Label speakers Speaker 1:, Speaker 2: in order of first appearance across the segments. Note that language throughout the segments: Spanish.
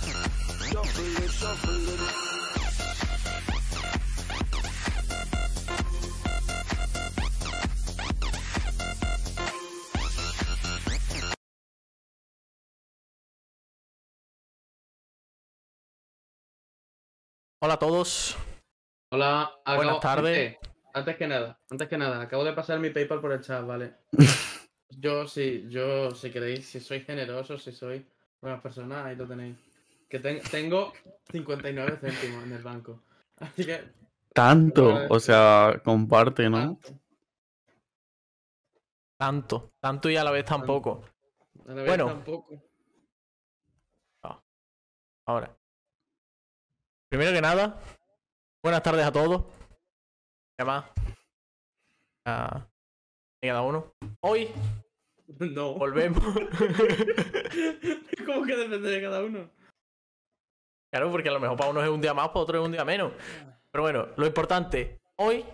Speaker 1: Shuffling, shuffling.
Speaker 2: Hola a todos.
Speaker 3: Hola, acabo-
Speaker 2: Buenas tardes.
Speaker 3: eh, antes que nada, antes que nada, acabo de pasar mi PayPal por el chat, ¿vale? yo sí, yo si queréis, si sois generosos, si sois buenas personas, ahí lo tenéis. Que ten- tengo 59 céntimos en el banco. Así que.
Speaker 4: Tanto, o sea, comparte, ¿no?
Speaker 3: tanto.
Speaker 2: Tanto, tanto y a la vez tampoco.
Speaker 3: A la vez
Speaker 2: Bueno.
Speaker 3: tampoco.
Speaker 2: Ahora. Primero que nada, buenas tardes a todos. ¿Qué más? A a cada uno. Hoy
Speaker 3: No.
Speaker 2: volvemos.
Speaker 3: ¿Cómo que depende de cada uno?
Speaker 2: claro, porque a lo mejor para uno es un día más, para otro es un día menos. Pero bueno, lo importante, hoy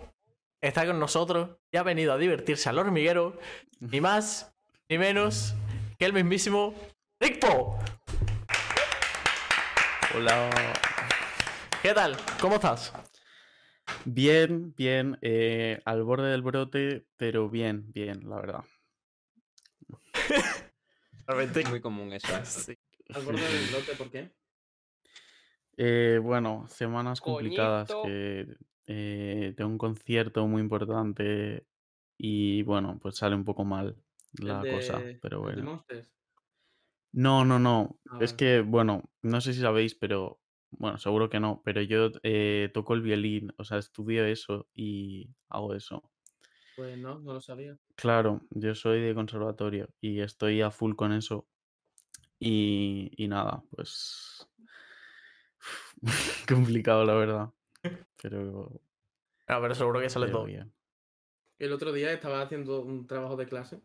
Speaker 2: está con nosotros, ya ha venido a divertirse al hormiguero, ni más ni menos que el mismísimo Ricpo.
Speaker 4: Hola.
Speaker 2: ¿Qué tal? ¿Cómo estás?
Speaker 4: Bien, bien, eh, al borde del brote, pero bien, bien, la verdad.
Speaker 2: Realmente,
Speaker 5: Muy común eso. ¿eh?
Speaker 2: sí.
Speaker 3: Al borde del bloque, ¿por qué?
Speaker 4: Eh, bueno, semanas complicadas
Speaker 5: Coñito.
Speaker 4: que eh, tengo un concierto muy importante y bueno, pues sale un poco mal la cosa,
Speaker 3: de-
Speaker 4: pero
Speaker 3: ¿De
Speaker 4: bueno.
Speaker 3: Monsters?
Speaker 4: No, no, no.
Speaker 3: Ah,
Speaker 4: Es
Speaker 3: vale.
Speaker 4: que, bueno, no sé si sabéis, pero bueno, seguro que no, pero yo eh, toco el violín, o sea, estudio eso y hago eso.
Speaker 3: Pues no, no lo sabía.
Speaker 4: Claro, yo soy de conservatorio y estoy a full con eso. Y, y nada, pues complicado la verdad. Pero,
Speaker 2: No, Ah, pero seguro que sale
Speaker 4: pero
Speaker 2: todo bien.
Speaker 4: bien.
Speaker 3: El otro día estaba haciendo un trabajo de clase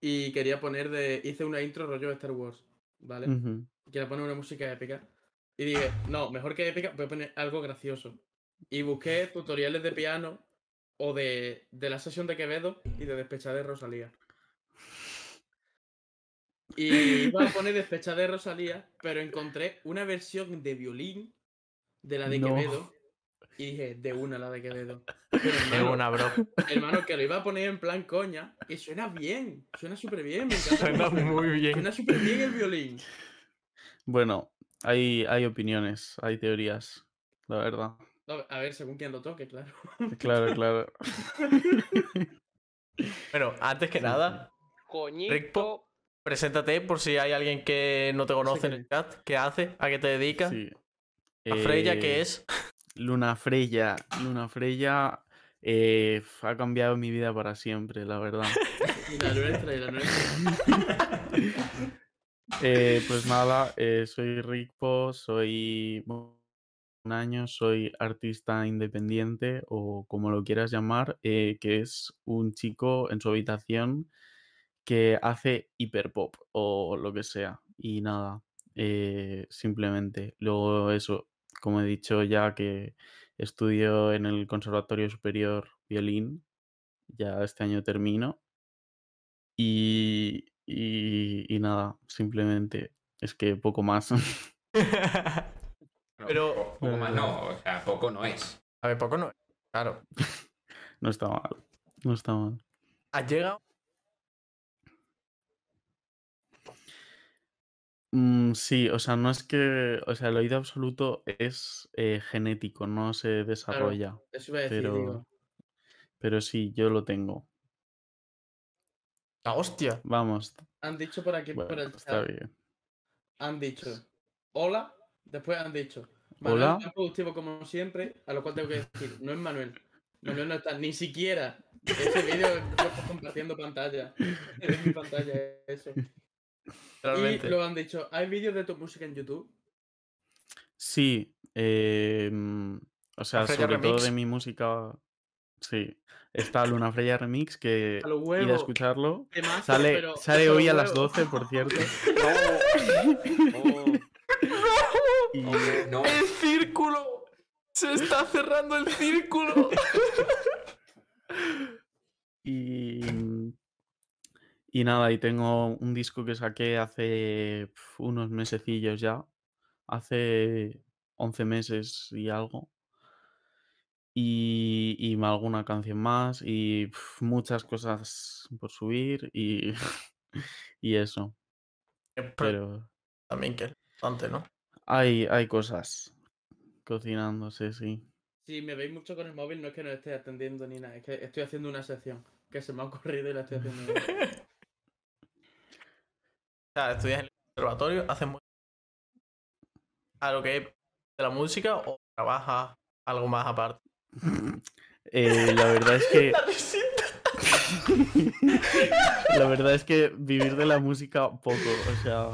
Speaker 3: y quería poner de. Hice una intro rollo Star Wars, ¿vale?
Speaker 4: Ujú.
Speaker 3: Quería poner una música épica. Y dije, no, mejor que épica, voy a poner algo gracioso. Y busqué tutoriales de piano o de, de la sesión de Quevedo y de Despechada de Rosalía. Y iba a poner Despechada de Rosalía, pero encontré una versión de violín de la de
Speaker 4: No.
Speaker 3: Quevedo. Y dije, de una la de Quevedo.
Speaker 2: Es una, bro.
Speaker 3: Hermano, que lo iba a poner en plan coña. Y suena bien. Suena súper bien. Me encanta. cómo
Speaker 2: Suena muy bien.
Speaker 3: Suena súper bien el violín.
Speaker 4: Bueno, hay, hay opiniones, hay teorías, la verdad.
Speaker 3: No, a ver, según quien lo toque, claro.
Speaker 4: Claro, claro.
Speaker 2: Bueno, antes que nada,
Speaker 5: Coñito.
Speaker 2: Rickpo. preséntate por si hay alguien que no te conoce en
Speaker 3: quién
Speaker 2: el chat. ¿Qué hace? ¿A qué te dedicas?
Speaker 4: Sí.
Speaker 2: ¿A Freya
Speaker 4: Eh,
Speaker 2: qué es?
Speaker 4: Luna Freya, Luna Freya eh, f- ha cambiado mi vida para siempre, la verdad.
Speaker 3: Y la nuestra, y la nuestra.
Speaker 4: Eh, pues nada, eh, soy Rickpo, soy bu- un año, soy artista independiente o como lo quieras llamar, eh, que es un chico en su habitación que hace hiperpop o lo que sea. Y nada, eh, simplemente. Luego eso, como he dicho ya que estudio en el Conservatorio Superior Violín, ya este año termino. Y, y, y nada, simplemente es que poco más.
Speaker 2: Pero.
Speaker 5: Poco más no, o sea, poco no es.
Speaker 2: A ver, poco no. Claro.
Speaker 4: No está mal. No está mal.
Speaker 2: ¿Has llegado?
Speaker 4: Mm, sí, o sea, no es que. O sea, el oído absoluto es eh, genético, no se desarrolla.
Speaker 3: Eso iba a decir,
Speaker 4: Pero-
Speaker 3: digo.
Speaker 4: Pero sí, yo lo tengo.
Speaker 2: La hostia.
Speaker 4: Vamos.
Speaker 3: Han dicho por aquí, por
Speaker 4: bueno,
Speaker 3: el
Speaker 4: está
Speaker 3: chat,
Speaker 4: bien.
Speaker 3: han dicho, hola, después han dicho, Manuel
Speaker 4: Hola.
Speaker 3: tan productivo como siempre, a lo cual tengo que decir, no es Manuel. Manuel no está ni siquiera. Ese vídeo yo estoy compartiendo pantalla. Es mi pantalla eso.
Speaker 2: Realmente.
Speaker 3: Y lo han dicho, ¿hay vídeos de tu música en YouTube?
Speaker 4: Sí. eh, mm, o sea,
Speaker 2: Freya
Speaker 4: sobre todo de
Speaker 2: Remix.
Speaker 4: mi música. Sí. Está Luna Freya Remix, que
Speaker 3: A los
Speaker 4: ir a
Speaker 3: huevos.
Speaker 4: escucharlo.
Speaker 3: Temazo,
Speaker 4: Sale,
Speaker 3: pero-
Speaker 4: sale
Speaker 3: pero
Speaker 4: hoy a las
Speaker 1: Oh.
Speaker 3: huevos.
Speaker 4: 12, por cierto.
Speaker 5: No.
Speaker 4: Y, Y
Speaker 5: No,
Speaker 2: ¡El círculo! ¡Se está cerrando el círculo!
Speaker 4: Y, mm, y nada, y tengo un disco que saqué hace pf, unos mesecillos ya, hace 11 meses y algo. Y, y ma- alguna canción más y pf, muchas cosas por subir y, y eso.
Speaker 2: Pues
Speaker 4: Pero
Speaker 2: También que es bastante, ¿no?
Speaker 4: hay, hay cosas cocinándose, sí.
Speaker 3: Si me veis mucho con el móvil, no es que no esté atendiendo ni nada, es que estoy haciendo una sección que se me ha ocurrido y la estoy haciendo. ahora.
Speaker 2: O sea, estudias en el conservatorio, haces mu- a lo que es de la música o trabajas algo más aparte.
Speaker 4: Eh, la verdad es que...
Speaker 2: La risita.
Speaker 4: La verdad es que vivir de la música poco, o sea,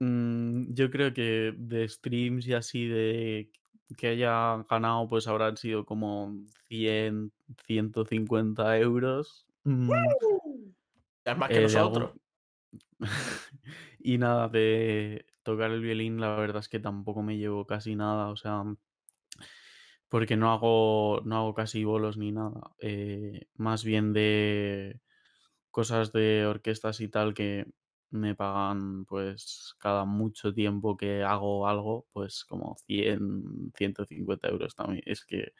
Speaker 4: mm, yo creo que de streams y así de que haya ganado, pues habrán sido como 100, 150 euros. mm,
Speaker 2: Ya es más
Speaker 4: eh,
Speaker 2: que
Speaker 4: de
Speaker 2: nosotros.
Speaker 4: algún- y nada, de tocar el violín, la verdad es que tampoco me llevo casi nada, o sea, porque no hago, no hago casi bolos ni nada. eh, más bien de cosas de orquestas y tal que me pagan pues cada mucho tiempo que hago algo, pues como 100, 150 euros también. Es que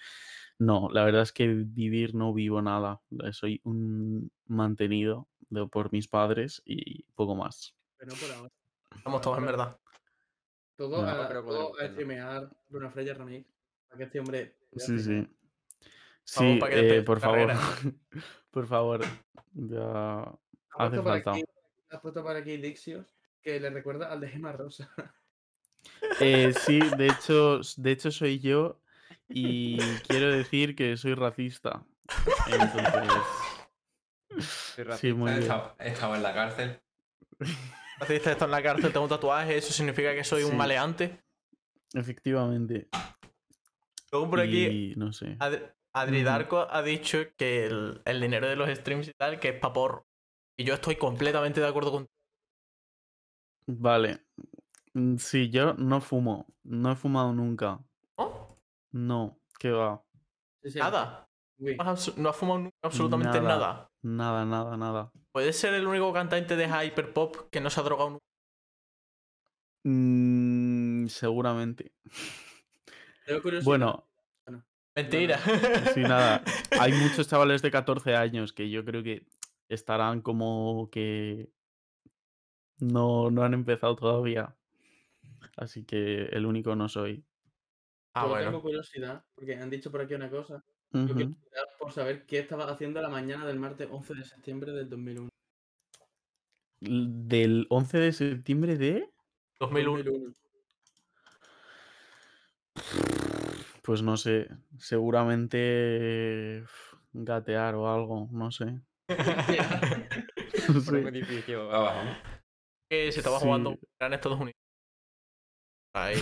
Speaker 4: no, la verdad es que vivir no vivo nada. eh, Soy un mantenido de- por mis padres y poco más.
Speaker 3: Pero no por ahora.
Speaker 2: Estamos todos en verdad.
Speaker 3: Todo,
Speaker 4: No.
Speaker 3: a,
Speaker 5: Pero podemos
Speaker 3: todo a
Speaker 5: hacerlo.
Speaker 3: streamear Luna Freya Remix. Para que este hombre.
Speaker 4: Sí, sí.
Speaker 2: Vamos
Speaker 4: Sí,
Speaker 2: pa' que despegue
Speaker 4: eh,
Speaker 2: tu
Speaker 4: por favor.
Speaker 2: carrera.
Speaker 4: por favor. Ya.
Speaker 3: Ha puesto
Speaker 4: Hace
Speaker 3: por
Speaker 4: falta.
Speaker 3: aquí- ha puesto por aquí Dixios, que le recuerda al de Gemma Rosa.
Speaker 4: Eh, sí, de hecho, de hecho soy yo y quiero decir que soy racista. Entonces,
Speaker 5: soy
Speaker 4: sí, muy
Speaker 5: he,
Speaker 4: bien.
Speaker 5: estado, he estado en la cárcel.
Speaker 2: Haciste esto en la cárcel, tengo un tatuaje, eso significa que soy
Speaker 4: Sí.
Speaker 2: un maleante.
Speaker 4: efectivamente.
Speaker 2: Luego por aquí,
Speaker 4: Y no sé.
Speaker 2: Ad- Adri
Speaker 4: Ujú.
Speaker 2: Darko ha dicho que el, el dinero de los streams y tal, que es papor. Y yo estoy completamente de acuerdo con
Speaker 4: Vale. Mm, Sí, yo no fumo. No he fumado nunca.
Speaker 2: ¿No?
Speaker 4: No, qué va.
Speaker 3: Sí, sí,
Speaker 2: Nada.
Speaker 3: uy.
Speaker 2: No has abs- No has fumado nunca absolutamente
Speaker 4: Nada.
Speaker 2: nada.
Speaker 4: Nada, nada, nada.
Speaker 2: ¿Puedes ser el único cantante de hyperpop que no se ha drogado nunca?
Speaker 4: Mm, seguramente.
Speaker 3: Tengo curiosidad.
Speaker 4: Bueno,
Speaker 2: Mentira.
Speaker 4: sí, nada. Hay muchos chavales de 14 años que yo creo que estarán como que no, no han empezado todavía. Así que el único no soy.
Speaker 2: Ah,
Speaker 3: yo
Speaker 2: bueno.
Speaker 3: tengo curiosidad, porque han dicho por aquí una cosa. Yo quiero
Speaker 4: Ujú.
Speaker 3: curiosidad por saber qué estaba haciendo la mañana del martes 11 de septiembre del 2001.
Speaker 4: L- Del 11 de septiembre de...
Speaker 2: 2001.
Speaker 3: 2001.
Speaker 4: Pues no sé, seguramente uf, gatear o algo, no sé. No
Speaker 5: Por un
Speaker 4: sé.
Speaker 5: edificio abajo.
Speaker 2: Que se estaba
Speaker 4: Sí.
Speaker 2: jugando un gran Estados Unidos. Ahí.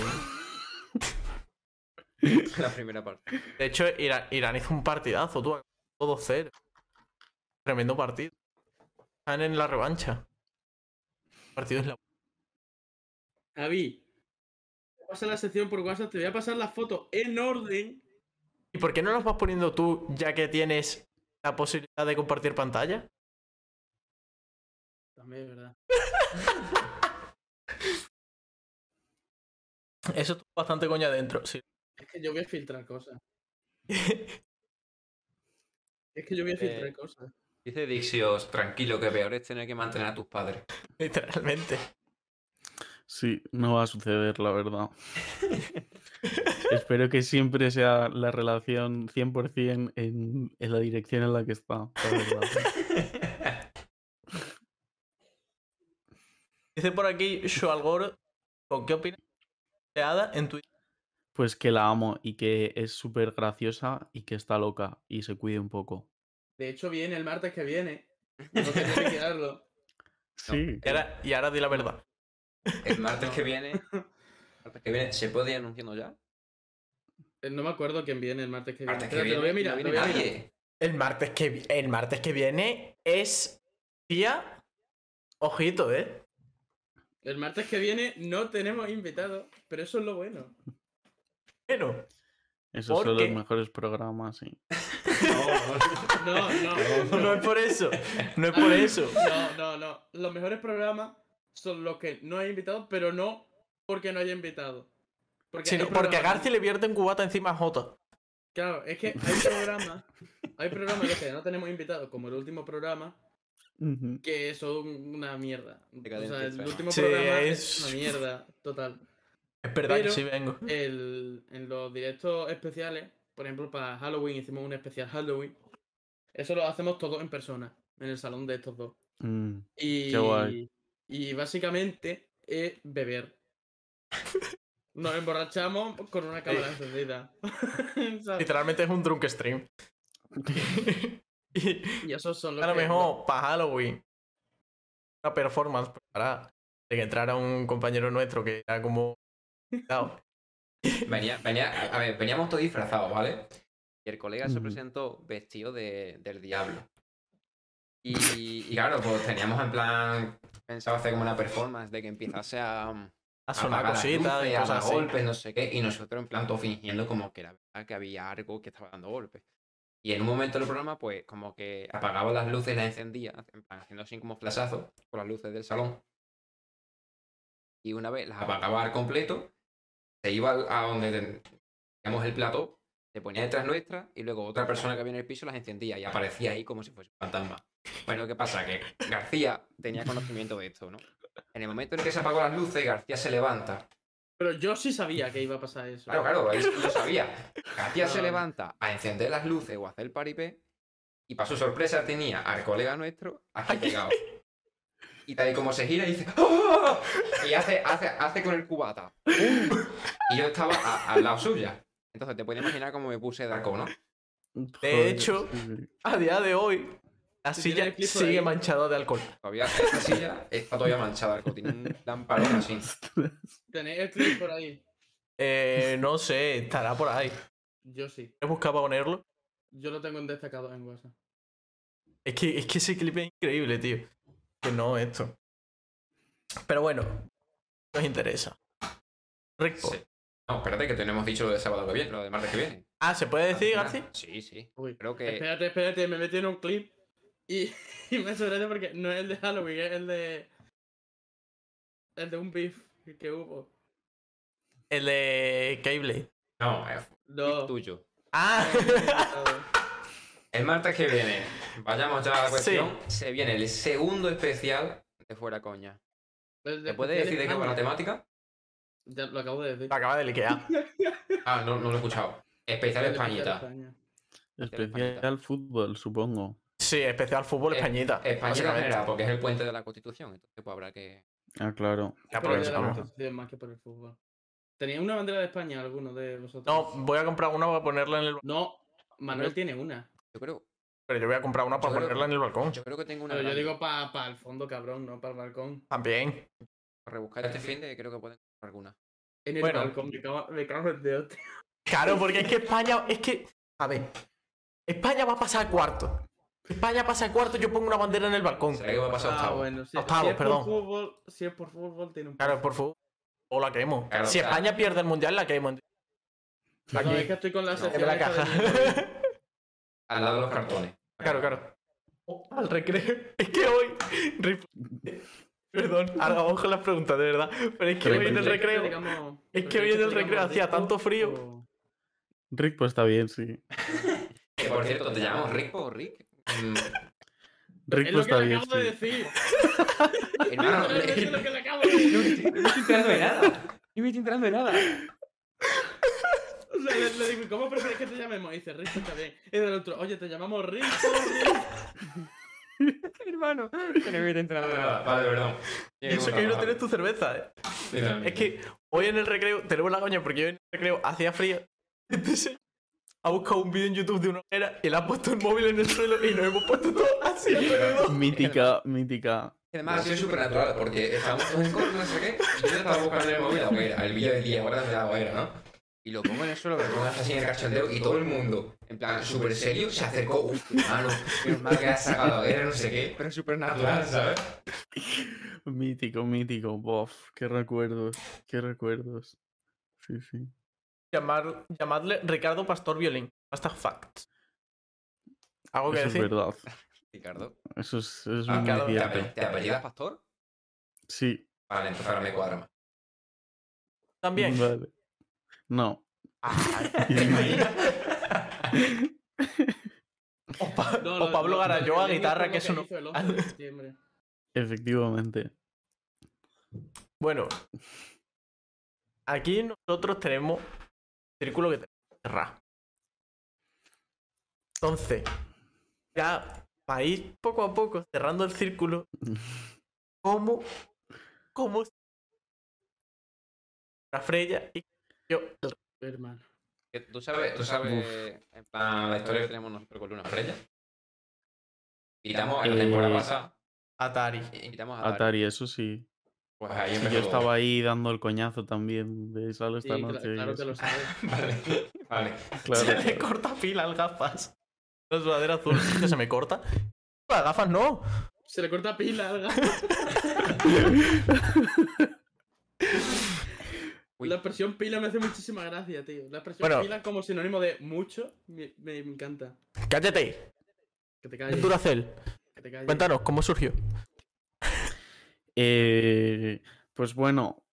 Speaker 5: La primera parte.
Speaker 2: De hecho, Ira- Irán, hizo un partidazo, tú. Todo cero. Tremendo partido. Están en la revancha. El partido es la.
Speaker 3: Avi, pasa la sección por WhatsApp, te voy a pasar las fotos en orden.
Speaker 2: ¿Y por qué no los vas poniendo tú ya que tienes la posibilidad de compartir pantalla?
Speaker 3: También es verdad.
Speaker 2: Eso es bastante coña adentro. Sí.
Speaker 3: Es que yo voy a filtrar cosas. Es que yo voy a filtrar cosas.
Speaker 5: Dice Dixios, tranquilo, que peor es tener que mantener a tus padres.
Speaker 2: Literalmente.
Speaker 4: Sí, no va a suceder, la verdad. Espero que siempre sea la relación 100% en, en la dirección en la que está, la verdad.
Speaker 2: Dice por aquí Shoalgor, ¿con qué opinas de Ada en Twitter?
Speaker 4: Pues que la amo y que es súper graciosa y que está loca y se cuide un poco.
Speaker 3: De hecho, viene el martes que viene. No quería liquidarlo.
Speaker 4: Sí.
Speaker 2: Y ahora, y ahora di la verdad.
Speaker 5: El martes que viene. martes que viene, ¿se puede ir anunciando ya?
Speaker 3: Eh, No me acuerdo quién viene el martes que viene.
Speaker 5: Martes que
Speaker 3: Espérate,
Speaker 5: viene.
Speaker 3: lo voy a mirar.
Speaker 5: no
Speaker 3: lo
Speaker 5: viene
Speaker 3: voy a mirar.
Speaker 5: nadie.
Speaker 2: El martes que, vi- el martes que viene es día. Ojito, ¿eh?
Speaker 3: El martes que viene no tenemos invitados, pero eso es lo bueno.
Speaker 2: Bueno,
Speaker 4: Esos
Speaker 2: ¿Por
Speaker 4: son
Speaker 2: qué?
Speaker 4: los mejores programas, sí.
Speaker 3: No, no,
Speaker 2: no es por eso. No es por eso.
Speaker 3: No, no, no. Los mejores programas son los que no hay invitados, pero no porque no haya invitado. Porque, hay
Speaker 2: Sino porque a
Speaker 3: programas-
Speaker 2: Garci le vierte un cubata encima a Jota.
Speaker 3: Claro, es que hay programas, hay programas en los que no tenemos invitados, como el último programa,
Speaker 4: Ujú.
Speaker 3: que son una mierda. O
Speaker 5: Decadencia
Speaker 3: sea, el
Speaker 5: extrema.
Speaker 3: último
Speaker 2: Sí,
Speaker 3: programa
Speaker 2: es-
Speaker 3: es una mierda, total.
Speaker 2: Es verdad que
Speaker 3: Pero-
Speaker 2: sí vengo.
Speaker 3: el- en los directos especiales, por ejemplo, para Halloween hicimos un especial Halloween. Eso lo hacemos todos en persona, en el salón de estos dos.
Speaker 4: Mm,
Speaker 3: Y,
Speaker 4: guay.
Speaker 3: y básicamente es beber. Nos emborrachamos con una cámara encendida. ¿Sabes?
Speaker 2: Literalmente es un drunk stream. y
Speaker 3: y esos son los
Speaker 2: a lo
Speaker 3: que-
Speaker 2: mejor para Halloween, una performance preparada de que entrara un compañero nuestro que era como. invitado.
Speaker 5: Venía, venía, a- a ver, veníamos todos disfrazados, ¿vale? Y el colega se
Speaker 4: Ujú.
Speaker 5: presentó vestido de, del diablo. Y, y claro, pues teníamos en plan pensado hacer como una performance de que empiezase a, a
Speaker 2: a sonar
Speaker 5: apagar las
Speaker 2: cositas
Speaker 5: luces,
Speaker 2: y
Speaker 5: a
Speaker 2: cosas
Speaker 5: dar
Speaker 2: así.
Speaker 5: golpes, no sé qué. Y nosotros en plan todo fingiendo como que era verdad que había algo que estaba dando golpes. Y en un momento del programa, pues como que apagaba las luces, las encendía, en plan haciendo así como flasazos por las luces del salón. Y una vez las apagaba al completo, se iba al- a donde ten- teníamos el plató, se ponía detrás nuestra y luego otra persona que había en el piso las encendía y aparecía ahí como si fuese un fantasma. Bueno, ¿qué pasa? Que García tenía conocimiento de esto, ¿no? En el momento en el que se apagó las luces, García se levanta.
Speaker 3: Pero yo sí sabía que iba a pasar eso.
Speaker 5: Claro, claro, ahí lo sabía. García se
Speaker 3: No.
Speaker 5: levanta a encender las luces o a hacer el paripé y para su sorpresa tenía al colega nuestro aquí pegado. Y tal y como se gira y dice ¡Ah! Y hace, hace, hace con el cubata. ¡Pum! Y yo estaba a- al lado suya. Entonces te puedes imaginar cómo me puse Draco, ¿no?
Speaker 4: joder,
Speaker 2: hecho,
Speaker 4: sí, sí.
Speaker 2: A día de hoy, la
Speaker 3: Si
Speaker 2: silla
Speaker 3: tienes el clip por
Speaker 2: sigue
Speaker 3: ahí.
Speaker 2: manchada de alcohol.
Speaker 5: Todavía esta silla está todavía manchada, Arco, tiene un lamparón así.
Speaker 3: Tenéis el clip por ahí.
Speaker 2: Eh, no sé, estará por ahí.
Speaker 3: Yo sí.
Speaker 2: He buscado para ponerlo.
Speaker 3: Yo lo tengo en destacado en WhatsApp.
Speaker 2: Es que, es que ese clip es increíble, tío. Que no esto. Pero bueno, nos interesa. Rico.
Speaker 5: Sí. No, espérate que tenemos dicho lo de sábado que viene, lo de martes que viene.
Speaker 2: Ah, ¿se puede decir,
Speaker 5: Al
Speaker 2: Garci?
Speaker 5: final. Sí, sí.
Speaker 3: Uy.
Speaker 5: Creo que
Speaker 3: Espérate, espérate, me metí en un clip y, y me sorprende porque no es el de Halloween, es el de. El de un beef que hubo.
Speaker 2: El de Keyblade.
Speaker 5: no, es
Speaker 3: No.
Speaker 5: tuyo.
Speaker 2: Ah,
Speaker 5: El martes que viene, vayamos ya a la
Speaker 2: Sí.
Speaker 5: cuestión, se viene el segundo especial de Fuera Coña. ¿Te puedes decir de qué va la temática?
Speaker 3: Ya lo acabo de decir.
Speaker 2: lo acaba de liquear.
Speaker 5: Ah, no, no lo he escuchado. Especial
Speaker 3: El de
Speaker 5: Españita.
Speaker 3: España.
Speaker 4: Especial fútbol, supongo.
Speaker 2: Sí, especial fútbol
Speaker 5: Eh, pues,
Speaker 2: españita.
Speaker 5: Españita en
Speaker 2: básicamente.
Speaker 5: general, porque es el puente de la Constitución, entonces pues habrá que...
Speaker 4: Ah, claro.
Speaker 2: La
Speaker 3: Pero de la
Speaker 2: aprovechamos.
Speaker 3: Constitución más que por el fútbol. ¿Teníais una bandera de España alguno de
Speaker 2: No,
Speaker 3: vosotros?
Speaker 2: voy a comprar una para ponerla en el balcón.
Speaker 3: No, Manuel tiene una.
Speaker 5: Yo creo,
Speaker 2: Pero yo voy a comprar una para
Speaker 5: Yo creo-
Speaker 2: ponerla en el balcón.
Speaker 5: yo creo que tengo una...
Speaker 3: Pero yo
Speaker 5: grande.
Speaker 3: digo para el fondo, cabrón, no para el balcón.
Speaker 2: También.
Speaker 5: Para rebuscar este fin de creo que pueden encontrar alguna.
Speaker 3: En el
Speaker 2: Bueno.
Speaker 3: balcón, me cago, me cago en Dios. tío.
Speaker 2: Claro, porque es que España. Es que. A ver. España va a pasar a cuarto. España pasa a cuarto, yo pongo una bandera en el balcón.
Speaker 5: ¿Será que va a pasar
Speaker 3: Ah,
Speaker 5: octavo?
Speaker 3: bueno, si,
Speaker 2: Octavo,
Speaker 3: si es
Speaker 2: perdón.
Speaker 3: por fútbol, si es por fútbol, tiene un
Speaker 2: Claro, por favor. O la quemo.
Speaker 5: Claro,
Speaker 2: si
Speaker 5: claro.
Speaker 2: España pierde el mundial, la quemo.
Speaker 3: Perdón,
Speaker 2: Aquí.
Speaker 3: es que estoy con la
Speaker 5: No,
Speaker 3: sección
Speaker 2: en la
Speaker 3: esta de
Speaker 2: caja.
Speaker 3: mierda.
Speaker 5: Al lado de los cartones.
Speaker 2: Claro, claro. Oh, al recreo. Es que hoy. Rip- Perdón, ahora vamos con las preguntas, de verdad. Pero es que hoy en el
Speaker 4: Recreo.
Speaker 2: recreo.
Speaker 3: Digamos-
Speaker 2: Es que hoy en el recreo
Speaker 3: digamos,
Speaker 2: hacía
Speaker 3: disco
Speaker 2: tanto frío.
Speaker 3: o-
Speaker 4: Rick, pues está bien, sí.
Speaker 5: Que por cierto, ¿te llamamos Rick o Rick? Mm,
Speaker 4: Rick,
Speaker 3: Es
Speaker 4: pues
Speaker 3: lo que
Speaker 4: está
Speaker 3: le
Speaker 4: bien,
Speaker 3: acabo de
Speaker 4: sí.
Speaker 3: decir.
Speaker 5: hermano,
Speaker 3: Literalmente
Speaker 5: Rick.
Speaker 3: es lo que le acabo de decir.
Speaker 5: No me estoy enterando de nada. No me estoy enterando de nada.
Speaker 3: O sea, le, le digo, ¿cómo prefieres que te llamemos? Y dice, Rico está bien. Y del otro, oye, te llamamos Rico. Rico".
Speaker 5: Hermano, no me estoy enterando de nada. Vale, perdón.
Speaker 2: Y eso que hoy no tienes tu cerveza, eh. Es que hoy en el recreo, tenemos la coña porque hoy en el recreo hacía frío. Entonces, ha buscado un vídeo en YouTube de una hoguera y le ha puesto el móvil en el suelo y nos hemos puesto todos así alrededor.
Speaker 4: Mítica, mítica.
Speaker 5: Y Además, ha sido súper natural porque estábamos todos en corto, no sé qué. y Yo estaba buscando en el móvil la hoguera, el vídeo de 10 horas de la hoguera, ¿no? Y lo pongo en el suelo, me pongo así en el cachondeo y todo el mundo, en plan súper serio, se acercó. Uy, hermano, menos mal que has sacado la hoguera, no sé qué. Pero súper natural, ¿sabes?
Speaker 4: Mítico, mítico. Bof, qué recuerdos, qué recuerdos. Sí, sí.
Speaker 2: Llamar, llamadle Ricardo Pastor Violín. Hasta facts. ¿Algo que
Speaker 4: Eso es
Speaker 2: decir?
Speaker 4: verdad.
Speaker 5: Ricardo.
Speaker 4: Eso es, eso es
Speaker 5: Ah,
Speaker 4: muy
Speaker 2: claro,
Speaker 5: ¿Te,
Speaker 4: cierto.
Speaker 5: ape- te apellidas Pastor?
Speaker 4: Sí.
Speaker 5: Vale, entonces ahora me cuadra más.
Speaker 2: También.
Speaker 4: Vale. No.
Speaker 2: O, Pa-
Speaker 3: No,
Speaker 2: o
Speaker 3: lo-
Speaker 2: Pablo
Speaker 3: lo- lo
Speaker 2: Garayoa,
Speaker 3: de Lenin
Speaker 2: guitarra,
Speaker 3: fue
Speaker 2: que
Speaker 3: lo
Speaker 2: eso no.
Speaker 3: hizo el 11 de septiembre.
Speaker 4: Efectivamente.
Speaker 2: Bueno. Aquí nosotros tenemos círculo que tenemos que cerrar. Entonces, ya para ir poco a poco cerrando el círculo, ¿cómo, cómo se- la Freya y yo el-
Speaker 3: Hermano.
Speaker 5: Que ¿Tú sabes, tú sabes en plan, Ah, la historia que tenemos nosotros con Luna Freya? Invitamos en la temporada
Speaker 4: Eh,
Speaker 5: pasada.
Speaker 2: Atari?
Speaker 5: Invitamos a Atari.
Speaker 4: Atari, eso sí.
Speaker 5: Pues ahí
Speaker 4: Sí,
Speaker 5: empezó
Speaker 4: yo
Speaker 5: todo.
Speaker 4: estaba ahí dando el coñazo también de salo
Speaker 3: Sí,
Speaker 4: esta
Speaker 3: cla-
Speaker 4: noche. y
Speaker 3: claro que
Speaker 4: eso.
Speaker 3: lo sabes.
Speaker 5: Vale, vale.
Speaker 4: Claro,
Speaker 2: Se me
Speaker 4: claro.
Speaker 2: corta pila al gafas. La sudadera azul que se me corta. Las gafas no.
Speaker 3: Se le corta pila al gato.
Speaker 5: Uy.
Speaker 3: La expresión pila me hace muchísima gracia, tío. La expresión
Speaker 2: Bueno.
Speaker 3: pila como sinónimo de mucho me, me- me encanta.
Speaker 2: Cállate.
Speaker 3: Que te calles.
Speaker 2: Duracell.
Speaker 3: Que te calles.
Speaker 2: Cuéntanos, ¿cómo surgió?
Speaker 4: Eh, pues bueno,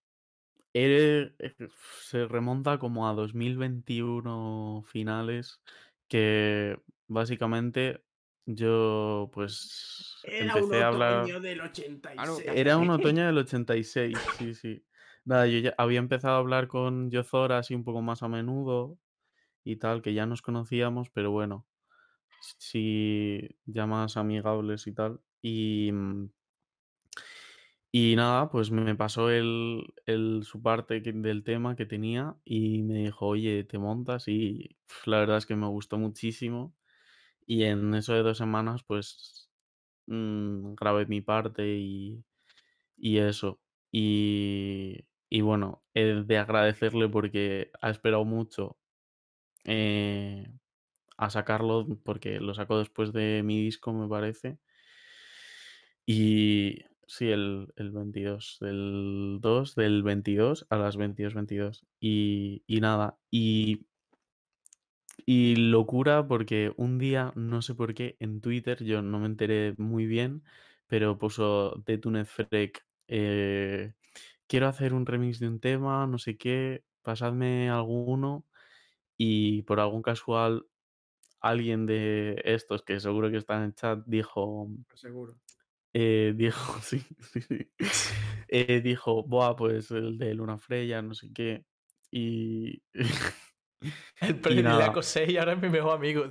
Speaker 4: eh, eh, se remonta como a 2021 finales, que básicamente yo pues
Speaker 3: Era un
Speaker 4: empecé a hablar...
Speaker 3: otoño del 86.
Speaker 5: Ah, no,
Speaker 4: Era un otoño del 86, sí, sí. Nada, yo ya había empezado a hablar con Yozora así un poco más a menudo y tal, que ya nos conocíamos, pero bueno, sí, ya más amigables y tal. Y, mm, y nada, pues me pasó el, el- su parte que- del tema que tenía y me dijo, oye, ¿te montas? Y pf, la verdad es que me gustó muchísimo. Y en eso de dos semanas, pues mm, grabé mi parte y, y eso. Y, y bueno, he de agradecerle porque ha esperado mucho eh, a sacarlo, porque lo sacó después de mi disco, me parece. Y sí, el, el 22, del 2 del 22 a las 22, 22. Y, y nada, y y locura porque un día, no sé por qué, en Twitter, yo no me enteré muy bien, pero puso de Túnez Freck, eh, quiero hacer un remix de un tema, no sé qué, pasadme alguno y por algún casual alguien de estos que seguro que están en el chat dijo,
Speaker 3: Seguro.
Speaker 4: eh, dijo, sí, sí, sí. Eh, dijo, buah, pues el de Luna Freya, no sé qué. Y
Speaker 2: El
Speaker 4: nada.
Speaker 2: predilaco 6 ahora es mi mejor amigo.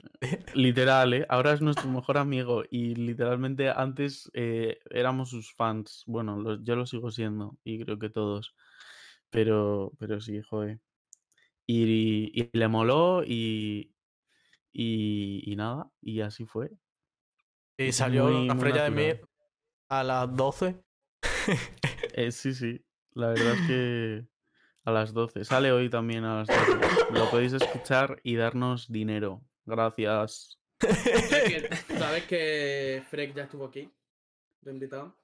Speaker 4: Literal, ¿eh? Ahora es nuestro mejor amigo y literalmente antes eh, éramos sus fans. Bueno, lo- yo lo sigo siendo y creo que todos. Pero, pero sí, joder. Y, y le moló y, y, y nada, y así fue.
Speaker 2: Y salió
Speaker 4: muy-
Speaker 2: la
Speaker 4: muy
Speaker 2: Freya de mí
Speaker 4: natural.
Speaker 2: a las 12.
Speaker 4: Eh, sí, sí, la verdad es que a las 12. Sale hoy también a las 12. Lo podéis escuchar y darnos dinero. Gracias.
Speaker 3: ¿Sabes que, sabes que Freck ya estuvo aquí? De invitado.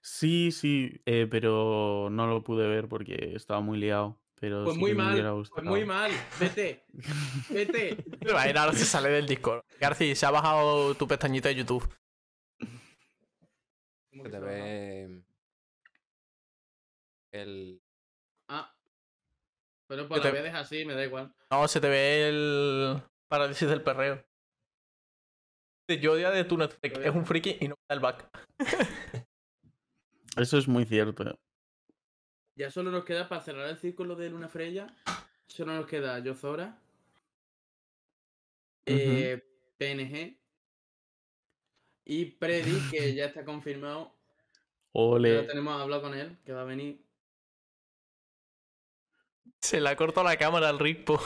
Speaker 4: Sí, sí, eh, pero no lo pude ver porque estaba muy liado. Pero
Speaker 3: Pues
Speaker 4: sí
Speaker 3: muy
Speaker 4: que me hubiera
Speaker 3: mal. Pues muy
Speaker 4: gustado.
Speaker 3: mal. Vete. Vete.
Speaker 2: Imagina, ahora se sale del Discord. Garci, se ha bajado tu pestañita de YouTube.
Speaker 3: ¿Cómo que
Speaker 5: Se te
Speaker 3: se baja?
Speaker 5: ve. El.
Speaker 3: Ah. Pero pues
Speaker 2: Yo te-
Speaker 3: la voy a dejar así, me da igual.
Speaker 2: No, se te ve el parálisis del perreo. De Yodia de Tunet Freak. Es un friki y no da el back.
Speaker 4: Eso es muy cierto.
Speaker 3: Ya solo nos queda para cerrar el círculo de Luna Freya. Solo nos queda Yozora. eh, PNG. Y Predi, que ya está confirmado. Ya
Speaker 4: Ole.
Speaker 3: tenemos hablado con él, que va a venir.
Speaker 2: Se le ha cortado la cámara al Ripo.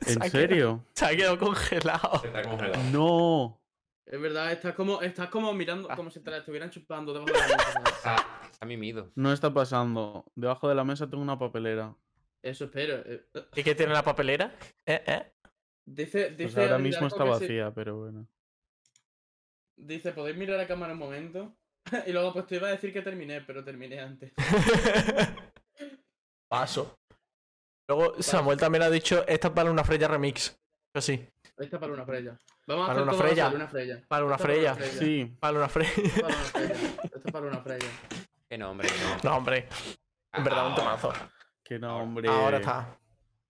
Speaker 2: Se ha quedado-
Speaker 4: ¿En serio?
Speaker 2: se ha quedado congelado.
Speaker 5: Se está congelado.
Speaker 4: No.
Speaker 3: Es verdad, estás como, estás como mirando,
Speaker 4: Ah.
Speaker 3: como si te la estuvieran chupando debajo de la mesa, ¿sabes?
Speaker 5: Está, está mimido.
Speaker 4: No está pasando. Debajo de la mesa tengo una papelera.
Speaker 3: Eso espero. eh.
Speaker 2: ¿Y qué tiene la papelera? Eh, eh.
Speaker 3: Dice,
Speaker 4: Pues
Speaker 3: dice
Speaker 4: ahora
Speaker 3: el liderazgo
Speaker 4: mismo está
Speaker 3: que si-
Speaker 4: vacía, pero bueno.
Speaker 3: Dice, ¿podéis mirar a cámara un momento? y luego, pues te iba a decir que terminé, pero terminé antes.
Speaker 2: Paso. Luego Samuel también ha dicho, esta es para una Freya remix. Pues Así,
Speaker 3: Esta para una Freya.
Speaker 2: Para
Speaker 3: Vamos a hacer
Speaker 2: una
Speaker 3: todo
Speaker 2: Freya.
Speaker 3: Para una
Speaker 2: para una Freya.
Speaker 3: Freya. Esta para una Freya.
Speaker 4: Sí,
Speaker 2: Para una Freya.
Speaker 3: Esto es para una Freya. Esto es para una Freya.
Speaker 5: Que no, hombre, que no.
Speaker 2: No, hombre, en verdad
Speaker 5: Ah,
Speaker 2: un tomazo.
Speaker 4: que no,
Speaker 5: Ahora-
Speaker 4: hombre.
Speaker 2: Ahora está.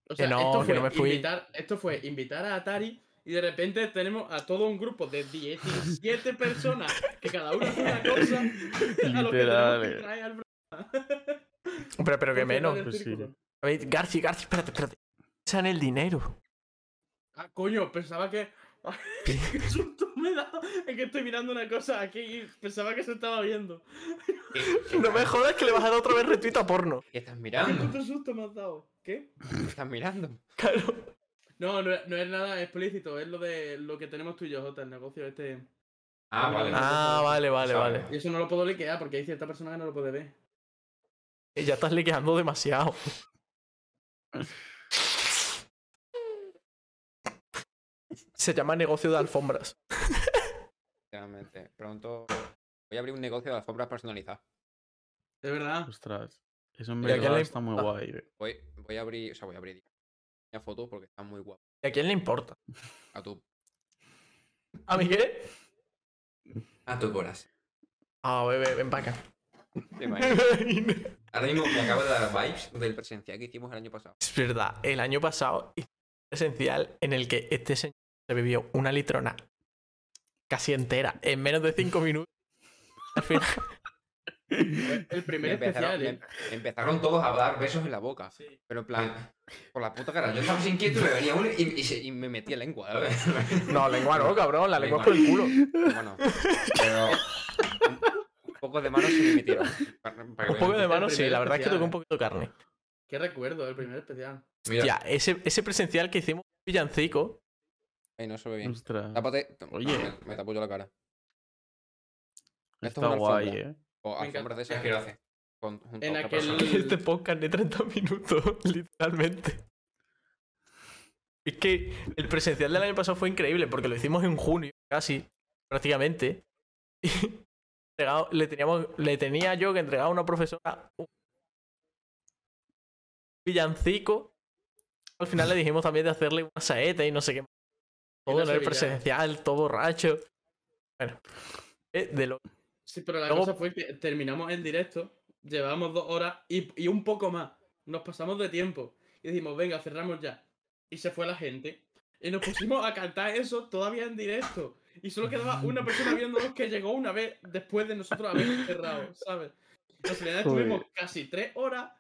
Speaker 3: O sea,
Speaker 2: no,
Speaker 3: esto,
Speaker 2: que
Speaker 3: fue
Speaker 2: no me fui.
Speaker 3: Invitar, esto fue invitar a Atari y de repente tenemos a todo un grupo de 17 personas que cada uno hace una cosa. a lo que tenemos que
Speaker 4: Literal, eh.
Speaker 3: traer al
Speaker 2: Pero, pero que
Speaker 3: Entonces,
Speaker 2: menos.
Speaker 3: del
Speaker 4: Pues sí.
Speaker 3: círculo.
Speaker 2: A ver, Garci, Garci, espérate, espérate. Piensa en el dinero.
Speaker 3: Ah, coño, pensaba que. Ay, ¡Qué susto me he dado! Es que estoy mirando una cosa aquí y pensaba que se estaba viendo.
Speaker 2: No me jodas que le vas a dar otra vez retuito a porno.
Speaker 5: ¿Qué estás
Speaker 2: Ah.
Speaker 3: ¡Qué
Speaker 5: mirando?
Speaker 3: puto susto me has dado! ¿Qué?
Speaker 5: ¿Qué estás mirando?
Speaker 2: Claro.
Speaker 3: No, no, es- no es nada explícito, es lo de lo que tenemos tú y yo, Jota, el negocio este.
Speaker 5: Ah,
Speaker 3: Vale.
Speaker 5: vale.
Speaker 2: Ah, vale, vale, vale.
Speaker 3: Y eso no lo puedo liquear porque hay cierta persona que no lo puede ver.
Speaker 2: Eh, Ya estás liqueando demasiado. Se llama negocio de alfombras.
Speaker 5: Realmente. Pronto voy a abrir un negocio de alfombras personalizadas.
Speaker 3: De verdad.
Speaker 4: Ostras, eso en
Speaker 2: Mira, ¿quién
Speaker 4: verdad
Speaker 2: le
Speaker 4: está muy
Speaker 2: importa?
Speaker 4: guay. eh.
Speaker 5: Voy, voy a abrir, o sea, voy a abrir una foto porque está muy guapo.
Speaker 2: ¿Y a quién le importa?
Speaker 5: A tu,
Speaker 2: ¿A mí qué?
Speaker 5: a tu corazón.
Speaker 2: Ah, bebé, ven para acá.
Speaker 5: ¿Te imaginas?
Speaker 2: es
Speaker 5: Ahora mismo me acabo de dar vibes del presencial que hicimos el año pasado.
Speaker 2: verdad, el año pasado hice un presencial en el que este señor se bebió una litrona casi entera en menos de cinco minutos. Al final,
Speaker 3: El
Speaker 5: Me
Speaker 3: primer
Speaker 5: empezaron,
Speaker 3: especial,
Speaker 5: me-
Speaker 3: ¿eh?
Speaker 5: me empezaron todos a dar besos en la boca. Pero en plan, por la puta cara. Yo estaba sin quieto y me venía uno y, y se- y me metía lengua.
Speaker 2: No, lengua no, cabrón, la lengua es con el culo.
Speaker 5: Bueno, pero un poco de manos se me metieron. para- para que
Speaker 2: Un poco de
Speaker 5: vean.
Speaker 2: mano, sí, la verdad es que
Speaker 3: Especial,
Speaker 2: toqué un
Speaker 3: eh.
Speaker 2: poquito de carne.
Speaker 3: Qué recuerdo, el primer especial.
Speaker 5: Mira,
Speaker 2: Ya, ese, ese presencial que hicimos villancico,
Speaker 5: Ahí no se ve bien.
Speaker 4: Ostras,
Speaker 5: Tápate.
Speaker 4: Oye.
Speaker 5: Me, me tapo yo la cara. Esto es
Speaker 4: está
Speaker 5: una
Speaker 4: guay,
Speaker 5: alfombra.
Speaker 4: eh.
Speaker 5: O
Speaker 3: Me
Speaker 5: alfombras de esas
Speaker 3: encanta.
Speaker 5: que hace. Con, junto a
Speaker 3: En
Speaker 5: otra
Speaker 3: aquel-
Speaker 5: persona.
Speaker 2: este podcast de 30 minutos, literalmente. Es que el presencial del año pasado fue increíble porque lo hicimos en junio, casi, prácticamente. Y entregado- le, teníamos, le tenía yo que entregar a una profesora un villancico. Al final le dijimos también de hacerle una saeta y no sé qué. más. Todo en el
Speaker 3: sevillana.
Speaker 2: presencial, todo borracho. Bueno, eh, de lo
Speaker 3: Sí, pero la
Speaker 2: Luego-
Speaker 3: cosa fue que terminamos el directo, llevábamos dos horas y, y un poco más. Nos pasamos de tiempo y dijimos, venga, cerramos ya. Y se fue la gente. Y nos pusimos a cantar eso todavía en directo. Y solo quedaba una persona viéndonos que llegó una vez después de nosotros haber cerrado, ¿sabes? Al final estuvimos casi tres horas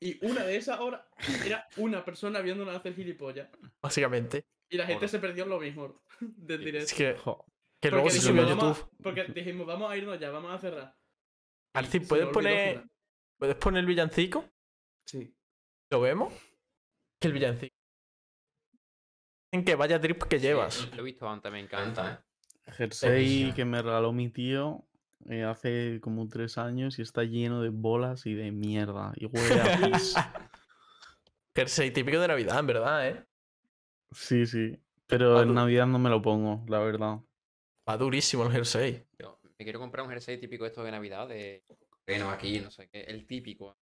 Speaker 3: y una de esas horas era una persona viéndonos hacer gilipollas.
Speaker 2: básicamente.
Speaker 3: Y la gente
Speaker 5: Joder.
Speaker 3: se perdió en lo mismo del
Speaker 2: Es
Speaker 3: directo.
Speaker 2: que,
Speaker 4: Jo,
Speaker 2: que luego se
Speaker 4: dijimos,
Speaker 2: subió a
Speaker 3: vamos a-
Speaker 2: YouTube.
Speaker 3: porque dijimos, vamos a irnos ya, vamos a cerrar.
Speaker 2: Arci,
Speaker 3: Se me
Speaker 2: ¿puedes
Speaker 3: olvidó
Speaker 2: poner,
Speaker 3: cerrar.
Speaker 2: ¿puedes poner Pues el villancico?
Speaker 3: Sí.
Speaker 2: ¿Lo vemos? Que el villancico. Dicen que vaya drip que llevas.
Speaker 5: Sí, lo he visto antes, me encanta. ¿eh?
Speaker 4: Jersey
Speaker 5: Televisión.
Speaker 4: que me regaló mi tío eh, hace como tres años y está lleno de bolas y de mierda. Y huele a pis.
Speaker 2: Jersey típico de Navidad, en verdad, ¿eh?
Speaker 4: Sí, sí. Pero
Speaker 2: Algo-
Speaker 4: en Navidad no me lo pongo, la verdad.
Speaker 2: Va durísimo el jersey.
Speaker 5: Yo me quiero comprar un jersey típico de esto de Navidad, de bueno, aquí, no sé qué, el típico.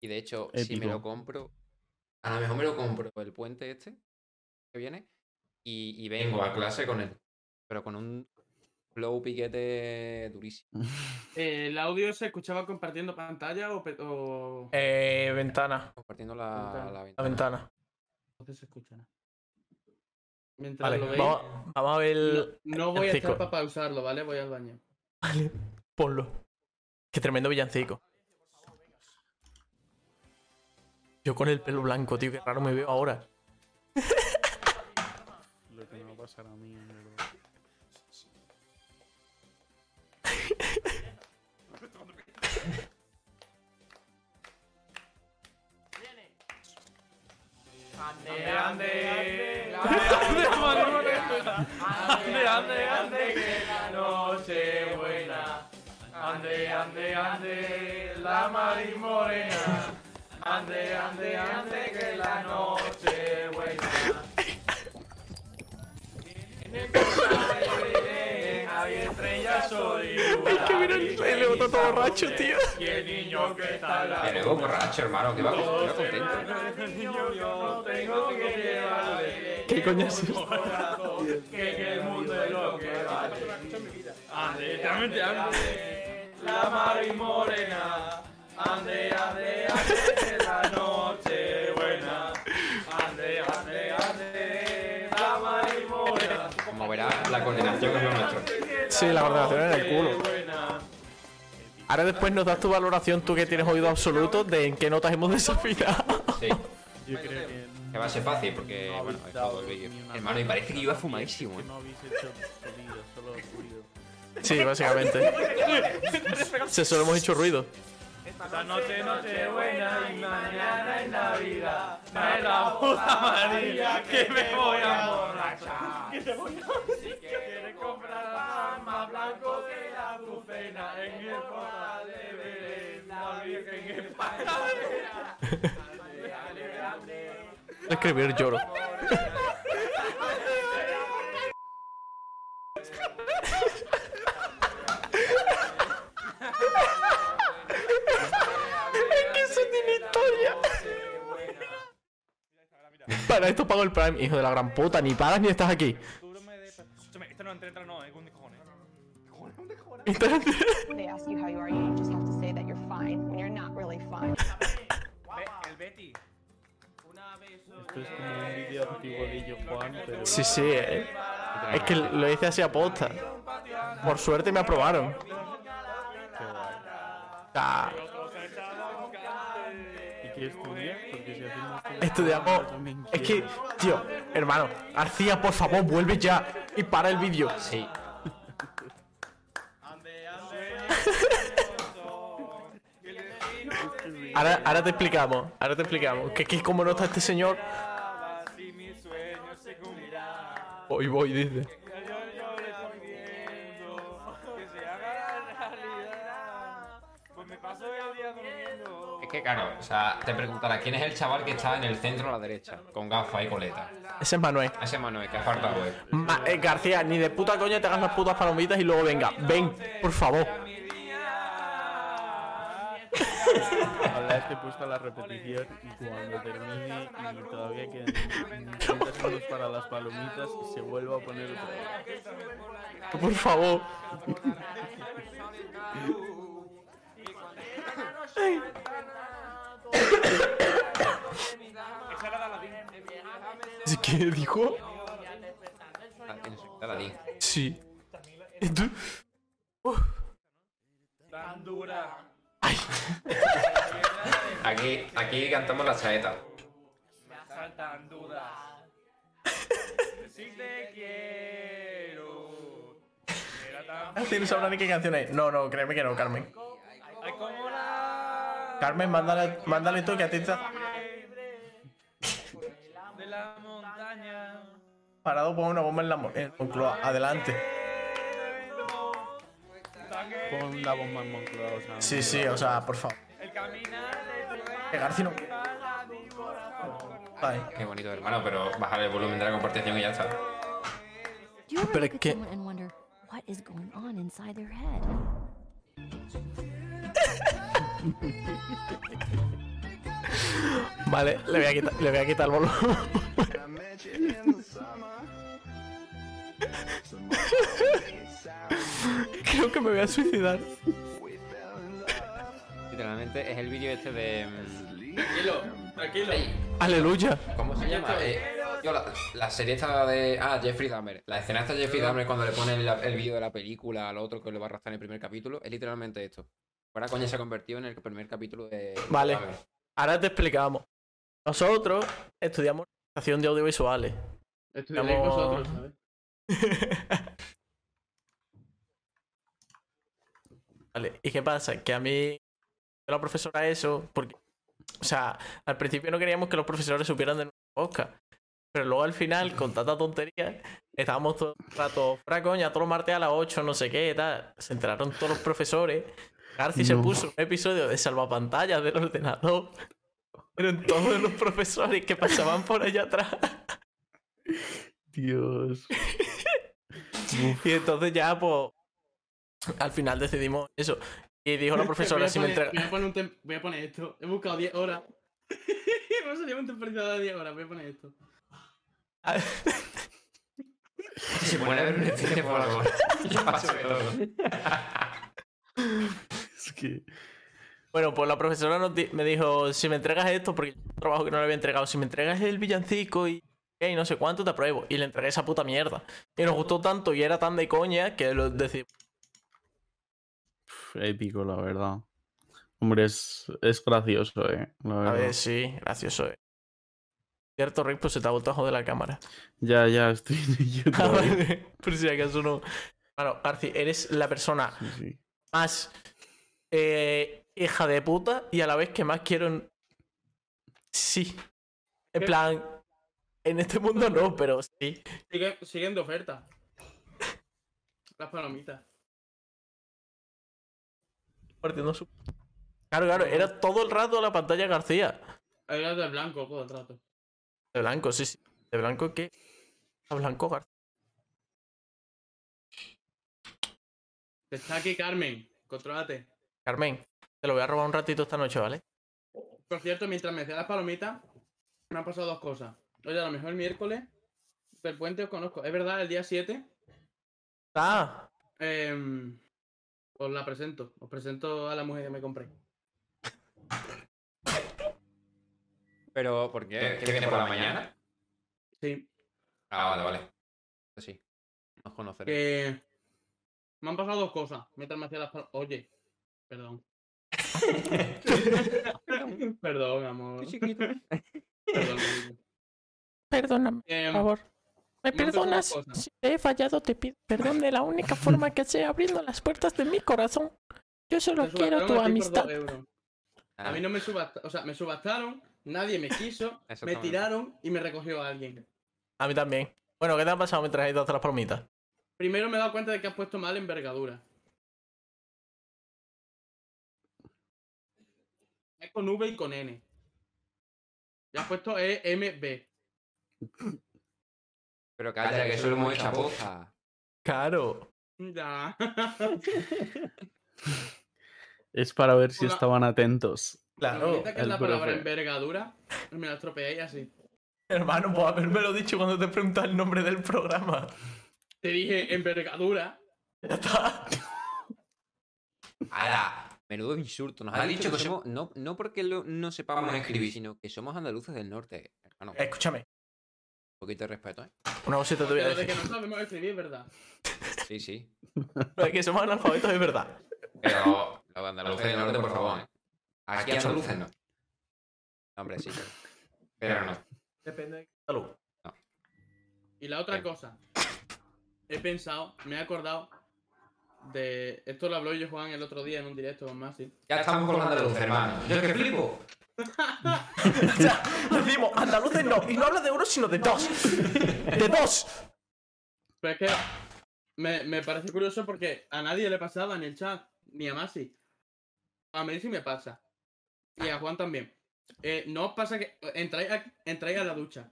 Speaker 5: Y de hecho, si me lo
Speaker 4: Épico.
Speaker 5: compro, a lo mejor me lo compro el puente este que viene y, y vengo a clase con él, pero con un flow piquete durísimo.
Speaker 3: Eh, ¿El audio se escuchaba compartiendo pantalla o, pe- o...
Speaker 2: Eh, ventana.
Speaker 5: Compartiendo la,
Speaker 3: Ventana.
Speaker 5: la
Speaker 2: La
Speaker 5: ventana.
Speaker 2: ventana.
Speaker 3: entonces se escucha? nada? Mientras
Speaker 2: Vale,
Speaker 3: lo veis,
Speaker 2: vamos, vamos a ver. el-
Speaker 3: no, no voy a estar
Speaker 2: villancico.
Speaker 3: para pausarlo, ¿vale? Voy al baño.
Speaker 2: Vale, ponlo. Qué tremendo villancico. Yo con el pelo blanco, tío, qué raro me veo ahora.
Speaker 4: Lo que me va a pasar a mí, en verdad.
Speaker 6: Hay estrellas soy
Speaker 2: Es que mira el, el otro todo borracho, tío.
Speaker 6: Y el niño que está al
Speaker 5: Y
Speaker 6: lado.
Speaker 5: luego borracho, hermano, que va que va
Speaker 6: Dos
Speaker 5: contento.
Speaker 6: semanas de niño yo no tengo que llevarle.
Speaker 2: ¿Qué coño es esto?
Speaker 6: Corazón, que que el mundo es lo que vale. Ande, ande, ande, la mar y morena. Ande, ande, ande, la noche buena. Ande, ande, ande, la mar y morena.
Speaker 5: Como verás, la coordinación es lo nuestro.
Speaker 2: Sí, la coordinación en el culo.
Speaker 6: Buena.
Speaker 2: Ahora después nos das tu valoración, tú que tienes oído absoluto, de en qué notas hemos desafinado.
Speaker 5: Sí,
Speaker 4: Yo creo que
Speaker 5: que va a ser fácil porque,
Speaker 4: no
Speaker 5: bueno,
Speaker 4: habéis
Speaker 5: he
Speaker 4: dado
Speaker 5: jugado el
Speaker 4: ni
Speaker 5: vídeo.
Speaker 4: una
Speaker 5: Hermano, y parece que iba
Speaker 4: nota,
Speaker 5: fumadísimo,
Speaker 4: que
Speaker 5: ¿eh?
Speaker 4: No habéis hecho sonido, solo ruido.
Speaker 2: Sí, básicamente. Se solo hemos hecho ruido.
Speaker 6: Esta noche noche buena y mañana es Navidad. Trae la puta amarilla que me voy a emborrachar. Que te voy a... Si quieres comprar pan más blanco de la azucena en el portal de Belén, la Virgen en pañalera. Grande, grande, grande.
Speaker 2: Escribir lloro. Es que eso tiene historia. Para esto pago el Prime, hijo de la gran puta. Ni pagas ni estás aquí.
Speaker 6: Escúchame, esto no entra, entra, no, es un cojones.
Speaker 7: They ask you how you are, you just have to say that you're fine when you're not really fine.
Speaker 6: El Betty. Una vez
Speaker 4: Esto es como un vídeo antiguo de Yo Juan, pero.
Speaker 2: Sí, sí, eh. Es que lo hice así a posta. Por suerte me aprobaron. Ah,
Speaker 4: ¿Y qué estudias? Porque si hacemos.
Speaker 2: estudiamos. Es que, tío, hermano, Arcía, por favor, vuelve ya y para el vídeo.
Speaker 5: Sí,
Speaker 2: Ahora, ahora te explicamos, ahora te explicamos. Que aquí, como no está este señor. Hoy voy, dice.
Speaker 6: Pues
Speaker 5: es que claro, o sea, te preguntarás quién es el chaval que está en el centro a la derecha, con gafas y coleta.
Speaker 2: Ese es Manuel.
Speaker 5: Ese Manuel, que ha faltado, eh.
Speaker 2: Ma- eh, García, ni de puta coña te hagas las putas palomitas y luego venga. Ven, por favor.
Speaker 4: Ahora te he este puesto la repetición y cuando termine y todavía quedan 30 segundos para las palomitas, se vuelve a poner otra vez.
Speaker 2: Por favor. ¿Qué dijo?
Speaker 5: Ah, que nos está Aladín.
Speaker 2: Sí. ¿Y tú? Uf. Ay,
Speaker 5: Aquí, aquí cantamos la saeta.
Speaker 2: Arcía, no sabrá ni qué canción es. No, no, créeme que no, Carmen. Carmen, mándale, mándale tú que a ti te ha
Speaker 6: De la montaña.
Speaker 2: parado por una bomba en la mo- en Moncloa. Adelante.
Speaker 4: Pon la bomba en Moncloa, o sea.
Speaker 2: Sí, sí, o sea, por favor.
Speaker 6: El caminar de tu
Speaker 2: Que García no. Ay.
Speaker 5: Qué bonito, hermano, pero bajar el volumen de la compartición y ya está.
Speaker 8: Do you ever
Speaker 2: Pero
Speaker 8: look at
Speaker 2: que-
Speaker 8: someone and wonder what is going on inside their head?
Speaker 2: Vale, le voy a quitar, le voy a quitar el volumen. Creo que me voy a suicidar.
Speaker 5: Literalmente es el vídeo este de. mm,
Speaker 3: Tranquilo, tranquilo.
Speaker 5: Ey,
Speaker 2: Aleluya.
Speaker 5: ¿Cómo se llama? Eh, tío, la, la serie esta de. Ah, Jeffrey Dahmer. La escena esta de Jeffrey Dahmer cuando le ponen la- el vídeo de la película al otro que lo va a arrastrar en el primer capítulo es literalmente esto. Ahora coña se ha convertido en el primer capítulo de.
Speaker 2: Vale.
Speaker 5: Dahmer.
Speaker 2: Ahora te explicamos. Nosotros estudiamos realización de audiovisuales.
Speaker 3: Estudiaréis
Speaker 2: Estamos-
Speaker 3: vosotros, ¿sabes?
Speaker 2: Vale, ¿y qué pasa? Que a mí la profesora eso, porque, o sea, al principio no queríamos que los profesores supieran de nuestra boca, pero luego al final, con tanta tontería, estábamos todo el rato, fra coña, todos los martes a las 8, no sé qué, tal, se enteraron todos los profesores, Garci se
Speaker 4: No.
Speaker 2: puso un episodio de salvapantallas del ordenador, eran todos los profesores que pasaban por allá atrás.
Speaker 4: Dios.
Speaker 2: Y entonces ya, pues, Al final decidimos eso. Y dijo la
Speaker 3: voy
Speaker 2: profesora,
Speaker 3: a
Speaker 2: si me
Speaker 3: poner-
Speaker 2: entrega...
Speaker 3: Voy a, poner un tem- voy a poner esto. He buscado 10 horas. Me ha salido un temporizador de 10 horas. Voy a poner esto.
Speaker 5: Se pone a ver un estudio por favor. Yo paso de todo.
Speaker 4: Es que.
Speaker 2: Bueno, pues la profesora nos di- me dijo, si me entregas esto, porque un trabajo que no le había entregado, si me entregas el villancico y, y no sé cuánto, te apruebo. Y le entregué esa puta mierda. Y nos gustó tanto y era tan de coña que lo decidimos.
Speaker 4: Pf, épico, la verdad. Hombre, es, es gracioso, eh. La
Speaker 2: A
Speaker 4: verdad.
Speaker 2: ver, sí, gracioso. eh. Cierto, Rick, pues se te ha vuelto a joder la cámara.
Speaker 4: Ya, ya, estoy en YouTube.
Speaker 2: Ah, vale. Por si acaso no. Bueno, Garci, eres la persona
Speaker 4: Sí, sí.
Speaker 2: más eh, hija de puta y a la vez que más quiero. en- Sí. En
Speaker 3: ¿Qué?
Speaker 2: plan. En este mundo no, pero sí.
Speaker 3: Sigue- siguen de oferta. Las palomitas.
Speaker 2: Partiendo su- Claro, claro, era todo el rato la pantalla García.
Speaker 3: Hay las de blanco todo el rato.
Speaker 2: De blanco, sí, sí. De blanco, ¿qué? A blanco, García.
Speaker 3: Te está aquí, Carmen. Contrólate.
Speaker 2: Carmen, te lo voy a robar un ratito esta noche, ¿vale?
Speaker 3: Por cierto, mientras me hacía las palomitas, me han pasado dos cosas. Oye, a lo mejor el miércoles del puente os conozco. Es verdad, el día 7
Speaker 2: Ah,
Speaker 3: em, os la presento. Os presento a la mujer que me compré.
Speaker 5: Pero, ¿por qué? ¿Que viene por la mañana?
Speaker 3: Sí.
Speaker 5: Ah, vale, vale. Pues Sí. Nos conoceremos.
Speaker 3: Que me han pasado dos cosas mientras me hacía las palomitas. Oye, perdón. perdón, amor. Perdón, cariño.
Speaker 2: perdóname,
Speaker 3: Em,
Speaker 2: por favor. ¿Me
Speaker 3: no te pongas
Speaker 2: perdonas?
Speaker 3: cosas.
Speaker 2: Si te he fallado, te pido perdón de la única forma que sé abriendo las puertas de mi corazón. Yo solo
Speaker 3: me
Speaker 2: quiero tu
Speaker 3: subastaron a ti por dos
Speaker 2: amistad.
Speaker 3: euros. A mí no me subastaron, o sea, me subastaron, nadie me quiso, me
Speaker 5: Exactamente.
Speaker 3: tiraron y me recogió alguien.
Speaker 2: A mí también. Bueno, ¿qué te ha pasado mientras he ido hasta las palomitas?
Speaker 3: Primero me he dado cuenta de que has puesto mal envergadura. Es con V y con N. Ya has puesto E, EMB.
Speaker 5: Pero calla, que eso lo hemos hecho a posta.
Speaker 2: Claro.
Speaker 3: Ya.
Speaker 4: Es para ver si
Speaker 3: Hola.
Speaker 4: estaban atentos.
Speaker 3: Lo bonita que es
Speaker 4: el
Speaker 3: la palabra
Speaker 4: profe.
Speaker 3: envergadura, me la estropeé así.
Speaker 2: Hermano, por haberme lo dicho cuando te preguntaba el nombre del programa.
Speaker 3: Te dije envergadura.
Speaker 2: Ya está.
Speaker 5: ¡Hala! Menudo insulto. Nos ha dicho que somos. No, no porque lo- no sepamos escribir, sino que somos andaluces del norte. Hermano, un
Speaker 2: Escúchame.
Speaker 5: poquito de respeto, ¿eh?
Speaker 2: Una cosita te voy a
Speaker 3: Pero de
Speaker 2: decir.
Speaker 3: que no sabemos escribir, ¿verdad?
Speaker 5: Sí, sí.
Speaker 2: Lo de que somos analfabetos es verdad.
Speaker 5: Pero los andaluces del norte, por favor, ¿eh? Aquí andaluces no. No, Hombre, sí. Pero no.
Speaker 2: Depende de Salud.
Speaker 3: Y la otra
Speaker 5: Bien.
Speaker 3: cosa, he pensado, me he acordado de. Esto lo habló yo, Juan, el otro día en un directo con Masi.
Speaker 5: Ya estamos con los andaluces, hermano. Yo es que flipo.
Speaker 2: O sea, decimos, andaluces no. Y no habla de euros, sino de dos. De dos.
Speaker 3: Pero es que me, me parece curioso porque a nadie le pasaba en el chat, ni a Masi. A mí sí me pasa. Y a Juan también. Eh, no os pasa que entráis a, entráis a la ducha.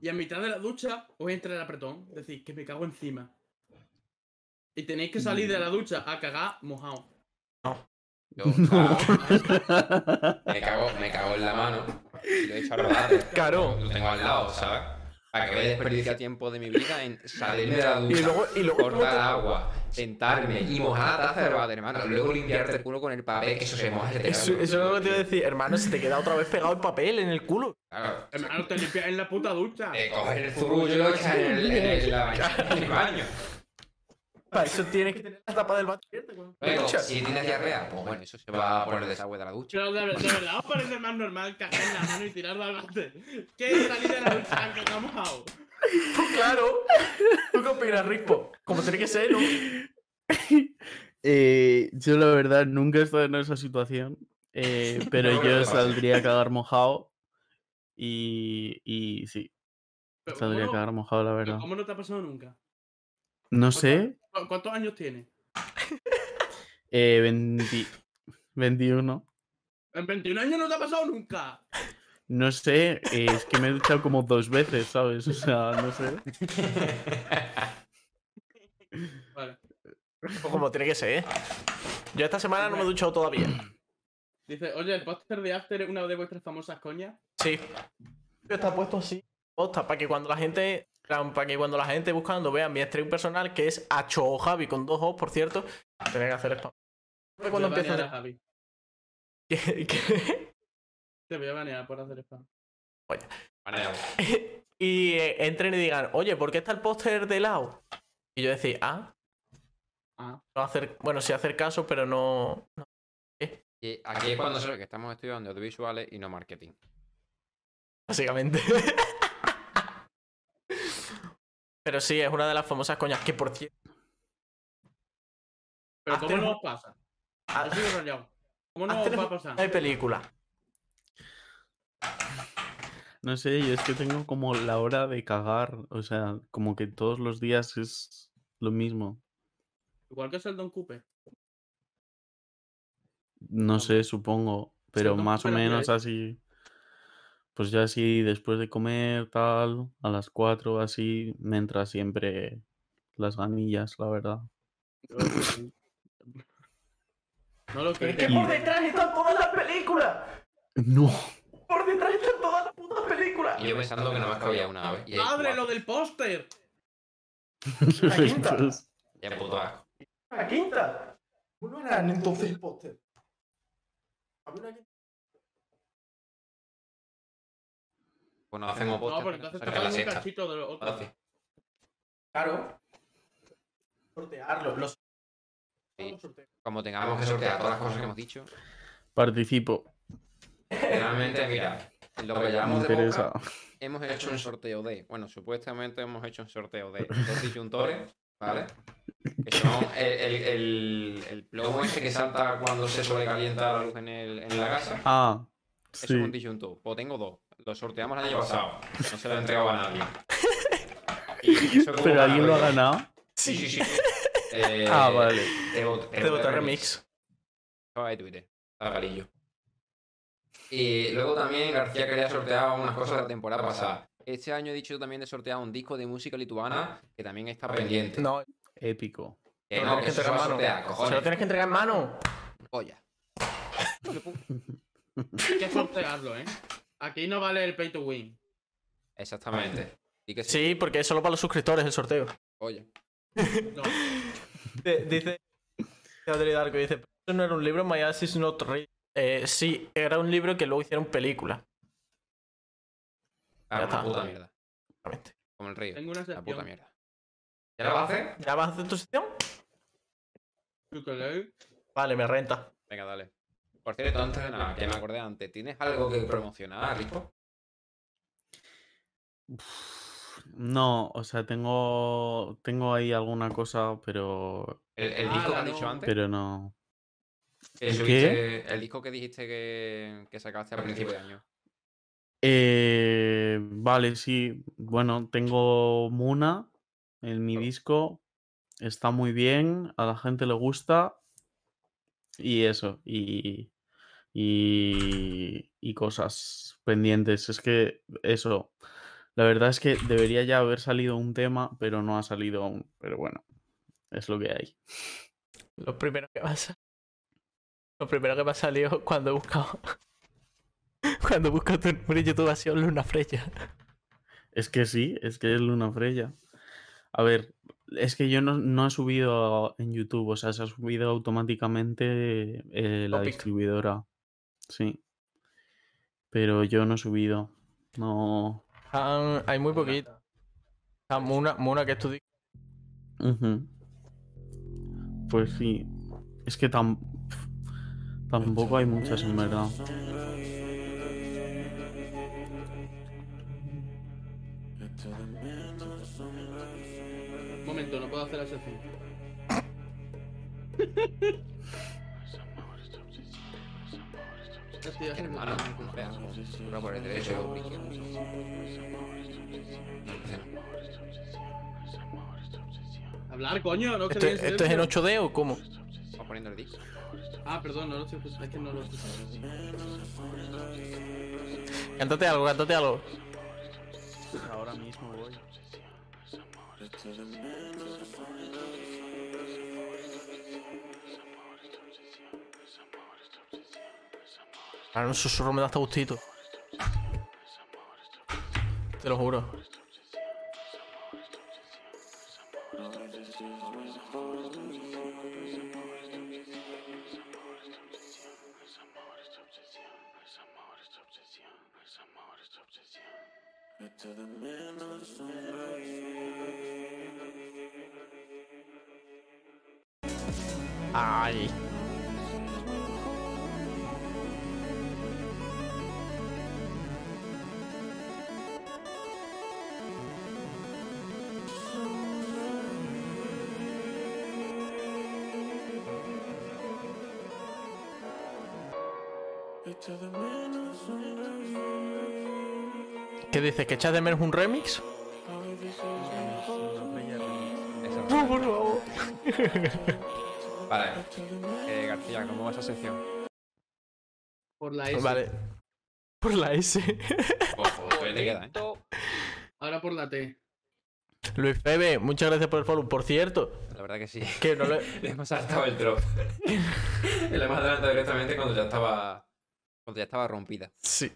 Speaker 3: Y a mitad de la ducha os entra el apretón. Decís, que me cago encima. Y tenéis que salir de la ducha a cagar mojado.
Speaker 5: Yo, claro, me, cago, me cago en la mano. y Lo he hecho a rodar.
Speaker 2: Claro.
Speaker 5: Lo tengo al lado, ¿sabes? Para que vaya a desperdiciar tiempo de mi vida en salirme de la ducha,
Speaker 2: Y luego- y luego-
Speaker 5: cortar agua, sentarme y mojar la taza de váter, hermano. Luego limpiarte el culo con el papel, que eso se moja. se te
Speaker 2: Eso,
Speaker 5: cae.
Speaker 2: eso es lo que te iba a decir. Hermano, se te queda otra vez pegado el papel en el culo.
Speaker 5: Claro.
Speaker 3: Hermano, te limpias en la puta ducha.
Speaker 5: Te coges el zurullo y lo echas en el, en el- la bañera, en el baño.
Speaker 2: Para eso tienes que tener la tapa del baño abierta. cuando te
Speaker 5: Luego,
Speaker 2: duchas.
Speaker 5: si tienes diarrea, pues bueno, eso se va por el desagüe de la ducha.
Speaker 3: Pero de, de verdad os parece más normal cagar en la mano y tirarlo al bate. Que salir de la ducha que no mojado.
Speaker 2: Claro. ¿Tú qué opinas, Rico? Como tiene que ser, ¿no?
Speaker 4: Eh, yo la verdad nunca he estado en esa situación, eh, pero
Speaker 5: No, no
Speaker 4: yo
Speaker 5: te pasa.
Speaker 4: saldría a cagar mojado y, y sí,
Speaker 3: Pero
Speaker 4: saldría a
Speaker 3: ¿cómo no-
Speaker 4: cagar mojado, la
Speaker 3: pero
Speaker 4: verdad.
Speaker 3: ¿Cómo no te ha pasado nunca?
Speaker 4: No
Speaker 3: sea,
Speaker 4: sé,
Speaker 3: ¿Cu- ¿Cuántos años tienes?
Speaker 4: eh, 20 21,
Speaker 3: En 21 años no te ha pasado nunca.
Speaker 4: no sé, eh, es que me he duchado como dos veces, ¿sabes? O sea, no sé.
Speaker 3: Vale.
Speaker 2: Pues como tiene que ser, ¿eh? Yo esta semana no me he duchado todavía.
Speaker 3: Dice, oye, el póster de After es una de vuestras famosas coñas.
Speaker 2: Sí. Está puesto así. Posta, para que cuando la gente. Para que cuando la gente buscando vea mi stream personal, que es Acho Javi con dos O's, por cierto, tenía que hacer spam. Cuando
Speaker 3: Te voy a
Speaker 2: empieza
Speaker 3: banear,
Speaker 2: a-
Speaker 3: Javi.
Speaker 2: ¿Qué- qué?
Speaker 3: Te voy a banear por hacer spam.
Speaker 5: Vale,
Speaker 2: y eh, entren y digan, oye, ¿por qué está el póster de lado? Y yo decir, ah,
Speaker 3: Ah,
Speaker 2: no hacer, bueno, sí hacer caso, pero no. no".
Speaker 5: y aquí es cuando se ve que estamos estudiando audiovisuales y no marketing.
Speaker 2: Básicamente. pero sí, es una de las famosas coñas que por cierto.
Speaker 3: pero
Speaker 2: After
Speaker 3: ¿cómo
Speaker 2: es
Speaker 3: no
Speaker 2: un-
Speaker 3: os pasa?
Speaker 2: Ah.
Speaker 3: Yo sigo rayado. ¿Cómo no
Speaker 2: After
Speaker 3: os va a
Speaker 2: es
Speaker 3: pasar?
Speaker 2: Hay película.
Speaker 4: No sé, yo es que tengo como la hora de cagar. O sea, como que todos los días es lo mismo.
Speaker 3: Igual que es el Don Cooper.
Speaker 4: No sé, supongo. Pero
Speaker 3: no,
Speaker 4: más o
Speaker 3: pero mira,
Speaker 4: menos
Speaker 3: eh.
Speaker 4: así. Pues ya así, después de comer, tal, a las 4, así, me entra siempre las ganillas, la verdad.
Speaker 3: No lo
Speaker 2: Es
Speaker 3: creo.
Speaker 2: que por detrás están todas las películas.
Speaker 4: No.
Speaker 2: Por detrás están todas las putas películas.
Speaker 5: Y yo pensando que nada más cabía una vez. Y hay
Speaker 3: ¡Abre lo
Speaker 5: cuatro.
Speaker 3: del póster!
Speaker 2: La quinta.
Speaker 4: Pues,
Speaker 5: Ya puto asco.
Speaker 2: La quinta. ¿Cómo no eran entonces el póster? Había una quinta.
Speaker 5: Pues no hacemos
Speaker 3: No,
Speaker 5: podcast.
Speaker 3: porque entonces te
Speaker 5: saca la
Speaker 3: pones un
Speaker 5: sexta.
Speaker 3: cachito de los
Speaker 5: Ahora
Speaker 3: otros.
Speaker 5: sí.
Speaker 2: Claro. Sortearlo. Los...
Speaker 5: Sí.
Speaker 2: los sorteos.
Speaker 5: Como tengamos que sortear todas las cosas que hemos dicho,
Speaker 4: Participo.
Speaker 5: realmente, mira, en lo que
Speaker 4: Me
Speaker 5: llevamos de
Speaker 4: interesa.
Speaker 5: boca, hemos hecho un sorteo de, bueno, supuestamente hemos hecho un sorteo de dos disyuntores, ¿vale? Que son el, el, el, el plomo este que salta cuando se sobrecalienta la luz en, el, en la casa.
Speaker 4: Ah,
Speaker 5: Eso
Speaker 4: sí.
Speaker 5: es un disyuntor. Pues tengo dos. Lo sorteamos el año pasado. No se lo entregaba a nadie. Y eso como
Speaker 4: Pero alguien lo ha
Speaker 5: ganador.
Speaker 4: ganado.
Speaker 5: Sí, sí, sí. Eh,
Speaker 4: Ah, vale.
Speaker 5: Te voto, te
Speaker 2: Te
Speaker 5: voto
Speaker 2: voté
Speaker 5: remix.
Speaker 2: remix.
Speaker 5: Estaba de Twitter. Estaba palillo. Y luego también García quería sortear unas cosas de la temporada pasada. Este año he dicho también de sortear un disco de música lituana que también está pendiente.
Speaker 2: No,
Speaker 4: Épico.
Speaker 5: Que
Speaker 2: lo
Speaker 5: no,
Speaker 2: tienes
Speaker 5: que
Speaker 2: que
Speaker 5: eso se va a
Speaker 2: entregar en
Speaker 5: sortear,
Speaker 2: mano. Se lo
Speaker 5: cojones.
Speaker 2: tienes que entregar en mano.
Speaker 5: Polla.
Speaker 3: Hay que sortearlo, ¿eh? Aquí no vale el pay to win.
Speaker 5: Exactamente. Y que sí.
Speaker 2: Sí, porque es solo para los suscriptores el sorteo.
Speaker 5: Polla.
Speaker 3: No.
Speaker 2: Dice. Adri Darko dice: "Pero Eso no era un libro, My Ass is Not Real. Eh, sí, era un libro que luego hicieron película.
Speaker 5: Ah,
Speaker 2: Ya
Speaker 5: una
Speaker 2: está.
Speaker 5: puta mierda.
Speaker 2: Exactamente.
Speaker 5: Como el río.
Speaker 3: Tengo una
Speaker 5: La puta
Speaker 3: sección.
Speaker 5: mierda. ¿Ya la vas a hacer?
Speaker 2: ¿Ya vas a hacer tu sesión?
Speaker 3: Ukulele.
Speaker 2: Vale, me renta.
Speaker 5: Venga, dale. Por cierto, antes de nada, que me acordé antes, ¿tienes algo que promocionar, Rico?
Speaker 4: No, o sea, tengo, tengo ahí alguna cosa, pero,
Speaker 5: El, el
Speaker 3: Ah,
Speaker 5: disco que
Speaker 3: la
Speaker 5: has
Speaker 3: no.
Speaker 5: dicho antes.
Speaker 4: pero no.
Speaker 5: que
Speaker 4: ¿el
Speaker 5: subiste- El disco que dijiste que, que sacaste a principio de año.
Speaker 4: Eh, vale, sí. Bueno, tengo Muna en mi disco. Está muy bien, a la gente le gusta. Y eso, y, y, y cosas pendientes. Es que eso, la verdad es que debería ya haber salido un tema, pero no ha salido aún. Pero bueno, es lo que hay.
Speaker 2: Lo primero que pasa. Lo primero que me ha salido cuando he buscado. cuando busco tu nombre en YouTube ha sido Luna Freya.
Speaker 4: Es que sí, es que es Luna Freya. A ver, es que yo no, no he subido en YouTube, o sea, se ha subido automáticamente eh, la
Speaker 2: Topic.
Speaker 4: distribuidora. Sí. Pero yo no he subido. No.
Speaker 2: Ah, hay muy poquito. Ah, Muna, Muna que estudió.
Speaker 4: Ujú. Pues sí. Es que tam- tampoco hay muchas en verdad.
Speaker 3: Un momento, no puedo hacer la sección. Estoy haciendo-
Speaker 5: Hermano, no veas, juro por el derecho de audición. No, no, no.
Speaker 3: Hablar, coño, no
Speaker 2: ¿Esto,
Speaker 3: quería
Speaker 2: es- Este esto es en
Speaker 3: silencio.
Speaker 2: 8D o cómo?
Speaker 5: Vamos poniendo el disco.
Speaker 3: Ah, perdón, no lo estoy escuchando. Es que no lo escucho.
Speaker 2: Cántate algo, cántate algo.
Speaker 4: Ahora mismo voy.
Speaker 2: Ahora un susurro me da hasta gustito. Te lo juro. Ay. ¿Qué dices? ¿Que echas de menos un remix?
Speaker 5: Esa
Speaker 2: No, por favor.
Speaker 5: Vale. Eh, García, ¿cómo va esa sección?
Speaker 3: Por la S.
Speaker 2: Vale. Por la S.
Speaker 5: Ojo, todavía Pues, te queda, ¿eh?
Speaker 3: Ahora por la T.
Speaker 2: Luis Febe, muchas gracias por el follow. Por cierto,
Speaker 5: La verdad que sí.
Speaker 2: que no le...
Speaker 5: Le hemos saltado el drop. Le hemos adelantado directamente cuando ya estaba. Cuando ya estaba rompida.
Speaker 2: Sí.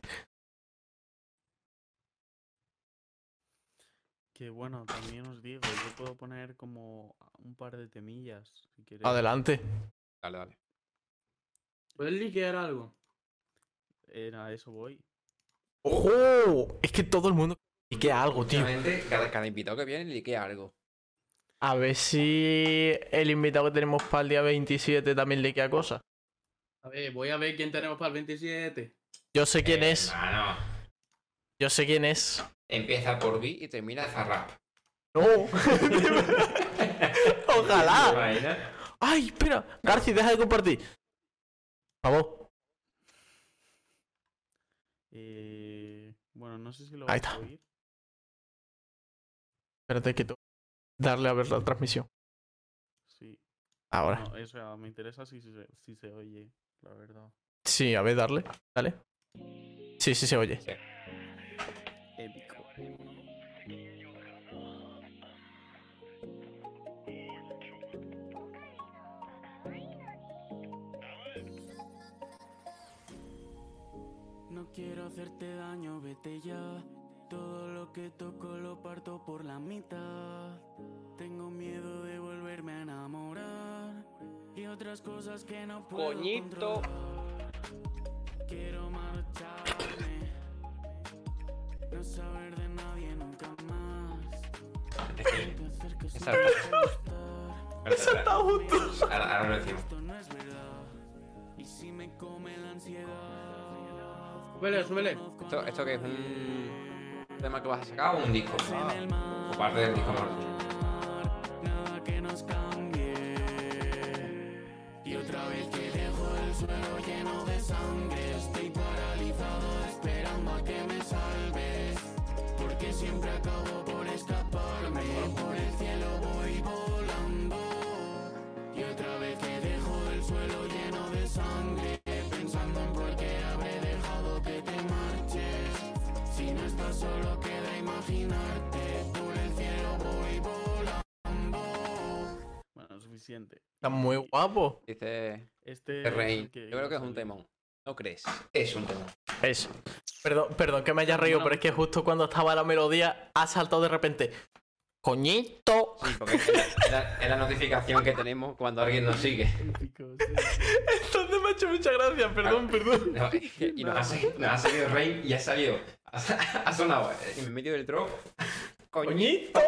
Speaker 4: Que bueno, también os digo, yo puedo poner como un par de temillas, si queréis.
Speaker 2: Adelante.
Speaker 5: Vale, vale.
Speaker 3: ¿Puedes liquear algo?
Speaker 4: Eh, a eso voy.
Speaker 2: ¡Ojo! Es que todo el mundo... Y que algo, tío.
Speaker 5: Últimamente, cada, cada invitado que viene liquea algo.
Speaker 2: A ver si el invitado que tenemos para el día 27 también le queda cosa.
Speaker 3: A ver, voy a ver quién tenemos para el 27.
Speaker 2: Yo sé quién es.
Speaker 5: Hermano,
Speaker 2: Yo sé quién es.
Speaker 5: empieza por B y termina Zarrap.
Speaker 2: No. Ojalá.
Speaker 5: Vaina.
Speaker 2: Ay, espera. Garci, deja de compartir. Por favor.
Speaker 4: Eh, bueno, no sé si lo
Speaker 2: Ahí
Speaker 4: vais a
Speaker 2: está.
Speaker 4: oír.
Speaker 2: Espérate que tengo que darle a ver la transmisión.
Speaker 4: Sí.
Speaker 2: Ahora.
Speaker 4: No, o sea, me interesa si, se- si se oye, la verdad.
Speaker 2: Sí, a ver, darle. Dale. Sí, sí se oye.
Speaker 4: Épico.
Speaker 9: No quiero hacerte daño, vete ya. Todo lo que toco lo parto por la mitad. Tengo miedo de volverme a enamorar. Y otras cosas que no puedo
Speaker 6: Coñito.
Speaker 9: controlar. Quiero marcharme. No saber de nadie nunca más. Te acerques, no
Speaker 5: Exacto.
Speaker 9: te va a gustar.
Speaker 5: Ahora, ahora lo decimos.
Speaker 9: Esto no es verdad. Y si me come la ansiedad.
Speaker 3: Súbele, súbele.
Speaker 5: ¿Esto, esto que es un tema que vas a sacar o un disco? O parte del disco ¿no?
Speaker 9: nada que nos cambie. Y otra vez que dejo el suelo lleno de sangre, estoy paralizado esperando a que me salves. Porque siempre acabo por escaparme, por el cielo voy volando. Y otra vez que dejo el suelo lleno de sangre, pensando en por qué habré dejado que te marches. Si no estás solo queda imaginarte, por el cielo voy volando.
Speaker 4: Bueno, suficiente.
Speaker 2: Está muy guapo.
Speaker 5: Dice
Speaker 4: Este es
Speaker 5: Rey.
Speaker 4: el
Speaker 5: Yo creo que es un temón. ¿No crees? Es un temón.
Speaker 2: Es. Perdón, perdón que me haya reído,
Speaker 3: Bueno.
Speaker 2: pero es que justo cuando estaba la melodía ha saltado de repente. Coñito.
Speaker 5: Sí, porque es la, es la notificación que tenemos cuando alguien nos sigue.
Speaker 4: Épico, sí.
Speaker 2: Entonces me ha hecho muchas gracias. Perdón, perdón.
Speaker 5: No, y nos ha, salido, nos ha salido Rey y ha salido. Ha, ha sonado eh, en medio del drop.
Speaker 2: Coñito.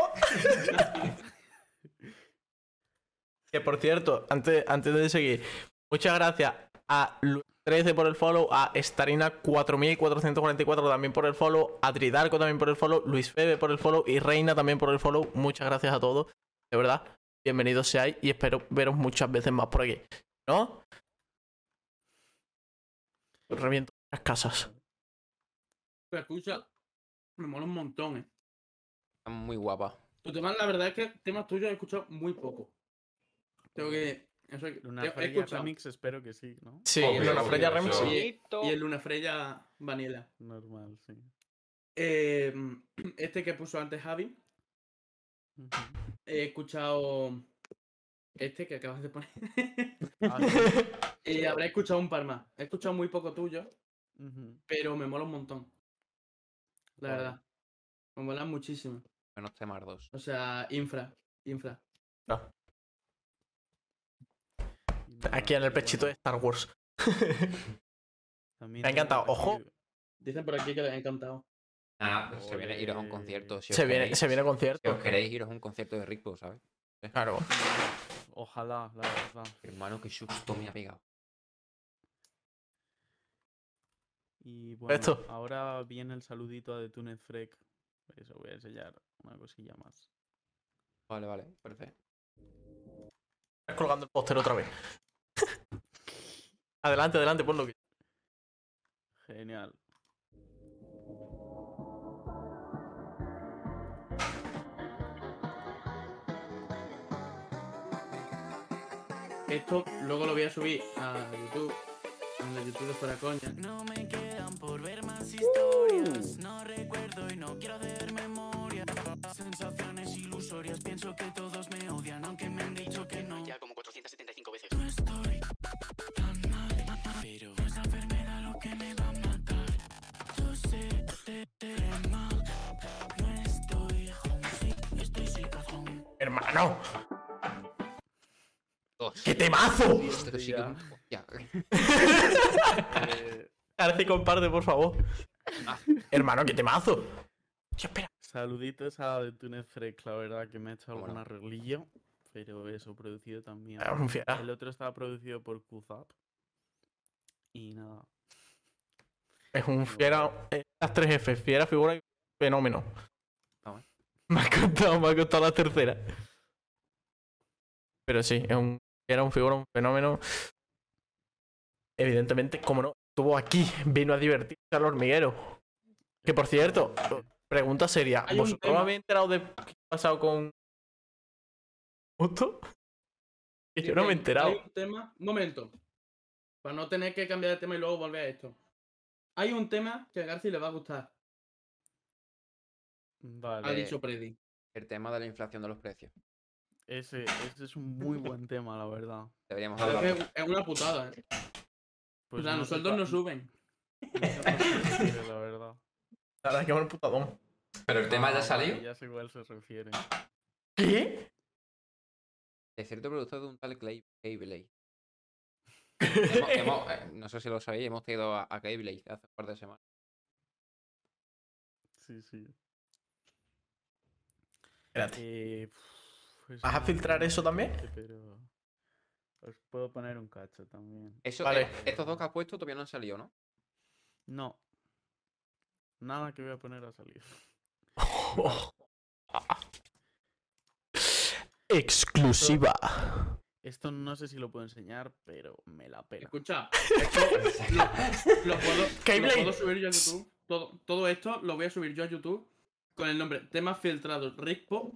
Speaker 2: que por cierto, antes, antes de seguir, muchas gracias a Luis 13 por el follow, a Starina4444 también por el follow, a Tridarco también por el follow, Luis Febe por el follow y Reina también por el follow. Muchas gracias a todos. De verdad, bienvenidos seáis y espero veros muchas veces más por aquí. ¿No? Os Reviento las casas.
Speaker 3: Pero escucha, me mola un montón, eh.
Speaker 5: Está muy guapa.
Speaker 3: Tu tema, la verdad es que temas tuyos he escuchado muy poco. Tengo que. Eso, he-
Speaker 4: Luna
Speaker 3: he
Speaker 4: Freya
Speaker 3: escuchado.
Speaker 4: Remix, espero que sí, ¿no?
Speaker 2: Sí,
Speaker 5: Obvio,
Speaker 2: Lola
Speaker 5: obvio,
Speaker 2: Freya
Speaker 5: eso.
Speaker 2: Remix. sí.
Speaker 3: Y el Luna Freya Vanilla.
Speaker 4: Normal, sí.
Speaker 3: Eh, este que puso antes Javi,
Speaker 4: Ujú.
Speaker 3: he escuchado. Este que acabas de poner. eh,
Speaker 4: Ah, sí,
Speaker 3: y habré escuchado un par más. He escuchado muy poco tuyo.
Speaker 4: Ujú.
Speaker 3: pero me mola un montón. La
Speaker 5: Vale.
Speaker 3: verdad. Me mola muchísimo.
Speaker 5: Menos Temar 2.
Speaker 3: O sea, infra, infra.
Speaker 4: Y nada,
Speaker 2: Aquí en el
Speaker 4: bueno,
Speaker 2: pechito de Star Wars.
Speaker 4: también
Speaker 2: Me ha
Speaker 4: tengo
Speaker 2: encantado.
Speaker 4: por
Speaker 2: Ojo.
Speaker 4: aquí-
Speaker 3: Dicen por aquí que les ha encantado.
Speaker 5: Ah, pues se viene iros a un
Speaker 4: Ole.
Speaker 5: concierto. Si os
Speaker 2: Se viene,
Speaker 5: queréis-
Speaker 2: se viene
Speaker 5: Si
Speaker 2: concierto.
Speaker 5: os queréis iros a un concierto de Rico, ¿sabes?
Speaker 2: Claro.
Speaker 4: Ojalá, la verdad.
Speaker 5: Hermano, qué susto me ha pegado.
Speaker 4: Y bueno,
Speaker 2: Esto.
Speaker 4: ahora viene el saludito de Túnez Freck. Eso voy a enseñar una cosilla más.
Speaker 5: Vale, vale, perfecto.
Speaker 2: Estás colgando el póster otra vez. adelante, adelante, ponlo. que-
Speaker 4: Genial.
Speaker 3: Esto luego lo voy a subir a YouTube. En el YouTube de fuera coña.
Speaker 9: Ya como 475 veces. No estoy tan mal, pero es la enfermedad lo que me va a matar. Yo sé de tema, no estoy home, sí, estoy sin razón.
Speaker 2: ¡Hermano!
Speaker 5: Dos.
Speaker 2: ¡Qué temazo!
Speaker 5: Esto sí que
Speaker 4: Hostia.
Speaker 5: hostia.
Speaker 4: Eh,
Speaker 2: Ahora comparte, por favor. Hermano, qué temazo. Tío, espera.
Speaker 4: saluditos a de Túnez Freck, la verdad que me ha hecho
Speaker 5: Cómo no.
Speaker 4: alguna relilla. Pero eso, producido también.
Speaker 2: Ah, un fiera.
Speaker 4: El otro estaba producido por Kuzap. Y nada.
Speaker 2: Es un fiera. eh, Las tres F, fiera, figura y fenómeno.
Speaker 5: Ah, bueno.
Speaker 2: Me ha costado, me ha costado la tercera. Pero sí, es un fiera, un figura, un fenómeno. Evidentemente, como no, estuvo aquí, vino a divertirse al hormiguero. Que por cierto, pregunta seria:
Speaker 3: Hay un
Speaker 2: ¿vosotros
Speaker 3: tema.
Speaker 2: habéis enterado de qué ha pasado con. ¿Justo? Que yo no me he
Speaker 3: Dicen, Hay
Speaker 2: enterado.
Speaker 3: un tema, un momento. Para no tener que cambiar de tema y luego volver a esto. Hay un tema que a Garci le va a gustar.
Speaker 4: Vale.
Speaker 3: Ha
Speaker 5: Eh,
Speaker 3: dicho Preddy.
Speaker 5: El tema de la inflación de los precios.
Speaker 4: Ese, ese es un muy buen tema, la verdad.
Speaker 5: Deberíamos
Speaker 3: Es
Speaker 5: hablar.
Speaker 3: que es una putada, ¿eh?
Speaker 4: Pues
Speaker 3: o sea, los
Speaker 4: sé
Speaker 3: sueldos
Speaker 4: cua-
Speaker 3: no suben.
Speaker 4: no sé a cuál se refiere, la verdad.
Speaker 2: La verdad es que es un putadón.
Speaker 5: Pero el tema
Speaker 4: Ah,
Speaker 5: ya
Speaker 4: vale,
Speaker 5: salió.
Speaker 4: Ya sé cuál se refiere.
Speaker 2: ¿Qué?
Speaker 5: De cierto productor de un tal Clay Blade. Hemos- hemos- eh, no sé si lo sabéis, hemos tenido a, a Clay Blade hace un par de semanas.
Speaker 4: Sí, sí.
Speaker 2: Espérate.
Speaker 4: Eh, pues
Speaker 2: ¿Vas a
Speaker 4: no,
Speaker 2: filtrar
Speaker 4: no
Speaker 2: eso también?
Speaker 4: sé, Pero os puedo poner un cacho también.
Speaker 5: Eso,
Speaker 2: Vale.
Speaker 5: eh, estos dos que has puesto todavía no han salido, ¿no?
Speaker 4: No. Nada que voy a poner a salir.
Speaker 2: Exclusiva.
Speaker 4: Esto no sé si lo puedo enseñar, pero me la pela.
Speaker 3: Escucha, esto lo, lo puedo, lo
Speaker 2: Keyblade.
Speaker 3: puedo subir yo a YouTube. Todo, todo esto lo voy a subir yo a YouTube con el nombre Temas Filtrados Rickpo.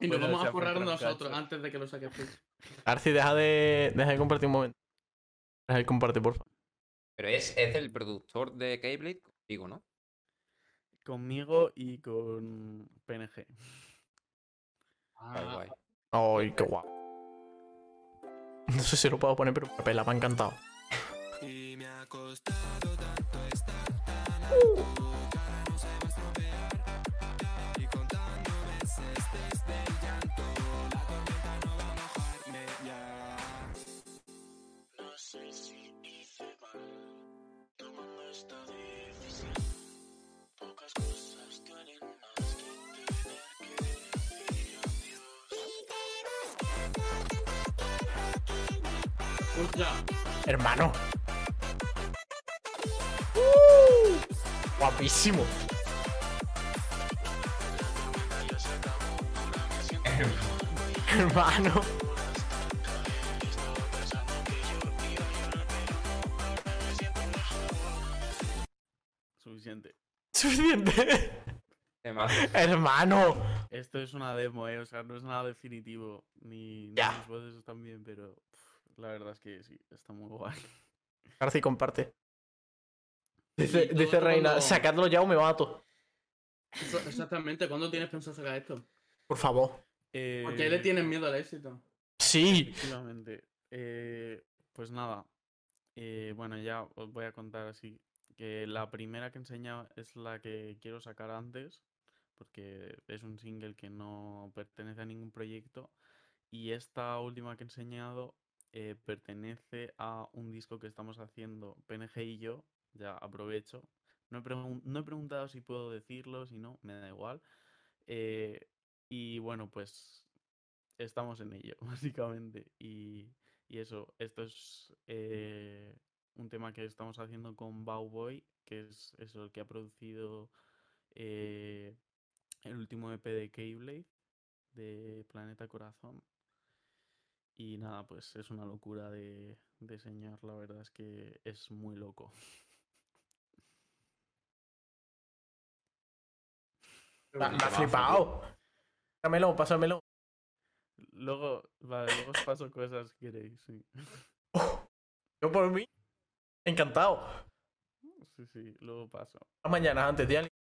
Speaker 3: Y nos
Speaker 4: Bueno,
Speaker 3: vamos
Speaker 4: se
Speaker 3: a
Speaker 4: ha
Speaker 3: forrar
Speaker 4: filtrado un
Speaker 3: nosotros
Speaker 4: cacho.
Speaker 3: antes de que lo saques tú.
Speaker 2: Arci, deja de, deja de compartir un momento. Deja de compartir, por favor.
Speaker 5: Pero es, es del productor de Clay Blade digo, ¿no?
Speaker 4: Conmigo y con PNG.
Speaker 5: Guay, Ah, guay.
Speaker 2: Ay, qué guapo. No sé si lo puedo poner, pero me pela, me ha encantado.
Speaker 3: Escucha,
Speaker 2: Hermano. ¡Uh! Guapísimo. Hermano.
Speaker 4: Suficiente.
Speaker 2: Suficiente.
Speaker 5: Temazo.
Speaker 2: Hermano.
Speaker 4: Esto es una demo, ¿eh? O sea, no es nada definitivo. Ni, ni
Speaker 2: Ya.
Speaker 4: mis voces están bien, pero pf, la verdad es que sí, está muy guay.
Speaker 2: Arci, comparte.
Speaker 3: Y
Speaker 2: Dice,
Speaker 3: todo
Speaker 2: dice
Speaker 3: esto
Speaker 2: Reina,
Speaker 3: cuando-
Speaker 2: sacadlo ya o me mato.
Speaker 3: eso- exactamente, ¿cuándo tienes pensado sacar esto?
Speaker 2: Por favor.
Speaker 3: Porque le
Speaker 4: Eh,
Speaker 3: tienes miedo al éxito.
Speaker 2: Sí.
Speaker 4: Efectivamente. Eh, pues nada, Eh, bueno, ya os voy a contar así que la primera que enseña es la que quiero sacar antes, porque es un single que no pertenece a ningún proyecto. Y esta última que he enseñado eh, pertenece a un disco que estamos haciendo PNG y yo, ya aprovecho. No he, pregun- no he preguntado si puedo decirlo, si no, me da igual. Eh, y bueno, pues estamos en ello, básicamente. Y, y eso, esto es eh, un tema que estamos haciendo con Bowboy, que es, es el que ha producido eh, el último EP de Keyblade, de Planeta Corazón. Y nada, pues es una locura de, de señor, la verdad es que es muy loco.
Speaker 2: Me ha flipado. Pásamelo, pásamelo.
Speaker 4: Luego, vale, luego os paso cosas que queréis, sí.
Speaker 2: Yo por mí, encantado.
Speaker 4: Sí, sí, luego paso.
Speaker 2: Las mañanas antes de alguien.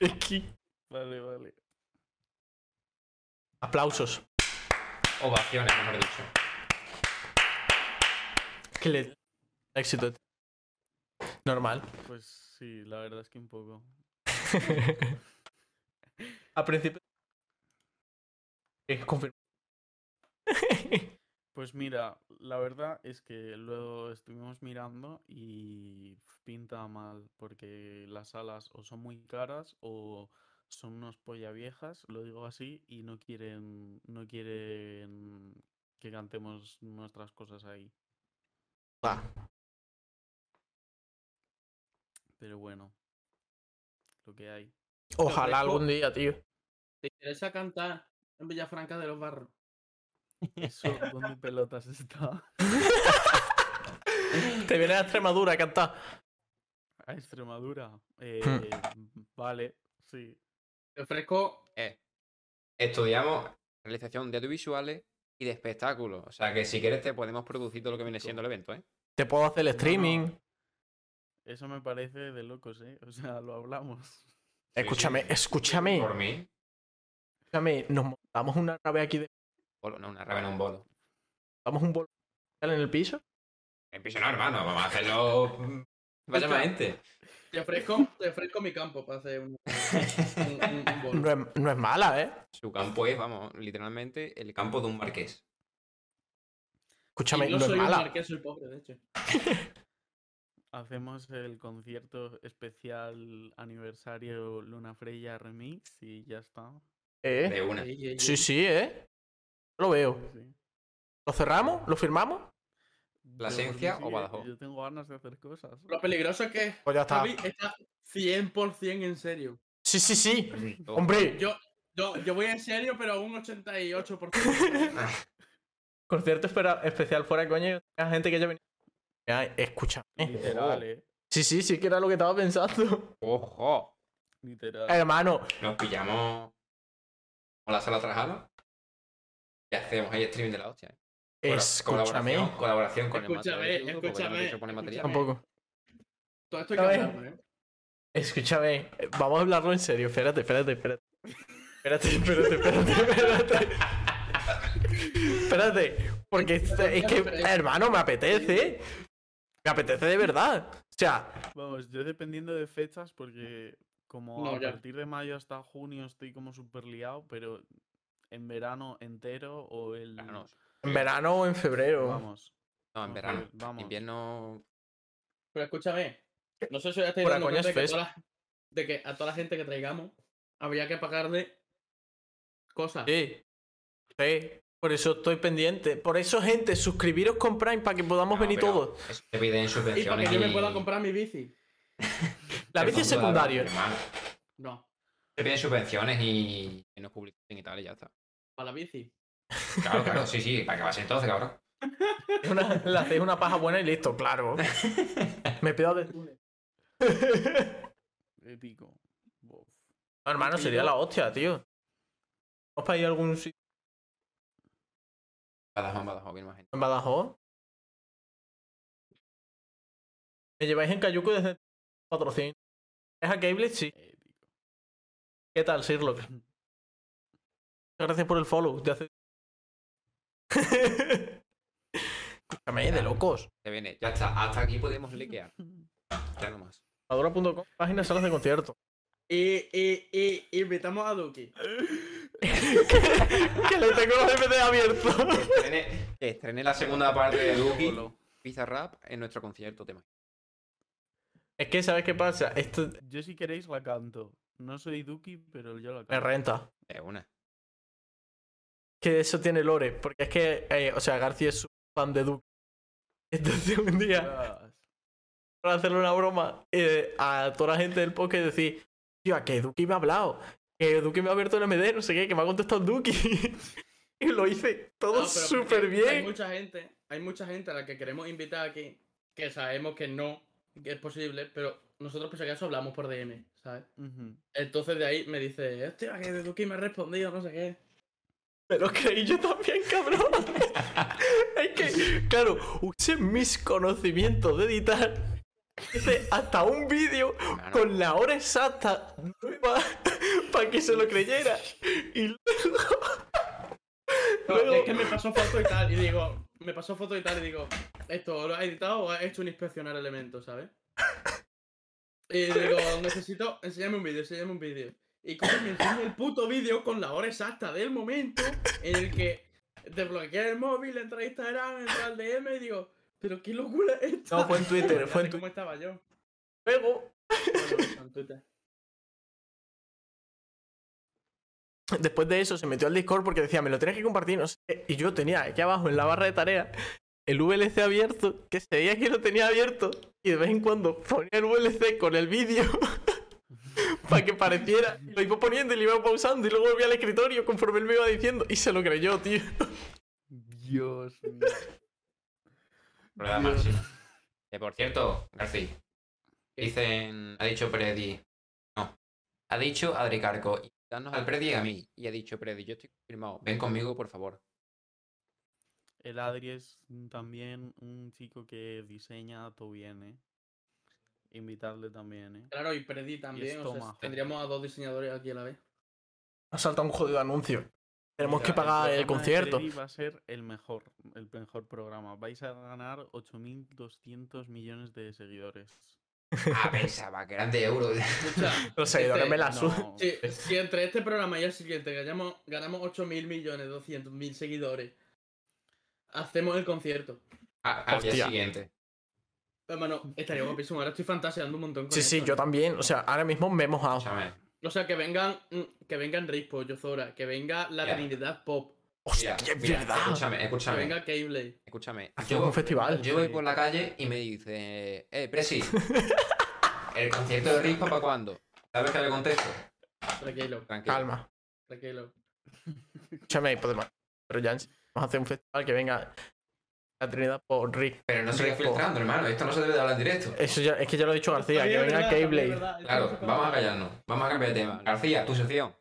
Speaker 2: Es que-
Speaker 4: Vale, vale.
Speaker 2: Aplausos.
Speaker 5: Ovaciones, mejor dicho.
Speaker 2: Que le... Éxito. Normal.
Speaker 4: Pues sí, la verdad es que un poco.
Speaker 2: A principio. Es confirmado.
Speaker 4: Pues mira, la verdad es que luego estuvimos mirando y pinta mal, porque las salas o son muy caras o son unos polla viejas, lo digo así, y no quieren, no quieren que cantemos nuestras cosas ahí.
Speaker 2: Va.
Speaker 4: Pero bueno, lo que hay.
Speaker 2: Ojalá algún día, tío.
Speaker 3: ¿Te interesa cantar en Villafranca de los Barros?
Speaker 4: Eso, ¿dónde pelotas está?
Speaker 2: Te viene a Extremadura a cantar.
Speaker 4: A Extremadura. Eh, vale, sí.
Speaker 3: Te ofrezco
Speaker 5: Eh, estudiamos realización de audiovisuales y de espectáculos. O sea que si quieres te podemos producir todo lo que viene siendo el evento, ¿eh?
Speaker 2: Te puedo hacer el streaming.
Speaker 4: Eso me parece de locos, ¿eh? O sea, lo hablamos.
Speaker 2: Escúchame, escúchame.
Speaker 5: Por mí.
Speaker 2: Escúchame, nos montamos una nave aquí de.
Speaker 5: Bolo, no, una rabia, no un bolo.
Speaker 2: Damos un bol en el piso.
Speaker 5: Empiezo no, hermano, vamos a hacerlo. mm, Vaya más gente.
Speaker 3: Te ofrezco, te ofrezco mi campo para hacer un, un, un- un bolo.
Speaker 2: No es, no es mala, ¿eh?
Speaker 5: Su campo es, vamos, literalmente el campo de un marqués.
Speaker 2: Escúchame,
Speaker 3: Y yo
Speaker 2: no es
Speaker 3: soy un
Speaker 2: mala.
Speaker 3: marqués, soy pobre, de hecho.
Speaker 4: Hacemos el concierto especial aniversario Luna Freya Remix y ya está.
Speaker 2: ¿Eh?
Speaker 5: De una.
Speaker 3: Ey, ey,
Speaker 2: Sí,
Speaker 3: ey.
Speaker 2: sí, ¿eh? Lo veo.
Speaker 4: Sí, sí.
Speaker 2: ¿Lo cerramos? ¿Lo firmamos?
Speaker 4: Yo por mí
Speaker 5: Plasencia o
Speaker 4: eh,
Speaker 5: Badajoz.
Speaker 4: Yo tengo ganas de hacer cosas.
Speaker 3: Lo peligroso es que
Speaker 2: Pues ya está.
Speaker 3: Javi está 100% en serio.
Speaker 2: Sí, sí, sí.
Speaker 5: Todo.
Speaker 2: Hombre,
Speaker 3: Yo, yo, yo voy en serio, pero a un 88%.
Speaker 2: concierto espera- especial fuera coño. La gente que ya venía. Ay, escúchame.
Speaker 4: Literal, eh.
Speaker 2: Sí, sí, sí, que era lo que estaba pensando.
Speaker 5: ¡Ojo!
Speaker 4: Literal.
Speaker 5: Eh.
Speaker 2: Hermano,
Speaker 5: Nos pillamos. con la sala Trajano. Y hacemos ahí streaming de la hostia. ¿eh? Colo-
Speaker 2: escúchame.
Speaker 5: Colaboración, colaboración con el
Speaker 3: Escúchame,
Speaker 5: material de YouTube, porque
Speaker 3: escúchame,
Speaker 5: Mauricio pone material.
Speaker 3: escúchame.
Speaker 2: Tampoco.
Speaker 3: Todo esto hay
Speaker 2: A
Speaker 3: que
Speaker 2: ver.
Speaker 3: hablarlo, ¿eh?
Speaker 2: Escúchame, eh, vamos a hablarlo en serio. Espérate, espérate, espérate. Espérate, espérate, espérate, espérate. Espérate, porque este- es que, hermano, me apetece. Me apetece de verdad. O sea,
Speaker 4: Vamos, yo dependiendo de fechas, porque como
Speaker 3: No,
Speaker 4: a
Speaker 3: ya.
Speaker 4: partir de mayo hasta junio estoy como súper liado, pero en verano entero o el.
Speaker 5: Ah, no,
Speaker 2: en verano o en febrero.
Speaker 4: Vamos.
Speaker 5: no,
Speaker 4: Vamos,
Speaker 5: en verano.
Speaker 4: Javier, vamos.
Speaker 5: Invierno.
Speaker 3: Pero escúchame, no sé si ya estáis
Speaker 2: Por
Speaker 3: dando
Speaker 2: Acoñas
Speaker 3: cuenta de que,
Speaker 2: Fest.
Speaker 3: toda la- de que a toda la gente que traigamos habría que pagarle cosas.
Speaker 2: Sí, sí. Por eso estoy pendiente. Por eso, gente, suscribiros con Prime para que podamos
Speaker 5: No,
Speaker 2: venir
Speaker 5: pero
Speaker 2: todos.
Speaker 5: Eso te piden
Speaker 3: Y para
Speaker 5: subvenciones.
Speaker 3: que yo me pueda
Speaker 5: y-
Speaker 3: comprar mi bici.
Speaker 2: La bici es
Speaker 5: Perdón,
Speaker 2: secundaria.
Speaker 5: hermano.
Speaker 3: No,
Speaker 5: Te piden subvenciones y que nos publiquen y tal, y ya está.
Speaker 3: para la bici.
Speaker 5: Claro, claro, sí, sí, para que va a ser entonces, cabrón.
Speaker 2: Una- le hacéis una paja buena y listo, claro. Me pido de.
Speaker 4: Épico. Bof.
Speaker 2: No, hermano, sería la hostia, tío. ¿Os para ir a algún sitio
Speaker 5: Badajoz, Badajoz, viene más gente.
Speaker 2: en Badajoz? Me lleváis en Cayuco desde 400. ¿Es a Gables? Sí.
Speaker 4: Épico.
Speaker 2: ¿Qué tal, Sirlock? Muchas gracias por el follow. te hace- Escúchame, de locos.
Speaker 5: Que viene, ya está. Hasta aquí podemos liquear. Ya no más.
Speaker 2: Adora.com, página salas de concierto.
Speaker 3: Eh, eh, eh, invitamos a Duki.
Speaker 2: que le tengo los MD abiertos.
Speaker 5: Que estrene, que estrene la segunda parte de Duki Pizza Rap en nuestro concierto tema.
Speaker 2: es que, ¿sabes qué pasa? Esto
Speaker 4: Yo si queréis la canto. No soy Duki, pero yo la
Speaker 2: me
Speaker 4: canto.
Speaker 2: renta.
Speaker 5: Es una.
Speaker 2: que eso tiene lore, porque es que, eh, o sea, García es un fan de Duke. Entonces un día,
Speaker 4: Ostras.
Speaker 2: para hacerle una broma eh, a toda la gente del podcast, decir, tío, a que Duki me ha hablado, que Duki me ha abierto el MD, no sé qué, que me ha contestado Duki. y lo hice todo
Speaker 3: No, pero porque
Speaker 2: súper
Speaker 3: Hay
Speaker 2: bien.
Speaker 3: mucha gente, hay mucha gente a la que queremos invitar aquí, que sabemos que no, que es posible, pero nosotros por si acaso hablamos por DM, ¿sabes?
Speaker 4: Ujú.
Speaker 3: Entonces de ahí me dice, hostia, que de Duki me ha respondido, no sé qué.
Speaker 2: Me lo creí yo también, cabrón. es que, claro, usé mis conocimientos de editar. Hice hasta un vídeo
Speaker 5: Claro.
Speaker 2: con la hora exacta para que se lo creyera. Y luego.
Speaker 3: No,
Speaker 2: Luego-
Speaker 3: Es que me pasó foto y tal, y digo, me pasó foto y tal, y digo, ¿esto lo has editado o has hecho un inspeccionar elementos, ¿sabes? Y digo, necesito, enséñame un vídeo, enséñame un vídeo. Y como me enseña el puto vídeo con la hora exacta del momento en el que desbloqueé el móvil, entré a Instagram, entré al DM y digo, pero qué locura es esta.
Speaker 2: No, fue en Twitter,
Speaker 3: Fíjate
Speaker 2: fue en
Speaker 3: ¿Cómo estaba yo?
Speaker 2: Luego,
Speaker 3: Bueno, en Twitter.
Speaker 2: después de eso, se metió al Discord porque decía, me lo tienes que compartir, no sé qué. Y yo tenía aquí abajo en la barra de tarea el VLC abierto, que se veía que lo tenía abierto, y de vez en cuando ponía el VLC con el vídeo para que pareciera. y Lo iba poniendo y lo iba pausando, y luego volvía al escritorio conforme él me iba diciendo, y se lo creyó, tío.
Speaker 4: Dios mío.
Speaker 5: Prueba máxima. Que por cierto, García. Dicen. Ha dicho Predi. No. Ha dicho Adri Carco. Danos al Predi y a mí. Y ha dicho Predi, yo estoy confirmado. Ven conmigo, por favor.
Speaker 4: El Adri es un- también un chico que diseña todo bien, ¿eh? Invitarle también, ¿eh?
Speaker 3: Claro, y perdí también, o sea,
Speaker 4: estómago.
Speaker 3: tendríamos a dos diseñadores aquí a la vez.
Speaker 2: Ha saltado un jodido anuncio. Tenemos
Speaker 4: Mira,
Speaker 2: que pagar Ah, el,
Speaker 4: programa de
Speaker 2: concierto.
Speaker 4: Freddy va a ser el mejor, el mejor programa. Vais a ganar 8.200 millones de seguidores.
Speaker 5: Ah, pensaba que eran de euros.
Speaker 3: Escucha,
Speaker 2: Los seguidores
Speaker 3: este-
Speaker 2: me la sudan.
Speaker 4: No,
Speaker 3: Sí, si entre este programa y el siguiente ganamos, ganamos 8.000 millones, 200.000 seguidores, hacemos el concierto.
Speaker 5: Ah, al día
Speaker 2: Hostia.
Speaker 5: siguiente.
Speaker 3: Hermano, estaría guapísimo. Ahora estoy fantaseando un montón con
Speaker 2: Sí, sí,
Speaker 3: esto,
Speaker 2: yo
Speaker 3: ¿eh?
Speaker 2: también. O sea, ahora mismo me he mojado.
Speaker 5: Escúchame.
Speaker 3: O sea, que vengan, mm, que vengan Rispo, Yozora, que venga la
Speaker 5: Ya.
Speaker 3: Trinidad Pop,
Speaker 2: Hostia,
Speaker 5: Mira,
Speaker 2: es
Speaker 5: mira,
Speaker 2: verdad.
Speaker 5: Escúchame,
Speaker 3: que
Speaker 5: escúchame.
Speaker 3: venga Keyblade.
Speaker 5: Escúchame.
Speaker 2: Hacemos
Speaker 5: Yo,
Speaker 2: un festival.
Speaker 5: yo voy por la calle y me dice, eh, Presi, ¿el concierto de Rispa para cuándo? ¿Sabes qué le contesto?
Speaker 3: Tranquilo,
Speaker 5: Tranquilo.
Speaker 2: Calma.
Speaker 3: tranquilo.
Speaker 2: Escúchame, podemos. Pero ya en serio, vamos a hacer un festival que venga la Trinidad por Rick.
Speaker 5: Pero no sigas
Speaker 2: Rispo.
Speaker 5: filtrando, hermano. Esto no se debe de hablar en directo.
Speaker 2: Eso ya, es que ya lo ha dicho García,
Speaker 3: Oye,
Speaker 2: que
Speaker 3: es
Speaker 2: venga
Speaker 3: verdad, también es
Speaker 2: Keyblade.
Speaker 3: verdad, esto no
Speaker 5: Claro,
Speaker 3: se puede
Speaker 5: vamos a
Speaker 3: hablar.
Speaker 5: callarnos. Vamos a cambiar de tema. García, tu sección.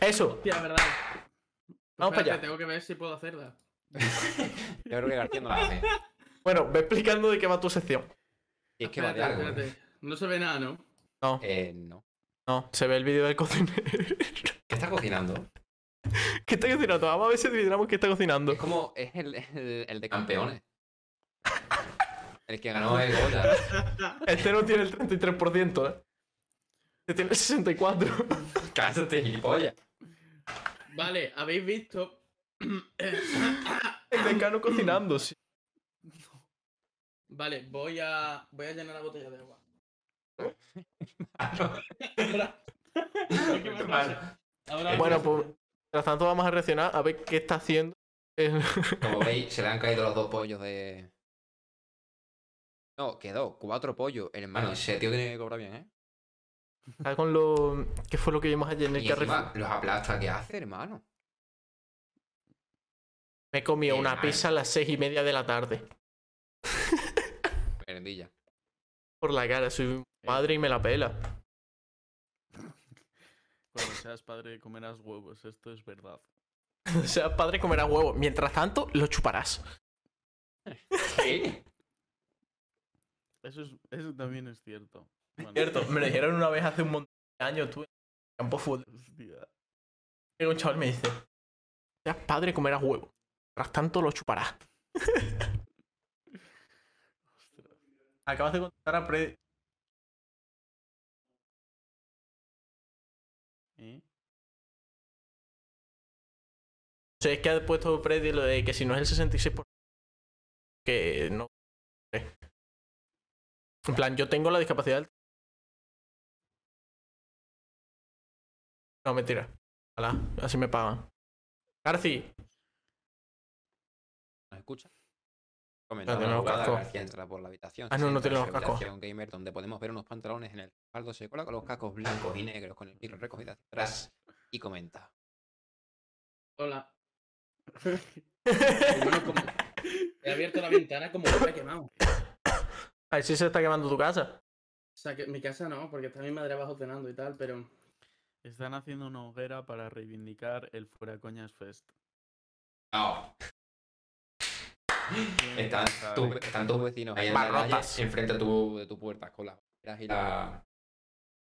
Speaker 2: Eso,
Speaker 3: Hostia, es verdad.
Speaker 2: Vamos para
Speaker 3: Espérate,
Speaker 2: allá.
Speaker 3: Tengo que ver si puedo hacerla.
Speaker 5: Yo creo que García no la hace.
Speaker 2: bueno, ve explicando de qué va tu sección.
Speaker 5: Y es que va eh. de
Speaker 3: Espérate,
Speaker 5: algo. ¿no?
Speaker 3: espérate. No se ve nada, ¿no?
Speaker 2: No,
Speaker 5: Eh, no.
Speaker 2: no, se ve el vídeo del cocinero.
Speaker 5: ¿Qué está cocinando?
Speaker 2: ¿Qué está cocinando? Vamos a ver si adivinamos qué está cocinando.
Speaker 5: Es como, es el, el, el de campeones. El que ganó el Goya.
Speaker 2: Este no tiene el 33%, ¿eh? Este tiene el 64%.
Speaker 5: Cállate, gilipollas.
Speaker 3: Vale, habéis visto.
Speaker 2: El decano cocinando, sí.
Speaker 3: Vale, voy a. Voy a llenar la botella de agua.
Speaker 5: Vale.
Speaker 3: Ahora-
Speaker 2: Bueno, pues, mientras tanto vamos a reaccionar a ver qué está haciendo. el-
Speaker 5: Como veis, se le han caído los dos pollos de. No, quedó cuatro pollos, hermano. Ese tío tiene que cobrar bien, ¿eh?
Speaker 2: Está con lo... ¿Qué fue lo que vimos ayer en el
Speaker 5: Y
Speaker 2: Carrefour?
Speaker 5: encima, los aplasta que hace, hermano.
Speaker 2: Me he comido
Speaker 5: Eh,
Speaker 2: una
Speaker 5: madre.
Speaker 2: pizza a las seis y media de la tarde.
Speaker 5: Perdilla.
Speaker 2: Por la cara, soy un padre y me la pela.
Speaker 4: Cuando seas padre comerás huevos, esto es verdad.
Speaker 2: O sea, padre comerá huevo. Mientras tanto, lo chuparás.
Speaker 5: ¿Qué?
Speaker 4: Eso, es, eso también es cierto. Bueno,
Speaker 2: me lo dijeron una vez hace un montón de años, tú, en el campo de fútbol.
Speaker 4: hostia.
Speaker 2: Llega un chaval y me dice, seas padre comerás huevo. Mientras tanto, lo chuparás. Acabas de contestar a Pre-
Speaker 4: ¿Eh?
Speaker 2: Sí, es que ha puesto Freddy lo de que si no es el 66%, que no. En plan, yo tengo la discapacidad del- No, mentira. Ojalá, así me pagan. Garci,
Speaker 5: ¿Nos escucha? Comentaba
Speaker 2: tiene
Speaker 5: la
Speaker 2: los
Speaker 5: jugada,
Speaker 2: cascos.
Speaker 5: García entra por la habitación.
Speaker 2: Ah,
Speaker 5: se
Speaker 2: no, no
Speaker 5: sienta
Speaker 2: tiene
Speaker 5: en
Speaker 2: los
Speaker 5: su
Speaker 2: cascos.
Speaker 5: habitación gamer donde podemos ver unos pantalones en el respaldo. Se coloca los cascos blancos y negros con el micro recogido hacia atrás y comenta.
Speaker 3: Hola. Hermano, como- He abierto la ventana como que me he quemado.
Speaker 2: a ver si se está quemando tu casa.
Speaker 3: O sea, que mi casa no, porque está mi madre abajo cenando y tal, pero
Speaker 4: Están haciendo una hoguera para reivindicar el Fuera Coñas Fest.
Speaker 5: No,
Speaker 4: ¿Quién
Speaker 5: están,
Speaker 4: sabe?
Speaker 5: tu- están tus vecinos ahí en la
Speaker 2: Barrotas.
Speaker 5: calle, enfrente de tu, de tu puerta, con las hogueras y la...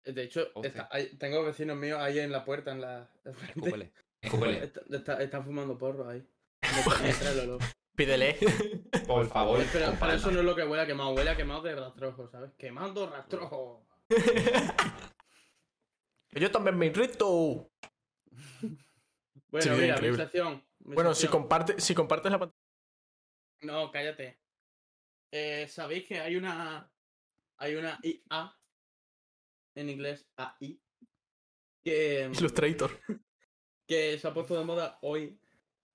Speaker 3: eh, de hecho,
Speaker 5: Hostia.
Speaker 3: está- hay- tengo vecinos míos ahí en la puerta, en la.
Speaker 5: Escúpele, escúpele.
Speaker 3: Está- está- están fumando porro ahí. Me tra- me trae el olor.
Speaker 2: Pídele.
Speaker 5: Por favor,
Speaker 3: Pero- pero,
Speaker 5: compadre.
Speaker 3: eso no es lo que huele a quemado, huele a quemado de rastrojo, ¿sabes? Quemando rastrojo.
Speaker 2: Que Yo también me irrito.
Speaker 3: Bueno,
Speaker 2: Sí,
Speaker 3: mira, mi
Speaker 2: increíble.
Speaker 3: sección. mi
Speaker 2: Bueno, si,
Speaker 3: sección.
Speaker 2: comparte, si compartes la pantalla.
Speaker 3: No, cállate. Eh, ¿Sabéis que hay una. Hay una IA. En inglés, AI. Que,
Speaker 2: Illustrator.
Speaker 3: que se ha puesto de moda hoy.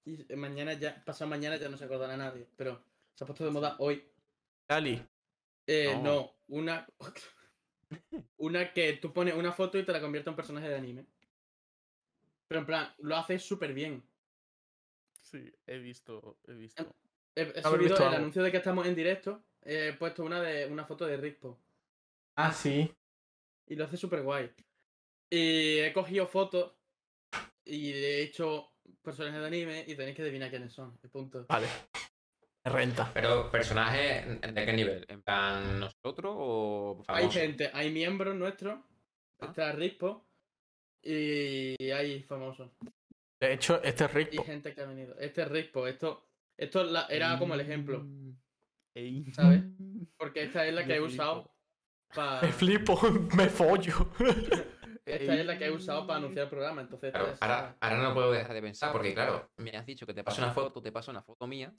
Speaker 3: Y eh, mañana ya. Pasado mañana ya no se acordará nadie. Pero se ha puesto de moda hoy.
Speaker 2: Dali.
Speaker 3: Eh,
Speaker 5: No.
Speaker 3: no. una. una que tú pones una foto y te la convierte en personaje de anime. Pero en plan, lo haces súper bien.
Speaker 4: Sí, he visto, he
Speaker 3: Em,
Speaker 4: visto.
Speaker 3: He, he
Speaker 2: Haber
Speaker 3: subido
Speaker 2: visto
Speaker 3: el
Speaker 2: algo.
Speaker 3: anuncio de que estamos en directo. He puesto una de una foto de Rickpo.
Speaker 2: Ah, sí.
Speaker 3: Y lo hace súper guay. Y he cogido fotos y he hecho personajes de anime y tenéis que adivinar quiénes son. Y punto.
Speaker 2: Vale. Me Renta.
Speaker 5: Pero, ¿personaje de qué nivel? ¿En plan nosotros o
Speaker 3: hay
Speaker 2: Ah,
Speaker 5: famosos?
Speaker 3: gente, hay miembros nuestros. Está Rickpo. Y hay famosos.
Speaker 2: De hecho, este es
Speaker 3: Y
Speaker 2: Rick.
Speaker 3: gente que ha venido. Este es Rickpo. Esto, esto es la- era como el ejemplo.
Speaker 4: Mm, ey.
Speaker 3: ¿Sabes? Porque esta es la que
Speaker 4: Yo
Speaker 3: he
Speaker 4: flipo.
Speaker 3: usado para.
Speaker 2: Me flipo, me follo.
Speaker 3: Esta es la que he usado para anunciar el programa. Entonces, esta
Speaker 5: Claro,
Speaker 3: es-
Speaker 5: ahora, ahora no puedo dejar de pensar porque, claro, me has dicho que te paso una foto, te paso una foto mía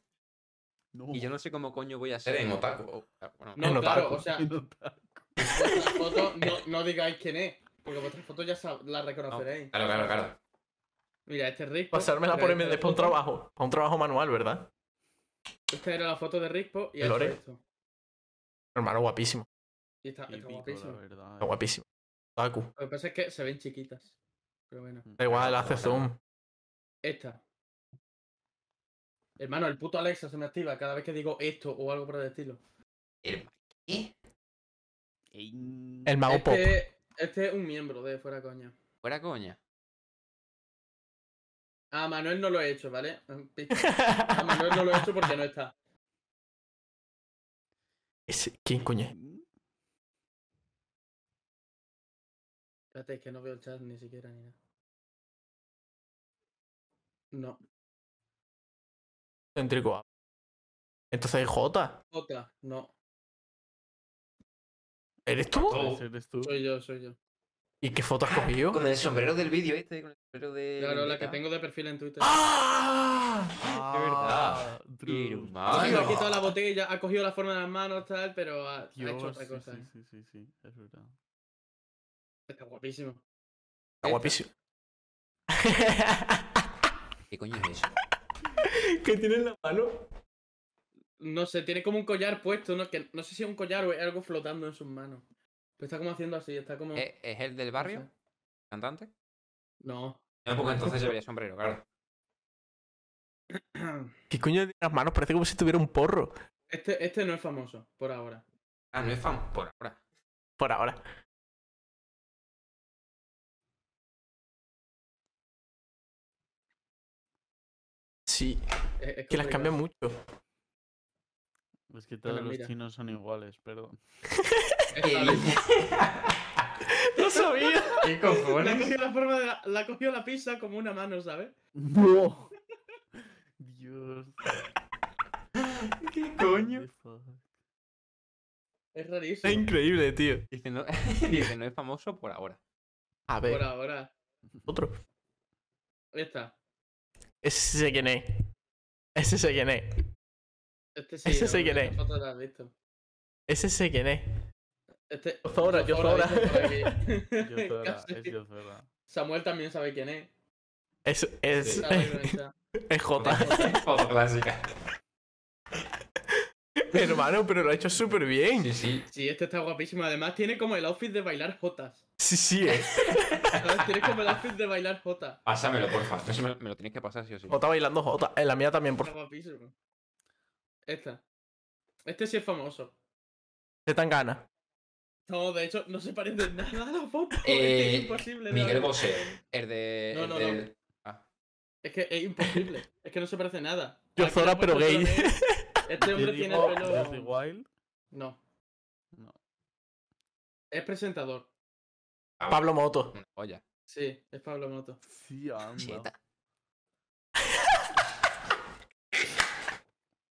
Speaker 4: No,
Speaker 5: y yo no sé cómo coño voy a ser en otaku. o- ah, bueno,
Speaker 2: Es
Speaker 3: No,
Speaker 2: notar,
Speaker 3: claro, o sea,
Speaker 4: no tal.
Speaker 3: vuestras fotos no, no digáis quién es, porque vuestras fotos ya sab- las reconoceréis.
Speaker 5: Claro, claro, claro.
Speaker 3: Mira, este es Rispo.
Speaker 2: Pasármela por
Speaker 3: MD
Speaker 2: MD para un trabajo. Para un trabajo manual, ¿verdad?
Speaker 3: Esta era la foto de Rispo y ha
Speaker 2: ¿El
Speaker 3: hecho
Speaker 2: Lore?
Speaker 3: esto.
Speaker 2: Hermano, guapísimo.
Speaker 3: Y está, está
Speaker 4: Típico,
Speaker 3: guapísimo.
Speaker 4: la verdad.
Speaker 2: está guapísimo. Otaku.
Speaker 3: Lo que pasa es que se ven chiquitas. Pero bueno.
Speaker 2: Da igual, hace
Speaker 4: Em,
Speaker 2: zoom.
Speaker 3: Esta. Hermano, el puto Alexa se me activa cada vez que digo esto o algo por el estilo.
Speaker 5: El- ¿Qué?
Speaker 4: Ey.
Speaker 2: El mago Ah, pop.
Speaker 3: Este, este es un miembro de Fuera Coña.
Speaker 5: Fuera coña.
Speaker 3: A Manuel no lo he hecho, ¿vale? A Manuel no lo he hecho porque no está.
Speaker 2: Ese- ¿Quién coño es?
Speaker 4: Mm,
Speaker 3: Espérate, es que no veo el chat ni siquiera ni nada. No.
Speaker 2: Céntrico. Entonces, J.
Speaker 3: Jota, no.
Speaker 2: ¿Eres tú?
Speaker 5: Oh.
Speaker 4: ese ¿Eres tú?
Speaker 3: Soy yo, soy yo.
Speaker 2: ¿Y qué foto has
Speaker 3: Ah,
Speaker 2: cogido?
Speaker 5: Con el sombrero del vídeo este, con el sombrero de.
Speaker 3: Claro, la que
Speaker 5: Vendetta.
Speaker 3: tengo de perfil en Twitter.
Speaker 2: ¡Ah!
Speaker 4: Ah, Drew.
Speaker 5: Hermano.
Speaker 3: Sí, me ha quitado la botella, ha cogido la forma de las manos, tal, pero ha, ha
Speaker 4: Dios,
Speaker 3: hecho otra
Speaker 4: sí,
Speaker 3: cosa.
Speaker 4: sí,
Speaker 3: ¿eh?
Speaker 4: sí, sí, sí, es verdad.
Speaker 3: Está guapísimo.
Speaker 2: Está guapísimo.
Speaker 5: ¿Qué coño es eso?
Speaker 2: ¿Qué tiene en la mano?
Speaker 3: No sé, tiene como un collar puesto, ¿no? Que no sé si es un collar o es algo flotando en sus manos. Pero está como haciendo así, está como.
Speaker 2: Eh.
Speaker 5: ¿Es, ¿Eh, es el del
Speaker 3: No,
Speaker 5: barrio?
Speaker 3: sé.
Speaker 5: ¿Cantante?
Speaker 3: No.
Speaker 5: No, porque entonces llevaría sombrero, claro.
Speaker 2: ¿Qué coño tiene en las manos? Parece como si tuviera un porro.
Speaker 3: Este, este no es famoso, por ahora.
Speaker 5: Ah, no es fan por ahora.
Speaker 2: Por ahora. Sí,
Speaker 3: Es- es
Speaker 2: que las
Speaker 3: complicado.
Speaker 2: cambian mucho.
Speaker 4: Es que todos los
Speaker 3: Pues mira.
Speaker 4: chinos son iguales, perdón.
Speaker 5: ¿Qué dices?
Speaker 2: ¡No sabía!
Speaker 5: ¿Qué
Speaker 3: Le ha
Speaker 5: cojones?
Speaker 3: cogido la forma de la, la ha cogido la pizza como una mano, ¿sabes?
Speaker 4: ¡No! Dios.
Speaker 5: ¿Qué
Speaker 4: what the fuck.
Speaker 3: Es
Speaker 2: Es
Speaker 3: rarísimo.
Speaker 2: increíble, tío.
Speaker 5: Dice, no, dice, no es famoso por ahora.
Speaker 2: A
Speaker 3: Por
Speaker 2: ver,
Speaker 3: ahora.
Speaker 2: otro.
Speaker 3: Ahí está.
Speaker 2: Ese sé quién es. Ese sé quién es.
Speaker 3: Este sí.
Speaker 2: Ese sí
Speaker 3: ¿no?
Speaker 2: que
Speaker 3: Esta
Speaker 2: lee.
Speaker 3: foto la has visto.
Speaker 2: Ese sé quién es.
Speaker 3: Este.
Speaker 2: Yo Zora, yo
Speaker 3: Zora
Speaker 2: Zora.
Speaker 3: dice por aquí.
Speaker 4: Yozora,
Speaker 3: Casi.
Speaker 4: es Yozora.
Speaker 3: Samuel también sabe quién es.
Speaker 2: Es, es,
Speaker 3: Está bueno, está.
Speaker 2: es Jota.
Speaker 5: Foto clásica.
Speaker 2: Hermano, pero lo ha hecho súper bien.
Speaker 5: Sí, sí.
Speaker 3: Sí, este está guapísimo. Además, tiene como el outfit de bailar jotas.
Speaker 2: Sí, sí, es.
Speaker 3: ¿Sabes? Tiene como el outfit de bailar jotas.
Speaker 5: Pásamelo, porfa. Eso me, me lo tienes que pasar sí o sí.
Speaker 2: Jota bailando Jota. En la mía también, por
Speaker 3: Está guapísimo. Esta. Este sí es famoso.
Speaker 2: Se tan gana.
Speaker 3: No, de hecho, no se parecen en nada a la foto. es, que
Speaker 5: Eh,
Speaker 3: es imposible.
Speaker 5: Miguel
Speaker 3: ¿no?
Speaker 5: Bosé. El de.
Speaker 3: No,
Speaker 5: el
Speaker 3: no, no.
Speaker 5: del- Ah,
Speaker 3: Es que es imposible. Es que no se parece nada.
Speaker 2: Yo
Speaker 3: Aquí la
Speaker 2: Zora,
Speaker 3: foto
Speaker 2: pero
Speaker 3: la
Speaker 2: gay. "Oh,
Speaker 3: ves. Este hombre tiene
Speaker 4: Yo
Speaker 3: el
Speaker 4: digo Jordi
Speaker 3: pelo.
Speaker 4: Wild.
Speaker 3: No.
Speaker 4: No.
Speaker 3: Es presentador.
Speaker 2: Pablo Moto.
Speaker 5: una joya.
Speaker 3: Sí, es Pablo Moto.
Speaker 4: Sí, anda.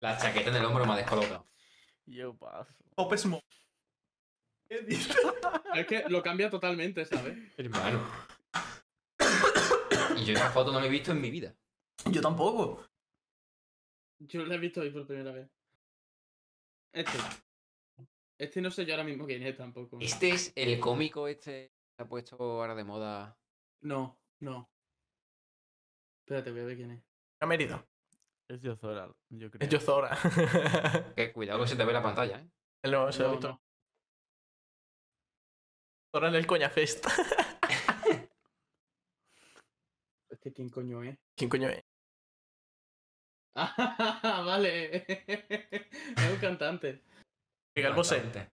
Speaker 5: La chaqueta en el hombro me ha descolocado.
Speaker 4: Yo paso.
Speaker 3: Es que lo cambia totalmente, ¿sabes?
Speaker 5: Hermano. y yo esa foto no la he visto en mi vida.
Speaker 2: Yo tampoco.
Speaker 3: Yo lo he visto hoy por primera vez. Este. Este no sé yo ahora mismo quién es tampoco.
Speaker 5: Este es el cómico este que se ha puesto ahora de moda.
Speaker 3: No, no. Espérate, voy a ver quién es.
Speaker 2: A Mérida.
Speaker 4: Es Yozora, yo creo.
Speaker 2: Es yo Zora.
Speaker 5: Que cuidado que se te ve la pantalla, ¿eh?
Speaker 2: Él no se lo ha
Speaker 3: No,
Speaker 2: visto.
Speaker 3: no.
Speaker 2: Zora en el Coña Fest.
Speaker 3: Este quién coño es.
Speaker 2: ¿Quién coño es?
Speaker 3: Ah, vale. es un cantante.
Speaker 2: Miguel Bosé.
Speaker 5: Bastante.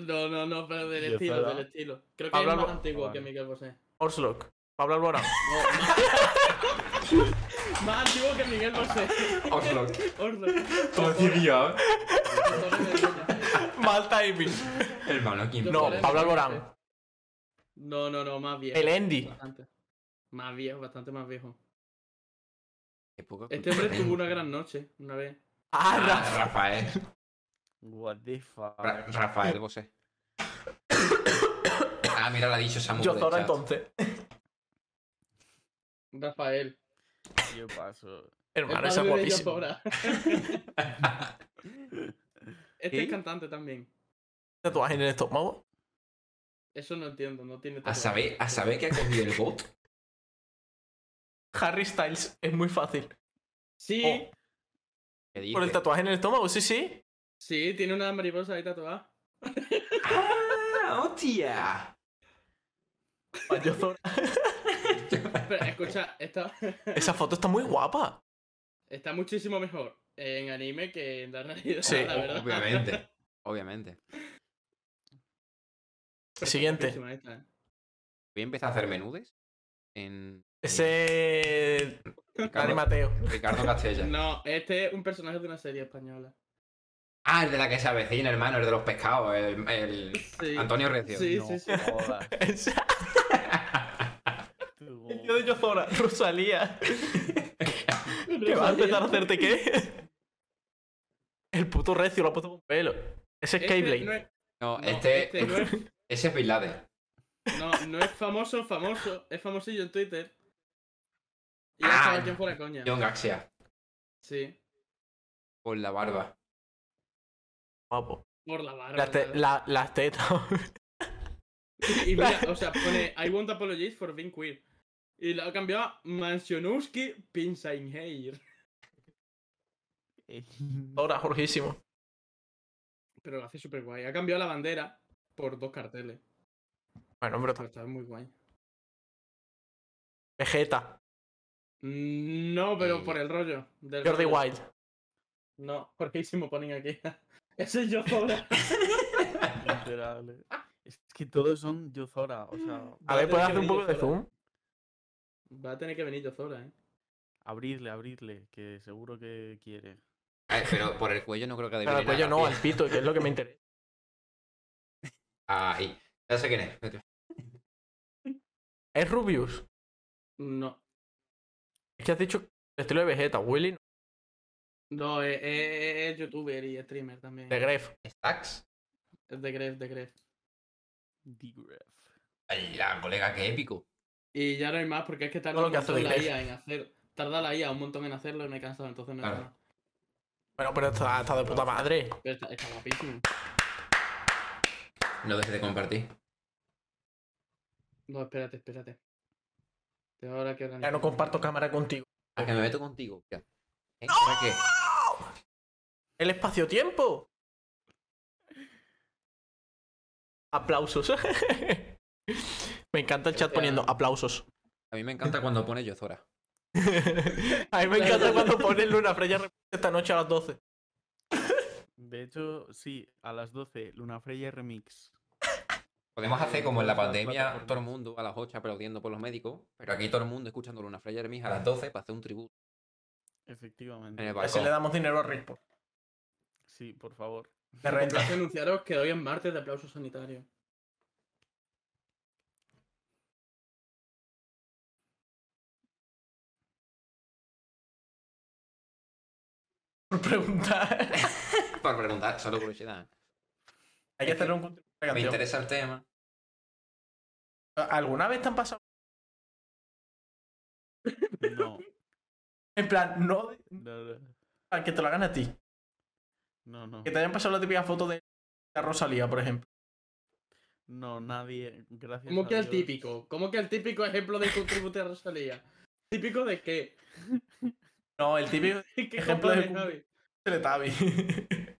Speaker 3: No, no, no, pero del
Speaker 4: Yo
Speaker 3: estilo,
Speaker 4: fuera.
Speaker 3: del estilo. Creo que
Speaker 2: Pablo
Speaker 3: es más
Speaker 2: Albo-
Speaker 3: antiguo
Speaker 4: Ah,
Speaker 3: que
Speaker 4: vale.
Speaker 3: Miguel Bosé.
Speaker 2: Orslock. Pablo Alborán.
Speaker 3: Más antiguo que Miguel Bosé.
Speaker 5: Oslo.
Speaker 3: Orlo.
Speaker 5: Todo tibio, ¿eh?
Speaker 2: Mal timing.
Speaker 5: Hermano, ¿quién
Speaker 2: No,
Speaker 5: pone?
Speaker 2: Pablo Alborán.
Speaker 3: No, no, no, más viejo.
Speaker 2: El Andy.
Speaker 3: Bastante. Más viejo, bastante más viejo.
Speaker 5: Qué poco
Speaker 3: Este hombre
Speaker 5: cultura
Speaker 3: tuvo una
Speaker 5: tengo.
Speaker 3: gran noche, una vez.
Speaker 2: Ah,
Speaker 5: Ah,
Speaker 2: Rafa.
Speaker 5: Rafael.
Speaker 4: What the fuck.
Speaker 5: Ra- Rafael Bosé. ah, mira, la ha dicho Samu.
Speaker 2: Yo
Speaker 5: del
Speaker 2: Zora
Speaker 5: chat.
Speaker 2: entonces.
Speaker 3: Rafael.
Speaker 4: Yo paso.
Speaker 2: Hermano,
Speaker 3: el
Speaker 2: ese es
Speaker 3: padre de John
Speaker 2: guapísimo.
Speaker 3: Cobra. este es
Speaker 4: ¿Sí?
Speaker 3: cantante también.
Speaker 2: Tatuaje en el estómago.
Speaker 3: Eso no entiendo, no tiene
Speaker 5: A
Speaker 3: tatuaje.
Speaker 5: saber, a saber que ha cogido el bot.
Speaker 2: Harry Styles es muy fácil.
Speaker 3: Sí,
Speaker 2: Oh,
Speaker 5: ¿Qué dice?
Speaker 2: por el tatuaje en el estómago, sí, sí.
Speaker 3: sí, tiene una mariposa ahí tatuada.
Speaker 5: ¡Ah, hostia!
Speaker 2: Pa' Yo Zora.
Speaker 3: Pero escucha, está,
Speaker 2: Esa foto está muy guapa.
Speaker 3: está muchísimo mejor en anime que en la realidad,
Speaker 2: Sí,
Speaker 5: Ah,
Speaker 3: la verdad.
Speaker 5: Obviamente. Obviamente.
Speaker 2: Siguiente.
Speaker 3: Guapísima esta, ¿eh?
Speaker 5: Voy a empezar a hacer menudes en.
Speaker 2: Ese. Dani
Speaker 5: Ricardo,
Speaker 2: Mateo.
Speaker 5: Ricardo Castella.
Speaker 3: No, este es un personaje de una serie española.
Speaker 5: Ah, el de la que se avecina, hermano, el de los pescados, el, el-
Speaker 3: Sí.
Speaker 5: Antonio Recio.
Speaker 3: Sí,
Speaker 4: no
Speaker 3: sí, sí.
Speaker 4: jodas,
Speaker 2: Esa-
Speaker 4: tú.
Speaker 2: El tío de Yo Zora. Rosalía. ¿Que va a empezar a hacerte qué? El puto recio lo ha puesto con pelo. Ese es
Speaker 3: Este
Speaker 2: Keyblade.
Speaker 3: no es-
Speaker 5: No,
Speaker 3: no,
Speaker 5: este,
Speaker 3: este no es
Speaker 5: ese es Bin Laden.
Speaker 3: No, no es famoso, famoso. Es famosillo en Twitter. Y ya
Speaker 5: Ah,
Speaker 3: sabes quién fuera coña.
Speaker 5: John Gaxia,
Speaker 3: Sí.
Speaker 5: con la barba.
Speaker 2: Guapo.
Speaker 3: Por la barba.
Speaker 2: Las, te-
Speaker 3: ¿sabes?
Speaker 2: la- las tetas.
Speaker 3: Y mira, o sea, pone I want apologies for being queer. Y lo ha cambiado a Mansionuski Pinsainheir.
Speaker 2: Ahora, Jorgísimo.
Speaker 3: Pero lo hace súper guay. Ha cambiado la bandera por dos carteles.
Speaker 2: Bueno, pero
Speaker 3: Pero
Speaker 2: está-
Speaker 3: está muy guay.
Speaker 2: Vegeta.
Speaker 3: Mm, No, pero
Speaker 5: Y-
Speaker 3: por el rollo. del
Speaker 2: Jordi
Speaker 3: rollo.
Speaker 2: Wild.
Speaker 3: No, porque si me ponen aquí. Ese es yo ahora.
Speaker 4: Literal, eh. Es que todos son Yozora, o sea,
Speaker 2: A ver, ¿puedes hacer un poco de zoom?
Speaker 3: Va a tener que venir yo sola, eh.
Speaker 4: abridle, abridle, que seguro que quiere.
Speaker 5: Eh, pero por el cuello no creo que adivine
Speaker 2: Pero el cuello
Speaker 5: nada,
Speaker 2: no,
Speaker 5: tío.
Speaker 2: al pito, que es lo que me interesa.
Speaker 5: Ahí. Ya sé quién es.
Speaker 2: Es Rubius.
Speaker 3: No.
Speaker 2: Es que has dicho el estilo de Vegeta. Willy no,
Speaker 3: No, es, es- es youtuber y streamer también.
Speaker 2: de Gref.
Speaker 5: ¿Stacks?
Speaker 3: Es de Gref, de Gref.
Speaker 5: Ay, la colega, qué épico.
Speaker 3: Y ya no hay más porque es que tarda
Speaker 2: Todo lo
Speaker 3: un
Speaker 2: que hace
Speaker 3: montón
Speaker 2: de
Speaker 3: la
Speaker 2: Gref.
Speaker 3: IA en hacer. Tarda la IA un montón en hacerlo y me he cansado, entonces no he
Speaker 5: Claro.
Speaker 3: hecho más.
Speaker 2: Bueno, pero está, está de puta madre.
Speaker 3: Pero está, está guapísimo.
Speaker 5: No dejes de compartir.
Speaker 3: No, espérate, espérate. Tengo ahora que
Speaker 2: Ya no comparto cámara contigo.
Speaker 5: A que me meto contigo. Mira. ¿Eh? ¿Para qué?
Speaker 2: ¡El espacio-tiempo! Aplausos. Me encanta el chat poniendo aplausos.
Speaker 5: A mí me encanta cuando pone yo Zora.
Speaker 2: A mí me encanta cuando ponen Luna Freya esta noche a las 12.
Speaker 4: De hecho, sí, a las 12, Luna Freya Remix.
Speaker 5: Podemos
Speaker 2: Eh,
Speaker 5: hacer como en la
Speaker 4: Todas las
Speaker 5: pandemia,
Speaker 4: plataformas.
Speaker 5: todo el mundo a las 8 aplaudiendo por los médicos, pero aquí todo el mundo escuchando Luna Freya Hermis a las 12 para hacer un tributo en
Speaker 4: Efectivamente.
Speaker 5: el
Speaker 2: Así
Speaker 5: balcón.
Speaker 2: le damos dinero a Rickport.
Speaker 4: Sí, por favor.
Speaker 2: Me renta.
Speaker 3: Complace anunciaros que hoy es martes de aplauso sanitario.
Speaker 2: Por preguntar.
Speaker 5: Para preguntar, solo curiosidad.
Speaker 2: Hay que hacerle un contributo a la
Speaker 5: Me
Speaker 2: canción.
Speaker 5: interesa el tema.
Speaker 2: ¿Alguna vez te han pasado?
Speaker 4: No,
Speaker 2: En plan, no de-
Speaker 4: no, no,
Speaker 2: a que te lo hagan a ti.
Speaker 4: no, no.
Speaker 2: Que te hayan pasado la típica foto de la Rosalía, por ejemplo.
Speaker 4: No, nadie. Gracias.
Speaker 3: ¿Cómo
Speaker 4: a
Speaker 3: que el
Speaker 4: Dios.
Speaker 3: típico? ¿Cómo que el típico ejemplo de contributor a Rosalía? ¿Típico de qué?
Speaker 2: No, el típico
Speaker 3: ¿Qué
Speaker 2: Ejemplo de
Speaker 3: cojones,
Speaker 2: cum-
Speaker 3: Javi?
Speaker 2: Teletabi.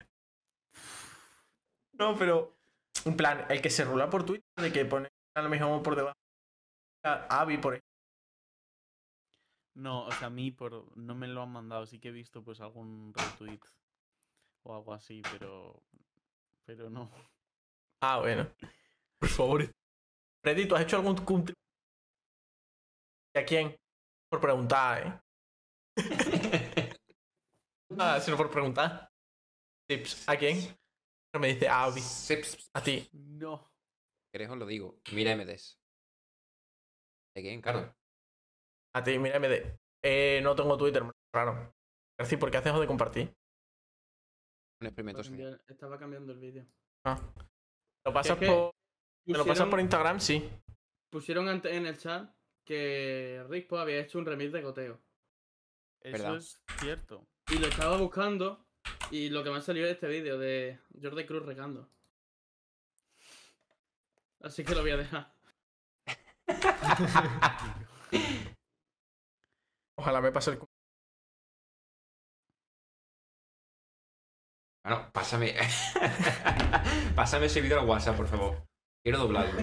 Speaker 2: no, pero. En plan, el que se rula por Twitter de que pone a lo mejor por debajo. A Abby, por ejemplo.
Speaker 4: No, o sea, a mí por... no me lo han mandado. Sí que he visto pues algún retweet o algo así, pero. Pero no.
Speaker 2: Ah, bueno. Por favor. Freddy, ¿tú has hecho algún contributo? ¿Y a quién? Por preguntar, ¿eh? ah, sino por preguntar. Tips. ¿A quién? Pero me dice a Abby.
Speaker 5: Sips,
Speaker 2: A ti.
Speaker 4: No.
Speaker 5: queréis os lo digo. Mira MDs. ¿De quién, Carlos?
Speaker 2: A ti, mira, me de. Eh, no tengo Twitter, raro. Gracias, ¿por qué haces eso de compartir?
Speaker 5: Un experimento social.
Speaker 3: Cambiar- Estaba cambiando el vídeo.
Speaker 2: Ah. Lo pasas
Speaker 3: que-
Speaker 2: por. ¿Te lo pasas
Speaker 3: Pusieron-
Speaker 2: por Instagram? Sí.
Speaker 3: Pusieron ante- en el chat que Rickpo había hecho un remix de goteo.
Speaker 4: Eso
Speaker 5: ¿Verdad?
Speaker 4: es cierto.
Speaker 3: Y lo estaba buscando y lo que me ha salido es este vídeo de Jordi Cruz regando. Así que lo voy a dejar.
Speaker 2: Ojalá me pase el. cu-
Speaker 5: Bueno, pásame. pásame ese vídeo al WhatsApp, por favor. Quiero doblarlo.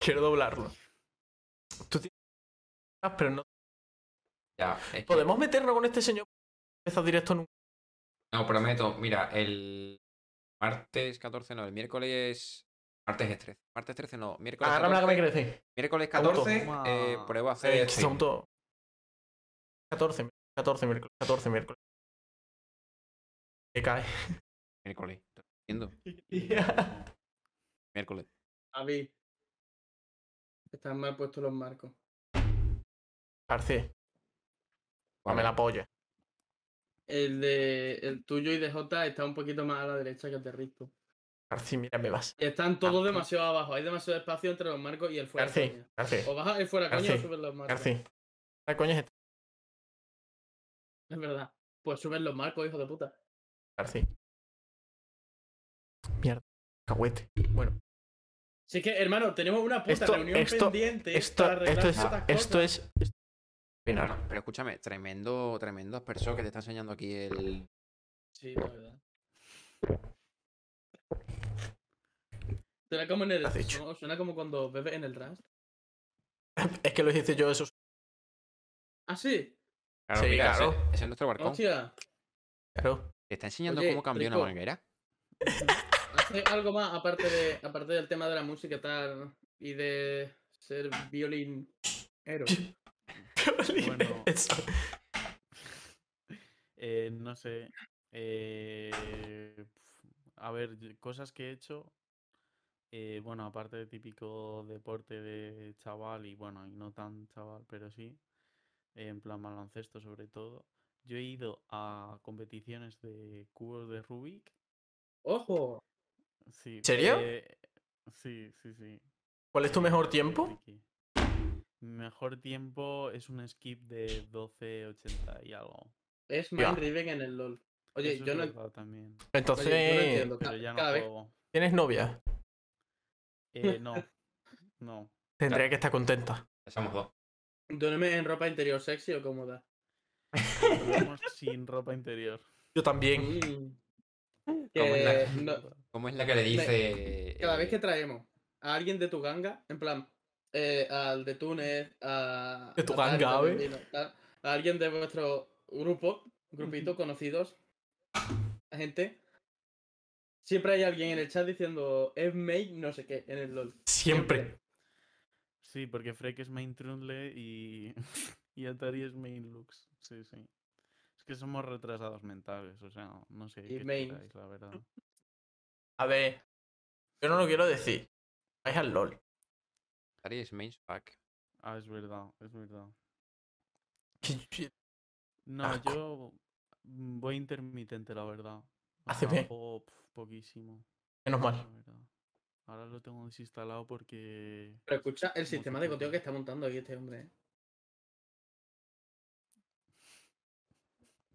Speaker 2: Quiero doblarlo. Tú tienes- Ah, pero no.
Speaker 5: Ya. es que-
Speaker 2: ¿Podemos meternos con este señor? Empezar directo nunca.
Speaker 5: No, prometo. Mira, el martes 14, no, el miércoles. Martes es 13. Martes 13, no. Miércoles
Speaker 2: Agárrame la que Ah, me
Speaker 5: 14.
Speaker 2: crece.
Speaker 5: Miércoles
Speaker 2: Auto.
Speaker 5: 14, eh,
Speaker 4: Ma.
Speaker 5: pruebo a hacer.
Speaker 2: Eh,
Speaker 5: stream.
Speaker 2: son todo. 14, 14 miércoles, 14 miércoles. Que cae.
Speaker 5: Miércoles. Entiendo. Miércoles.
Speaker 3: Javi. Están mal puestos los marcos.
Speaker 2: Parce,
Speaker 5: Vale.
Speaker 2: dame la polla.
Speaker 3: El de el tuyo y de J está un poquito más a la derecha que el de Rickpo.
Speaker 2: Parce, mira, me vas.
Speaker 3: Y están todos demasiado abajo. Hay demasiado espacio entre los marcos y el fuera
Speaker 2: Parce,
Speaker 3: coña.
Speaker 2: parce,
Speaker 3: O bajas el fuera coña o
Speaker 2: Garci,
Speaker 3: subes los marcos.
Speaker 2: parce. La coña es este? esta,
Speaker 3: Es verdad. Pues subes los marcos, hijo de puta.
Speaker 2: parce. Mierda, cagüete. Bueno.
Speaker 3: Si es que, hermano, tenemos una puta
Speaker 2: Esto-
Speaker 3: reunión
Speaker 2: esto-
Speaker 3: pendiente
Speaker 2: Esto,
Speaker 3: para arreglar
Speaker 2: esto es.
Speaker 3: tantas
Speaker 2: Esto
Speaker 3: cosas.
Speaker 2: es. Final.
Speaker 5: Bueno, pero escúchame, tremendo, tremendo aspersor que te está enseñando aquí el.
Speaker 3: Sí, la verdad. Suena como en el.
Speaker 2: Has dicho.
Speaker 3: no, Suena como cuando bebes en el ras.
Speaker 2: Es que lo hice yo eso.
Speaker 3: Ah, sí.
Speaker 2: Sí,
Speaker 5: ese-
Speaker 2: claro.
Speaker 5: Ese, es nuestro barcón.
Speaker 3: Hostia.
Speaker 2: Claro.
Speaker 5: Te está enseñando
Speaker 3: Oye,
Speaker 5: cómo cambió una
Speaker 3: Rico.
Speaker 5: manguera.
Speaker 3: ¿Hace algo más aparte, de, aparte del tema de la música y tal y de ser violín?
Speaker 4: Bueno.
Speaker 2: Eso.
Speaker 4: Eh, no sé. eh, a ver, yo- cosas que he hecho. eh, bueno, aparte de típico deporte de chaval y bueno, y no tan chaval, pero sí. eh, en plan baloncesto sobre todo. Yo he ido a competiciones de cubos de Rubik.
Speaker 3: ¡Ojo!
Speaker 4: Sí,
Speaker 2: ¿Serio?
Speaker 4: eh, sí, sí, sí.
Speaker 2: ¿Cuál es tu
Speaker 4: Eh,
Speaker 2: mejor tiempo?
Speaker 4: Ricky. Mi mejor tiempo es un skip de 12.80 y algo.
Speaker 3: Es
Speaker 2: Ya.
Speaker 3: Mind Riven en el LOL. Oye,
Speaker 4: Eso
Speaker 3: yo
Speaker 4: es
Speaker 3: no,
Speaker 4: verdad también.
Speaker 2: Entonces,
Speaker 3: oye, yo no entiendo.
Speaker 4: Pero
Speaker 3: Ca-
Speaker 4: ya no
Speaker 3: cada vez-
Speaker 4: juego.
Speaker 2: ¿tienes novia?
Speaker 4: Eh, no. No.
Speaker 2: Tendría que estar contenta.
Speaker 5: Ya somos dos.
Speaker 3: duerme en ropa interior sexy o cómoda.
Speaker 4: Jugamos sin ropa interior.
Speaker 2: Yo también.
Speaker 3: Mm.
Speaker 5: Como en la-
Speaker 3: Que no-
Speaker 5: ¿Cómo es la que le dice.
Speaker 3: cada vez que
Speaker 5: eh,
Speaker 3: traemos a alguien de tu ganga, en plan, eh, al de Túnez, a.
Speaker 2: De tu
Speaker 3: a tal,
Speaker 2: ganga,
Speaker 3: a
Speaker 2: ¿eh?
Speaker 3: Valentino, tal, a alguien de vuestro grupo, grupito, conocidos, gente. Siempre hay alguien en el chat diciendo es May no sé qué en el LOL.
Speaker 2: Siempre.
Speaker 4: Sí, porque Freck es main Trundle y, y Atari es main Lux. Sí, sí. Es que somos retrasados mentales, o sea, no sé
Speaker 3: Y
Speaker 4: qué
Speaker 3: mains.
Speaker 4: esperáis, la verdad.
Speaker 2: A ver, yo no lo quiero decir. Vais al LOL.
Speaker 5: Atari es main pack.
Speaker 4: Ah, es verdad, es verdad. No,
Speaker 2: Asco.
Speaker 4: yo mm, voy intermitente, la verdad. O
Speaker 2: Hace
Speaker 4: sea,
Speaker 2: bien.
Speaker 4: juego, pf, poquísimo,
Speaker 2: Menos
Speaker 4: la
Speaker 2: Ah, mal.
Speaker 4: verdad. Ahora lo tengo desinstalado porque...
Speaker 3: Pero escucha el sistema de
Speaker 4: puto.
Speaker 3: goteo que está montando aquí este hombre. ¿eh?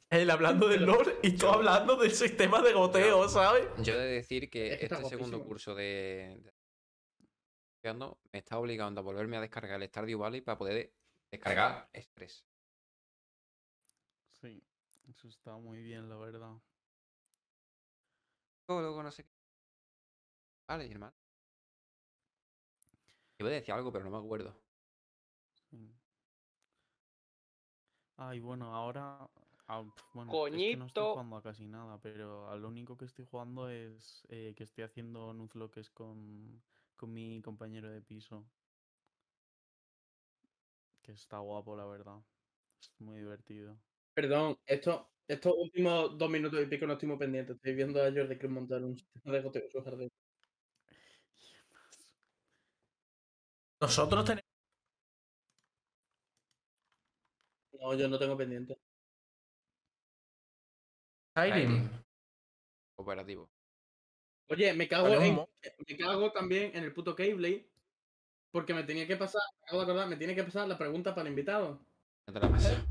Speaker 2: Él hablando del LOL y tú
Speaker 5: Yo-
Speaker 2: hablando del sistema de goteo, ¿sabes?
Speaker 5: Yo he de decir que
Speaker 3: Es que está
Speaker 5: este segundo
Speaker 3: guapísimo.
Speaker 5: curso de. de- estudiando me está obligando a volverme a descargar el Stardew Valley para poder de- descargar estrés.
Speaker 4: Sí, eso está muy bien, la verdad.
Speaker 5: Luego no sé qué. Vale, hermano. Iba a decir algo, pero no me acuerdo.
Speaker 4: Sí. Ay, bueno, ahora. ah, pf, bueno, es que no estoy
Speaker 6: Coñito.
Speaker 4: jugando a casi nada, pero a lo único que estoy jugando es eh, que estoy haciendo nuzloques con, con mi compañero de piso. Que está guapo, la verdad. Es muy divertido.
Speaker 3: Perdón, esto, estos últimos dos minutos y pico no estoy muy pendiente. Estoy viendo a Jordi Cruz montar un sistema de goteo en su jardín.
Speaker 2: Nosotros tenemos.
Speaker 3: No, yo no tengo pendiente.
Speaker 2: Skyrim.
Speaker 5: Skyrim. Cooperativo.
Speaker 3: Oye, me cago
Speaker 2: Vale, un
Speaker 3: en
Speaker 2: mo-
Speaker 3: me cago también en el puto Keyblade porque me tenía que pasar, me acabo de acordar, me tiene que pasar la pregunta para el invitado.
Speaker 5: No te la pases.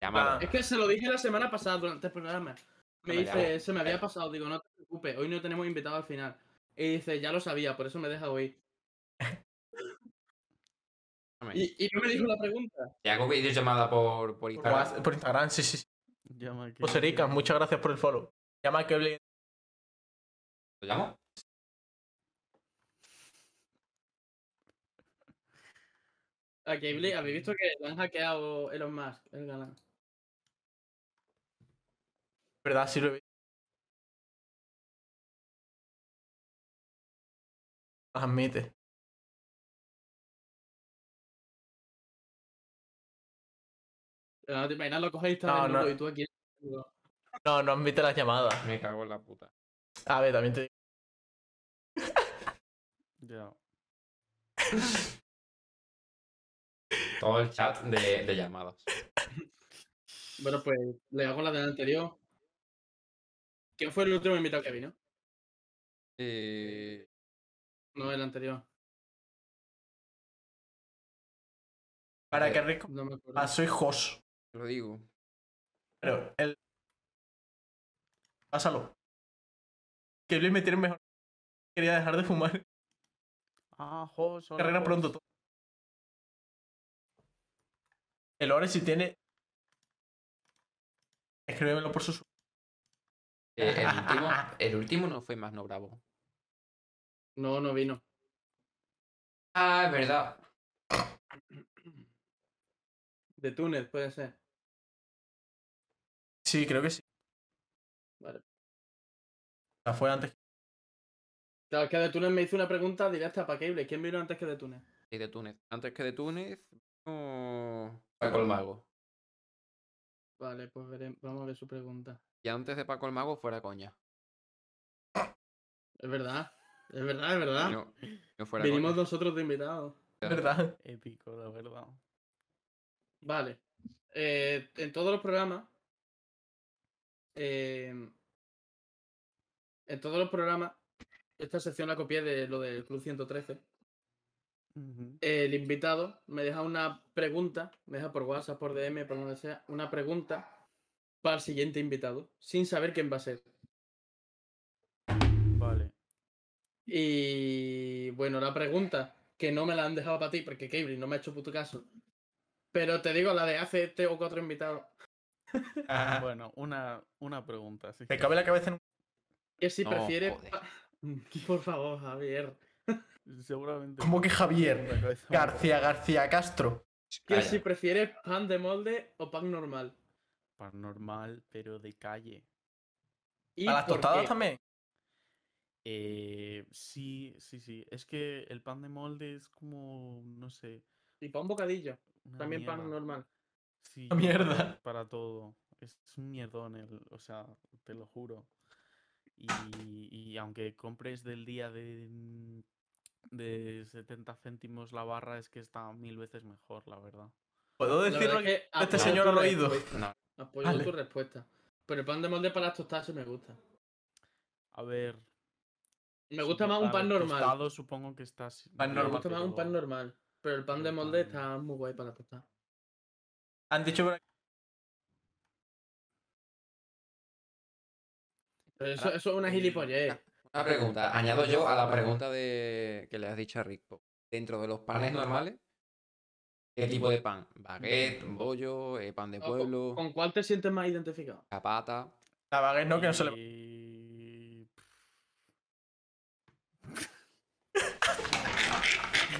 Speaker 5: Llamado.
Speaker 3: Es que se lo dije la semana pasada durante el programa. Me
Speaker 5: No me
Speaker 3: dice,
Speaker 5: llamo.
Speaker 3: se me había pasado, digo, no te preocupes, hoy no tenemos invitado al final. Y dice, ya lo sabía, por eso me deja hoy.
Speaker 5: Llámame.
Speaker 3: Y, y no me dijo la pregunta.
Speaker 5: Te hago videollamada por, por
Speaker 2: Por,
Speaker 5: Instagram.
Speaker 2: WhatsApp, por Instagram, sí, sí. sí.
Speaker 4: Llama que-
Speaker 2: Pues Erika,
Speaker 4: que-
Speaker 2: muchas gracias por el follow. Llama a Kevin.
Speaker 5: ¿Lo llamo?
Speaker 3: A
Speaker 2: Mm,
Speaker 3: Keyblade, ¿habéis visto que le han hackeado Elon Musk, el canal?
Speaker 2: ¿Verdad? Sí, lo he visto. Las admite.
Speaker 3: Pero no te imaginas, lo
Speaker 2: No,
Speaker 3: coges Instagram
Speaker 2: no.
Speaker 3: y tú aquí.
Speaker 2: No, no admite las llamadas.
Speaker 5: Me cago en la puta.
Speaker 2: A ver, también te digo.
Speaker 4: Ya.
Speaker 5: Todo el chat de, de llamadas.
Speaker 3: Bueno, pues le hago la del anterior. ¿Quién fue el último invitado que vino?
Speaker 5: Eh,
Speaker 3: No, el anterior.
Speaker 2: Para que rico.
Speaker 3: No me acuerdo.
Speaker 2: Ah, soy Jos.
Speaker 5: lo digo.
Speaker 2: Pero el. Pásalo. Que Blade me tiene mejor. Quería dejar de fumar.
Speaker 4: Ah, Jos, hola,
Speaker 2: Carrera
Speaker 4: Jos.
Speaker 2: pronto. todo. El Ore si tiene. Escríbemelo por sus.
Speaker 5: Eh, el, último, el último no fue más no bravo.
Speaker 3: No, no vino.
Speaker 5: Ah, es verdad.
Speaker 3: De Túnez, puede ser.
Speaker 2: Sí, creo que sí.
Speaker 3: Vale.
Speaker 2: O sea, fue antes.
Speaker 3: Claro, es que de Túnez me hizo una pregunta directa para Cable. ¿Quién vino antes que de Túnez?
Speaker 5: Y de Túnez. Antes que de Túnez, no... Paco el Mago.
Speaker 3: Vale, pues veremos. Vamos a ver su pregunta.
Speaker 5: Y antes de Paco el Mago, fuera coña.
Speaker 3: Es verdad. Es verdad, es verdad.
Speaker 5: No, no fuera
Speaker 3: Vinimos
Speaker 5: coña.
Speaker 3: nosotros de invitados.
Speaker 2: Es verdad.
Speaker 4: Épico, la verdad.
Speaker 3: Vale. Eh, en todos los programas. eh, en todos los programas, esta sección la copié de lo del Club 113.
Speaker 4: Ujú.
Speaker 3: El invitado me deja una pregunta, me deja por WhatsApp, por DM, por donde sea, una pregunta para el siguiente invitado, sin saber quién va a ser.
Speaker 4: Vale.
Speaker 3: Y bueno, la pregunta, que no me la han dejado para ti, porque Kevin no me ha hecho puto caso. Pero te digo, la de hace este o cuatro invitados.
Speaker 10: Ah,
Speaker 4: Bueno, una, una pregunta. sí.
Speaker 10: ¿Te cabe la cabeza en un...
Speaker 3: Que si
Speaker 5: No,
Speaker 3: prefieres.
Speaker 5: joder.
Speaker 3: pa- Por favor, Javier.
Speaker 4: Seguramente.
Speaker 2: ¿Cómo que Javier?
Speaker 4: La cabeza me
Speaker 2: García García Castro.
Speaker 3: Que
Speaker 5: Calla.
Speaker 3: si prefieres pan de molde o pan normal.
Speaker 4: Pan normal, pero de calle.
Speaker 3: ¿Y
Speaker 2: ¿A las
Speaker 3: por
Speaker 2: tostadas
Speaker 3: qué?
Speaker 2: también?
Speaker 4: Eh, sí, sí, sí. Es que el pan de molde es como, no sé.
Speaker 3: Y para un bocadillo.
Speaker 4: una
Speaker 3: También pan
Speaker 4: Ah, mierda.
Speaker 3: normal.
Speaker 4: Sí,
Speaker 2: Una mierda.
Speaker 4: para- Para todo. Es un mierdón, el- o sea, te lo juro. Y, y aunque compres del día de, mm, de 70 céntimos la barra, es que está mil veces mejor, la verdad.
Speaker 2: ¿Puedo
Speaker 3: La verdad
Speaker 2: decirlo
Speaker 3: es
Speaker 2: que
Speaker 3: que
Speaker 2: este
Speaker 3: apoyo
Speaker 2: señor
Speaker 3: tu
Speaker 2: al oído?
Speaker 3: respuesta,
Speaker 5: No,
Speaker 3: Apoyo
Speaker 2: Vale.
Speaker 3: tu respuesta. Pero el pan de molde para las tostadas sí me gusta.
Speaker 4: A ver.
Speaker 3: Me gusta más un pan normal.
Speaker 4: Tostado, supongo que está. s-
Speaker 2: Pan
Speaker 4: bien,
Speaker 3: Me gusta más un pan
Speaker 4: pero-
Speaker 3: normal. Pero el pan de
Speaker 4: pero
Speaker 3: molde
Speaker 4: pan-
Speaker 3: está muy guay para las tostadas.
Speaker 2: Han dicho por aquí-
Speaker 3: Pero eso, eso es una gilipollez.
Speaker 5: Una pregunta, añado yo a la pregunta de que le has dicho a Rico. Dentro de los panes normales, ¿qué tipo de pan? Baguette, bollo, eh, pan de
Speaker 3: No, Ah, ¿con-
Speaker 5: pueblo,
Speaker 3: ¿Con cuál te sientes más identificado?
Speaker 5: capata.
Speaker 2: La baguette no, que no se le...
Speaker 4: Y-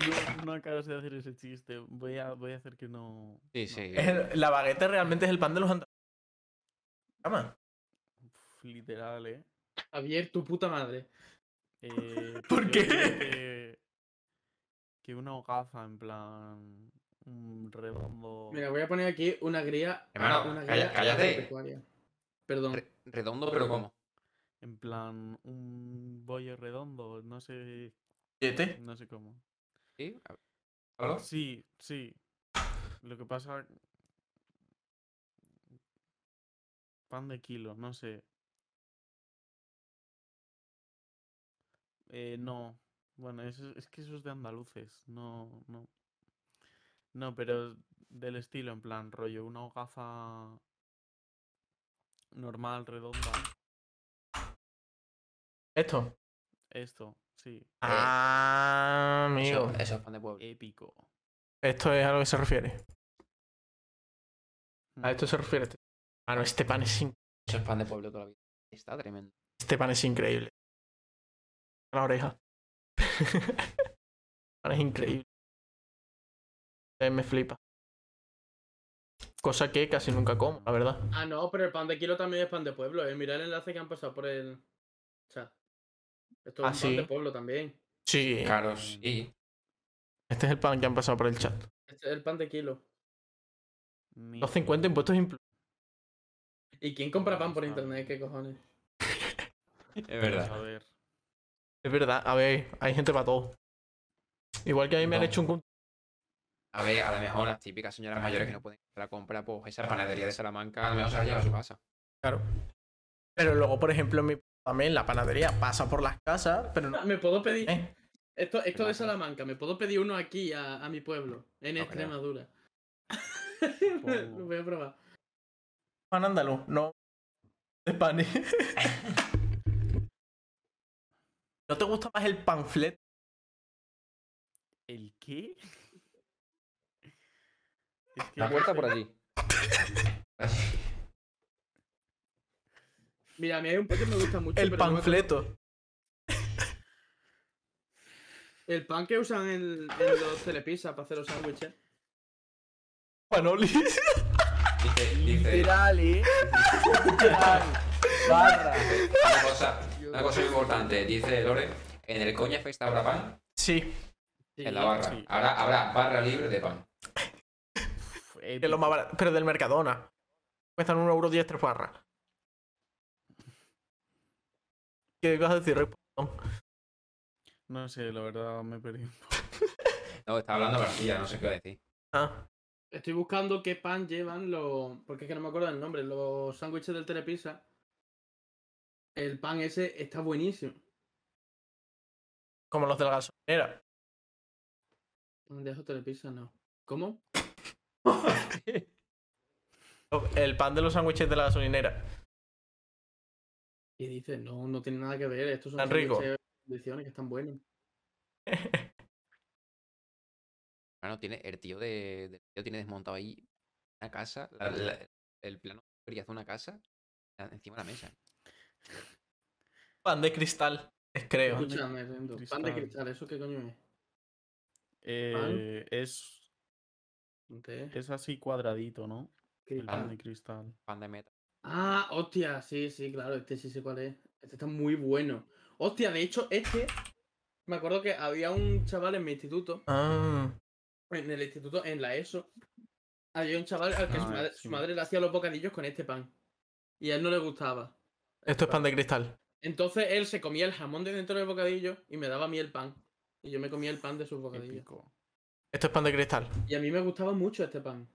Speaker 4: No, no acabas de hacer ese chiste. Voy a, voy a hacer que no.
Speaker 5: Sí,
Speaker 4: no.
Speaker 5: sí.
Speaker 2: Es el- La baguette realmente es el pan de los andaluces.
Speaker 4: Uf, Literal, eh.
Speaker 3: Javier, tu puta madre.
Speaker 4: Eh,
Speaker 2: ¿Por
Speaker 4: yo
Speaker 2: qué?
Speaker 4: diría Que, que una hogaza, en plan. Un redondo.
Speaker 3: Mira, voy a poner aquí una gría.
Speaker 5: Hermano,
Speaker 3: una
Speaker 5: calla- cállate.
Speaker 3: agropecuaria. Perdón.
Speaker 5: Re- Redondo, pero ¿cómo?
Speaker 4: En plan. Un bollo redondo. No sé.
Speaker 2: ¿Billete?
Speaker 4: No sé cómo.
Speaker 5: ¿Sí? A ver, ¿Solo?
Speaker 4: Sí, sí. Lo que pasa. Pan de kilo, no sé. Eh, no. Bueno, eso, es que eso es de andaluces. No, no. No, pero del estilo, en plan, rollo, una hogaza normal, redonda.
Speaker 2: ¿Esto?
Speaker 5: Eh.
Speaker 4: Esto, sí.
Speaker 2: Ah,
Speaker 5: Eso,
Speaker 2: amigo.
Speaker 5: eso es pan de pueblo.
Speaker 4: Épico.
Speaker 2: Esto es a lo que se refiere. A
Speaker 4: Mm.
Speaker 2: esto se refiere. este- Mano, este pan es, in-
Speaker 5: Eso es pan de pueblo toda la vida. Está tremendo.
Speaker 2: este pan es increíble. La oreja. pan es increíble. Eh, Me flipa. Cosa que casi nunca como, la verdad.
Speaker 3: Ah, no, pero el pan de kilo también es pan de pueblo. Eh. Mirad el enlace que han pasado por el chat. Esto es
Speaker 2: Ah,
Speaker 3: un
Speaker 2: sí.
Speaker 3: pan de pueblo también.
Speaker 2: Sí,
Speaker 5: Claro, sí.
Speaker 2: este es el pan que han pasado por el chat.
Speaker 3: Este es el pan de kilo.
Speaker 4: Mira,
Speaker 2: 250 impuestos incluidos.
Speaker 3: ¿Y quién compra pan por
Speaker 4: Vamos a ver.
Speaker 3: internet? ¿Qué cojones?
Speaker 5: Es
Speaker 4: pues,
Speaker 5: verdad.
Speaker 4: A ver.
Speaker 2: Es verdad, a ver, hay gente para todo. Igual que a mí me han
Speaker 5: No.
Speaker 2: hecho un cun-
Speaker 5: A ver, a lo mejor las típicas señoras mayores que no pueden ir a la compra, pues esa panadería de Salamanca a lo mejor se la lleva a su casa.
Speaker 2: Claro. Pero luego, por ejemplo, en mi también la panadería pasa por las casas, pero no.
Speaker 3: Me puedo pedir.
Speaker 2: ¿eh?
Speaker 3: Esto, esto de
Speaker 5: Claro.
Speaker 3: Salamanca, me puedo pedir uno aquí a, a mi pueblo, en
Speaker 5: No creo.
Speaker 3: Extremadura.
Speaker 4: Supongo.
Speaker 3: Lo voy a probar.
Speaker 2: Pan andaluz, no. De pan. ¿eh? ¿No te gusta más el panflet?
Speaker 4: ¿El qué? Es que
Speaker 5: La
Speaker 4: no
Speaker 5: puerta
Speaker 4: sé.
Speaker 5: por allí.
Speaker 3: Mira, a mí hay un pan que me gusta mucho.
Speaker 2: El
Speaker 3: pero no me acuerdo-
Speaker 2: panfleto.
Speaker 3: el pan que usan en, en los telepisas para hacer los sándwiches.
Speaker 2: Panolis.
Speaker 5: Dice, dice,
Speaker 10: Literal, eh. Literal. Barra.
Speaker 5: una cosa, una cosa muy importante. Dice Lore, en el Coña Fest habrá pan
Speaker 2: Sí,
Speaker 5: en la barra.
Speaker 4: sí.
Speaker 5: Ahora habrá barra libre de pan.
Speaker 4: Uf,
Speaker 2: que es lo más
Speaker 4: épico.
Speaker 2: barato, pero del Mercadona. Cuestan 1,10 euro tres barras. ¿Qué ibas a decir? Rick?
Speaker 4: No sé, la verdad me perdí.
Speaker 5: No, está hablando García, no sé qué va a decir.
Speaker 2: Ah,
Speaker 3: Estoy buscando qué pan llevan los. Porque es que no me acuerdo el nombre. Los sándwiches del telepisa. El pan ese está buenísimo.
Speaker 2: Como los de la gasolinera.
Speaker 3: De eso te le pisas, no. ¿Cómo?
Speaker 2: El pan de los sándwiches de la gasolinera.
Speaker 3: Y dices, no, no tiene nada que ver. Estos son
Speaker 2: Tan rico.
Speaker 3: sándwiches de condiciones que están buenos.
Speaker 5: Bueno, tiene, el tío de, del tío tiene desmontado ahí una casa, la- la- el plano que hace una casa la- encima de la mesa.
Speaker 2: Pan de cristal, es creo.
Speaker 3: Escúchame, Rendo. Pan de
Speaker 4: Cristal.
Speaker 3: cristal, ¿eso qué coño es?
Speaker 4: Eh, es,
Speaker 3: De
Speaker 4: es así cuadradito, ¿no? El pan
Speaker 3: cristal.
Speaker 4: de cristal.
Speaker 5: Pan de meta.
Speaker 3: Ah, hostia, sí, sí, claro, este sí sé cuál es. Este está muy bueno. Hostia, de hecho, este. Me acuerdo que había un chaval en mi instituto,
Speaker 2: Ah,
Speaker 3: en el instituto, en la ESO. Había un chaval al que su,
Speaker 4: Ah,
Speaker 3: madre,
Speaker 4: sí.
Speaker 3: su madre le hacía los bocadillos con este pan. Y a él no le gustaba.
Speaker 2: esto es pan de cristal.
Speaker 3: Entonces él se comía el jamón de dentro del bocadillo y me daba a mí el pan. Y yo me comía el pan de sus bocadillos.
Speaker 4: Épico.
Speaker 2: Esto es pan de cristal.
Speaker 3: Y a mí me gustaba mucho este pan.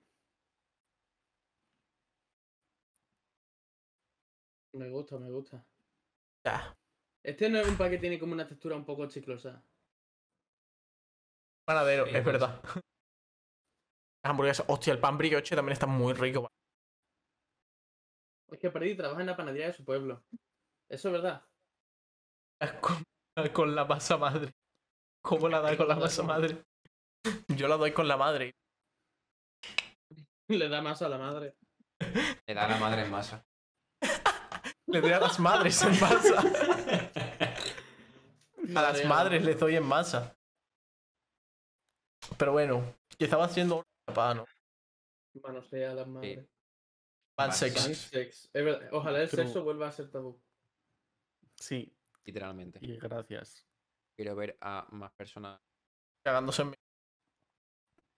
Speaker 3: Me gusta, me gusta.
Speaker 2: Ya.
Speaker 3: Este no es un pan que tiene como una textura un poco chiclosa.
Speaker 2: Panadero,
Speaker 5: Sí,
Speaker 2: es
Speaker 5: pues.
Speaker 2: verdad. Las hamburguesas. Hostia, el pan brioche también está muy rico.
Speaker 3: Es que Perdi trabaja en la panadería de su pueblo. Eso es verdad.
Speaker 2: Con, con la masa madre. ¿Cómo la da con la masa madre? Yo la doy con la madre.
Speaker 3: Le da más a la madre.
Speaker 5: Le da a la madre en masa.
Speaker 2: Le doy a las madres en masa. A las madres les doy en masa. Pero bueno, que estaba haciendo pan,
Speaker 3: Manosea a las madres.
Speaker 2: pan
Speaker 5: Pan
Speaker 2: sex.
Speaker 5: sex.
Speaker 3: Sex. Es verdad. Ojalá el
Speaker 4: Pero-
Speaker 3: sexo vuelva a ser tabú.
Speaker 4: Sí,
Speaker 5: Literalmente.
Speaker 4: y gracias.
Speaker 5: Quiero ver a más personas
Speaker 2: cagándose en mí.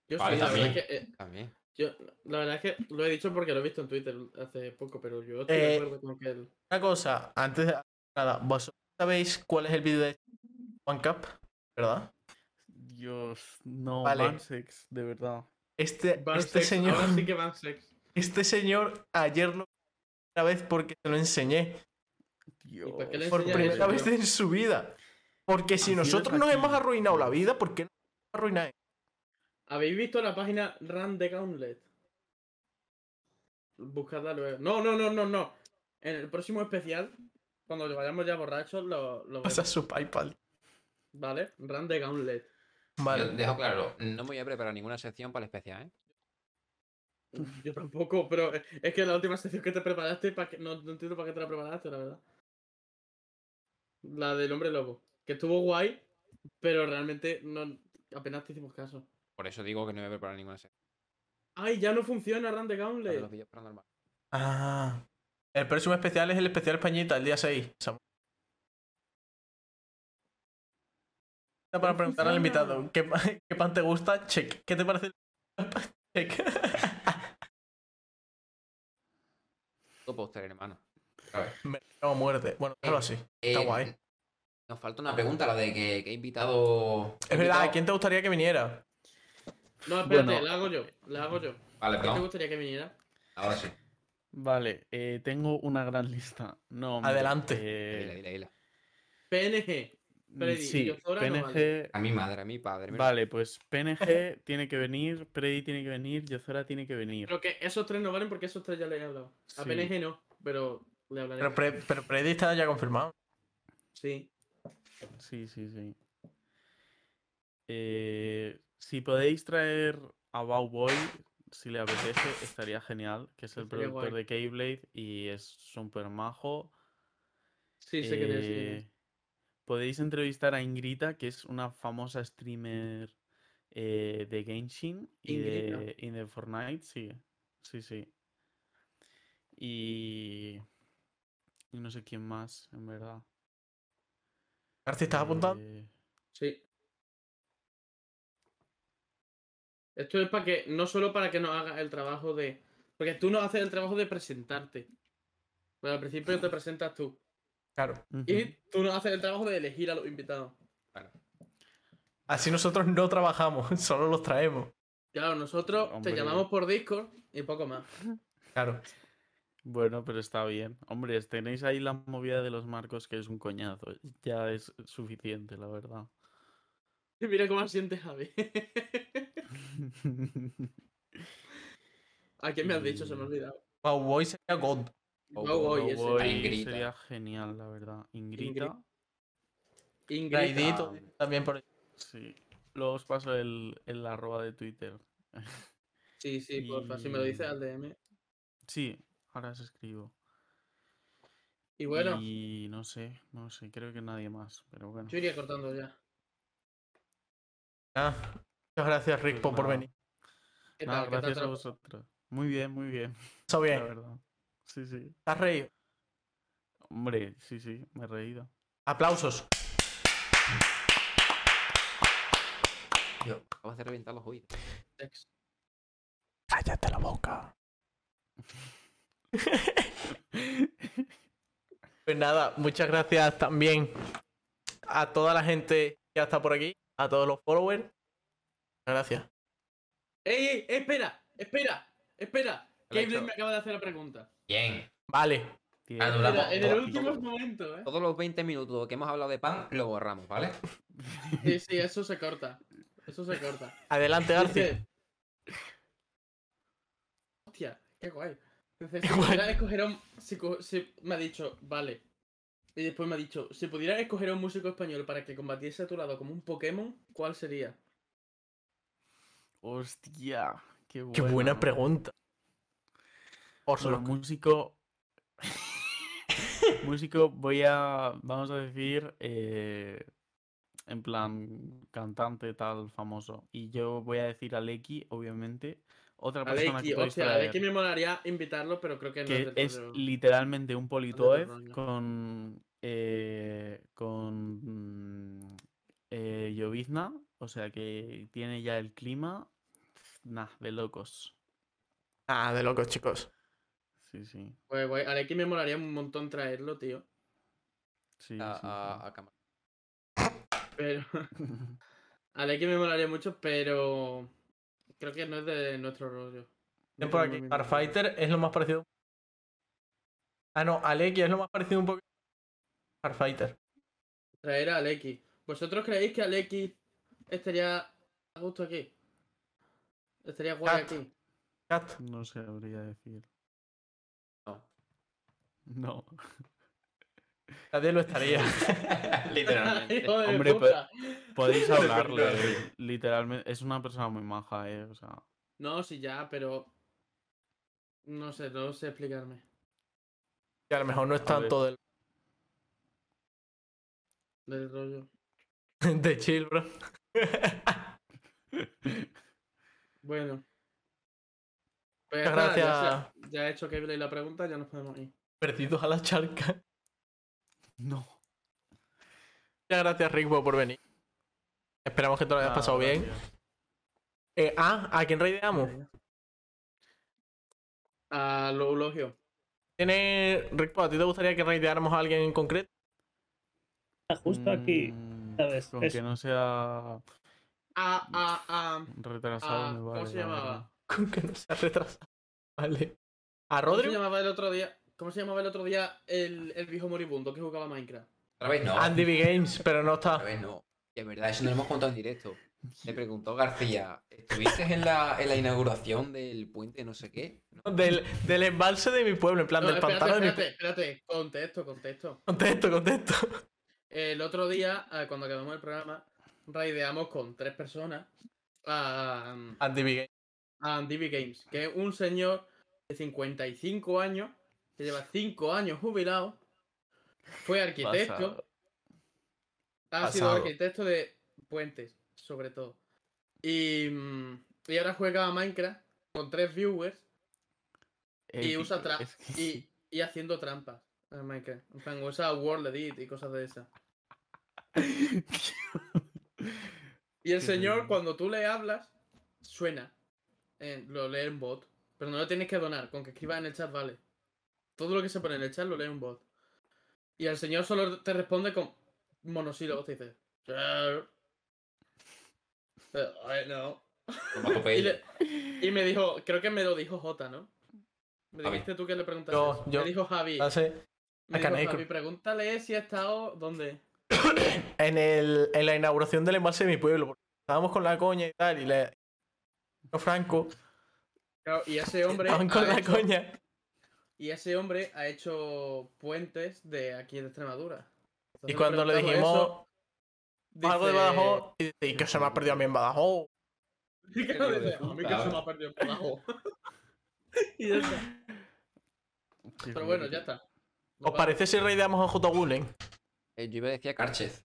Speaker 3: Yo
Speaker 5: Vale,
Speaker 3: sí, la verdad,
Speaker 5: también.
Speaker 3: es que, eh,
Speaker 5: también.
Speaker 3: yo- la verdad es que lo he dicho porque lo he visto en Twitter hace poco, pero yo estoy
Speaker 2: Eh,
Speaker 3: de acuerdo con que el-
Speaker 2: Una cosa, antes de nada, vosotros sabéis cuál es el vídeo de One Cup, ¿verdad?
Speaker 4: Dios, no,
Speaker 2: Vale.
Speaker 4: Mansex, de verdad.
Speaker 2: Este,
Speaker 3: Van
Speaker 2: este
Speaker 3: sex,
Speaker 2: señor,
Speaker 3: Ahora sí que van sex.
Speaker 2: este señor ayer lo una vez porque se lo enseñé
Speaker 4: Dios.
Speaker 3: para qué le
Speaker 2: por
Speaker 3: enseñas
Speaker 2: primera
Speaker 3: eso,
Speaker 2: vez
Speaker 3: tío?
Speaker 2: en su vida. Porque si
Speaker 4: Así de
Speaker 2: nosotros nos hemos
Speaker 4: tranquilo.
Speaker 2: arruinado la vida, ¿por qué no arruináis?
Speaker 3: ¿Habéis visto la página Run the Gauntlet? Buscadla luego. No, no, no, no, no. En el próximo especial, cuando vayamos ya borrachos, lo, lo
Speaker 2: Pasa
Speaker 3: vemos,
Speaker 2: su PayPal.
Speaker 3: ¿Vale? Run the Gauntlet.
Speaker 5: Yo
Speaker 2: Vale.
Speaker 5: dejo claro, no me voy a preparar ninguna sección para el especial, ¿eh?
Speaker 3: Yo tampoco, pero es que la última sección que te preparaste, pa' que- no, no entiendo para qué te la preparaste, la verdad. La del hombre lobo, que estuvo guay, pero realmente no, apenas te hicimos caso.
Speaker 5: Por eso digo que no me voy a preparar ninguna sección.
Speaker 3: ¡Ay, ya no funciona Run the
Speaker 5: La de los
Speaker 3: Gauntlet!
Speaker 5: vídeos paranormales.
Speaker 2: Ah. El próximo especial es el especial Españita, el día 6. Samu. Para
Speaker 3: No
Speaker 2: preguntar al invitado,
Speaker 3: funciona.
Speaker 2: ¿qué, pa- qué pan te gusta? Check. ¿Qué te parece? el pan? Check.
Speaker 5: Todo póster, hermano.
Speaker 2: Mercado a muerte. Bueno, déjalo así. Está
Speaker 5: Eh,
Speaker 2: guay.
Speaker 5: Nos falta una pregunta, la de que, que he invitado. he
Speaker 2: Es verdad,
Speaker 5: invitado-
Speaker 2: ¿a quién te gustaría que viniera?
Speaker 3: No, espérate,
Speaker 4: Bueno.
Speaker 3: la hago yo, la hago yo.
Speaker 5: Vale,
Speaker 3: ¿Qué te
Speaker 5: perdón.
Speaker 3: gustaría que viniera?
Speaker 5: Ahora sí.
Speaker 4: Vale, eh, tengo una gran lista. No, hombre,
Speaker 2: Adelante.
Speaker 4: eh,
Speaker 5: Dila, dila, dila.
Speaker 3: PNG. Freddy,
Speaker 4: sí,
Speaker 3: Yozora no vale.
Speaker 4: PNG.
Speaker 5: A mi madre, a mi padre. mira.
Speaker 4: Vale, pues PNG tiene que venir, Predi tiene que venir, Yozora tiene que venir.
Speaker 3: Creo que esos tres no valen porque esos tres ya le he hablado. A
Speaker 4: Sí.
Speaker 3: PNG no, pero le hablaré.
Speaker 2: Pero, pre, pero Freddy está ya confirmado.
Speaker 3: Sí.
Speaker 4: Sí, sí, sí. Eh, si podéis traer a Bowboy, si le apetece, estaría genial, que es el
Speaker 3: Estaría
Speaker 4: productor
Speaker 3: guay.
Speaker 4: de Keyblade y es súper majo.
Speaker 3: Sí, sé que tienes.
Speaker 4: Eh, Podéis entrevistar a Ingrita, que es una famosa streamer eh, de Genshin y
Speaker 3: Ingrita.
Speaker 4: de, y de Fortnite, sí. Sí, sí. Y... y no sé quién más, en verdad.
Speaker 2: Arti, ¿estás apuntando?
Speaker 4: Eh,
Speaker 3: Sí. Esto es para que, no solo para que nos hagas el trabajo de. Porque tú nos haces el trabajo de presentarte. Pero al principio te presentas tú.
Speaker 2: Claro.
Speaker 3: Y
Speaker 4: ujú.
Speaker 3: tú nos haces el trabajo de elegir a los invitados.
Speaker 2: Así nosotros no trabajamos, solo los traemos.
Speaker 3: Claro, nosotros
Speaker 4: Hombre.
Speaker 3: te llamamos por Discord y poco más.
Speaker 2: Claro.
Speaker 4: Bueno, pero está bien. Hombre, tenéis ahí la movida de los marcos que es un coñazo. Ya es suficiente, la verdad.
Speaker 3: Mira cómo siente Javi. ¿A quién me has dicho? Se
Speaker 4: Mm.
Speaker 3: me ha olvidado.
Speaker 2: Wow, Boy sería God.
Speaker 3: Cowboy, ese.
Speaker 4: Cowboy
Speaker 5: Ingrita.
Speaker 4: sería genial, la verdad. Ingrita.
Speaker 3: Ingrid.
Speaker 2: Raidito también por
Speaker 4: Sí. Luego os paso el, el arroba de Twitter.
Speaker 3: Sí, sí, porfa. Si me lo
Speaker 4: Mm.
Speaker 3: dices al DM.
Speaker 4: Sí, ahora os escribo.
Speaker 3: Y bueno,
Speaker 4: Y no sé, no sé, creo que nadie más. Pero bueno.
Speaker 3: yo iría cortando ya.
Speaker 2: Ah, muchas gracias,
Speaker 4: pues
Speaker 2: Rickpo, por
Speaker 4: nada.
Speaker 2: venir.
Speaker 3: ¿Qué
Speaker 4: Nada,
Speaker 3: tal? ¿Qué tal?
Speaker 4: Ah, gracias a
Speaker 3: trabajo?
Speaker 4: vosotros. Muy bien, muy bien.
Speaker 2: Eso
Speaker 4: La
Speaker 2: bien.
Speaker 4: verdad. Sí, sí.
Speaker 2: ¿Te has reído?
Speaker 4: Hombre, sí, sí, me he reído.
Speaker 2: Aplausos.
Speaker 5: Yo, acabas de reventar los oídos.
Speaker 3: Sex.
Speaker 2: Cállate la boca. pues nada, muchas gracias también a toda la gente que está por aquí, a todos los followers. Muchas Gracias.
Speaker 3: ¡Ey, ey! ¡Espera! ¡Espera! ¡Espera!
Speaker 5: Lo he
Speaker 3: Gabriel
Speaker 5: hecho.
Speaker 3: me acaba de hacer la pregunta.
Speaker 5: Bien.
Speaker 2: Vale,
Speaker 4: Tiene-
Speaker 5: Anulamos.
Speaker 3: Espera,
Speaker 5: Vamos,
Speaker 3: en el
Speaker 5: vamos,
Speaker 3: último
Speaker 5: vamos.
Speaker 3: momento, ¿eh?
Speaker 5: Todos los 20 minutos que hemos hablado de pan lo borramos, ¿vale?
Speaker 3: Sí, sí, eso se corta. Eso se corta.
Speaker 2: adelante, García.
Speaker 3: Dice- Hostia, qué guay. Dice,
Speaker 2: Qué
Speaker 3: si
Speaker 2: guay.
Speaker 3: pudiera escoger a un- si co- si- me ha dicho, vale. Y después me ha dicho, si pudieras escoger a un músico español para que combatiese a tu lado como un Pokémon, ¿cuál sería?
Speaker 4: Hostia, qué buena.
Speaker 2: Qué buena pregunta. Por
Speaker 4: Bueno, músico. músico, voy a. Vamos a decir. eh, en plan, cantante tal, famoso. Y yo voy a decir a Lecky, obviamente. Otra persona
Speaker 3: Aleki,
Speaker 4: que podéis
Speaker 3: hostia,
Speaker 4: traer,
Speaker 3: Aleki me molaría invitarlo, pero creo que no es
Speaker 4: que
Speaker 3: del
Speaker 4: es
Speaker 3: rollo.
Speaker 4: literalmente un politoed
Speaker 3: rollo.
Speaker 4: con. eh, con. mm, eh, llovizna. O sea que tiene ya el clima. Nah, de locos.
Speaker 2: Ah, de locos, chicos.
Speaker 4: Sí, sí.
Speaker 3: Guay, guay. Aleki me molaría un montón traerlo, tío.
Speaker 4: Sí,
Speaker 5: A,
Speaker 4: sí,
Speaker 5: a- a cámara.
Speaker 3: Pero.
Speaker 4: sí.
Speaker 3: Aleki me molaría mucho, pero. Creo que no es de nuestro rollo. No
Speaker 2: Ven por
Speaker 3: tenemos
Speaker 2: aquí.
Speaker 3: el mismo rollo.
Speaker 2: Starfighter es lo más parecido. Ah, no, Aleki es lo más parecido un poco. Starfighter.
Speaker 3: Traer a Aleki. ¿Vosotros creéis que Aleki estaría a gusto aquí? Estaría guay
Speaker 2: Cat.
Speaker 3: aquí.
Speaker 2: Cat.
Speaker 4: No sabría decir.
Speaker 5: No.
Speaker 4: No.
Speaker 2: Nadie lo estaría. Ah,
Speaker 5: Literalmente.
Speaker 3: Hijo de
Speaker 4: Hombre,
Speaker 3: puta.
Speaker 4: Podéis
Speaker 5: Perdón,
Speaker 4: hablarle.
Speaker 5: perdón.
Speaker 4: literalmente. Es una persona muy maja, eh. O sea.
Speaker 3: No, sí, ya, pero. No sé, no sé explicarme.
Speaker 2: Que a lo mejor no es
Speaker 4: A
Speaker 2: tanto del,
Speaker 3: Del rollo.
Speaker 2: de chill, bro.
Speaker 3: Bueno. Pues
Speaker 2: Muchas
Speaker 3: nada, ya
Speaker 2: gracias.
Speaker 3: se- Ya, he hecho que la pregunta, ya nos podemos ir.
Speaker 2: Perdidos a la charca.
Speaker 4: No.
Speaker 2: Muchas gracias, Rickbo, por venir. Esperamos que te
Speaker 4: Ah,
Speaker 2: lo hayas pasado bien. Eh, ah, ¿a quién reideamos?
Speaker 3: A lo elogio.
Speaker 2: ¿Tiene... Rickbo, ¿a ti te gustaría que reideáramos a alguien en concreto?
Speaker 11: Justo aquí. ¿sabes?
Speaker 4: Mm, Con
Speaker 11: Es-
Speaker 4: que no sea
Speaker 3: A, a, a.
Speaker 4: retrasado
Speaker 3: a
Speaker 4: me vale.
Speaker 3: ah, ¿Cómo se
Speaker 4: la verdad.
Speaker 3: llamaba?
Speaker 2: Con que no sea retrasado. Vale. ¿A
Speaker 3: ¿Cómo se
Speaker 2: Rodrigo?
Speaker 3: llamaba el otro día? ¿Cómo se llamaba el otro día el, el viejo moribundo que jugaba a Minecraft?
Speaker 5: Otra vez no.
Speaker 2: Ah. Andy B Games, pero no
Speaker 5: Otra
Speaker 3: Ah,
Speaker 2: está.
Speaker 5: vez no. De verdad, eso no lo hemos contado en directo. Le preguntó García, ¿estuviste en la, en la inauguración del puente no sé qué? No.
Speaker 2: Del, del embalse de mi pueblo, en plan,
Speaker 3: No,
Speaker 2: del
Speaker 3: espérate,
Speaker 2: pantano de mi
Speaker 3: espérate,
Speaker 2: pueblo.
Speaker 3: espérate. Contexto, contexto.
Speaker 2: Contesto, contesto.
Speaker 3: El otro día, eh, cuando acabamos el programa, raideamos con tres personas a,
Speaker 2: Andy B Games.
Speaker 3: a DB Games, que es un señor de 55 años, que lleva 5 años jubilado, fue arquitecto,
Speaker 4: Pasado.
Speaker 3: ha sido
Speaker 2: Pasado.
Speaker 3: arquitecto de puentes, sobre todo. Y, mm, y ahora juega a Minecraft con tres viewers y
Speaker 4: Épico,
Speaker 3: usa tra-
Speaker 4: Eh, es que-
Speaker 3: y, y haciendo trampas en Minecraft. En plan, usa World Edit y cosas de esas. Y el
Speaker 4: Qué
Speaker 3: señor,
Speaker 4: terrible.
Speaker 3: cuando tú le hablas, suena. Eh, lo lee un bot. Pero no lo tienes que donar, con que escribas en el chat vale. Todo lo que se pone en el chat lo lee un bot. Y el señor solo te responde con monosílabos. Te dice. "Sir". Eh, "I know".
Speaker 5: Lo mató
Speaker 3: Y,
Speaker 5: Pello.
Speaker 3: le- y me dijo, creo que me lo dijo Jota, ¿no? Me
Speaker 5: Javi.
Speaker 3: dijiste tú que le preguntaste.
Speaker 2: Yo-
Speaker 3: eso.
Speaker 2: yo- Ah,
Speaker 3: Me dijo Javi.
Speaker 2: no sé.
Speaker 3: Me
Speaker 2: Acá,
Speaker 3: dijo
Speaker 2: Nico.
Speaker 3: Javi, pregúntale si ha estado. ¿Dónde?
Speaker 2: en, el, en la inauguración del embalse de mi pueblo. porque estábamos con la coña y tal, y le. Franco.
Speaker 3: Claro, y ese hombre.
Speaker 2: Estaban con
Speaker 3: ha
Speaker 2: la
Speaker 3: hecho-
Speaker 2: coña.
Speaker 3: Y ese hombre ha hecho puentes de aquí en Extremadura.
Speaker 2: Y
Speaker 3: Entonces
Speaker 2: cuando le
Speaker 3: preguntamos
Speaker 2: dijimos
Speaker 3: eso,
Speaker 2: algo de
Speaker 3: dice-
Speaker 2: Badajoz, y, dice, "¿Y que se me ha perdido a mí en Badajoz.
Speaker 3: Claro, dice, a mí que se me ha perdido por abajo. y ya está. Pero bueno, ya está.
Speaker 2: ¿Os parece si reideamos a J. Gulen?
Speaker 5: Eh, yo iba a decir a Carchez.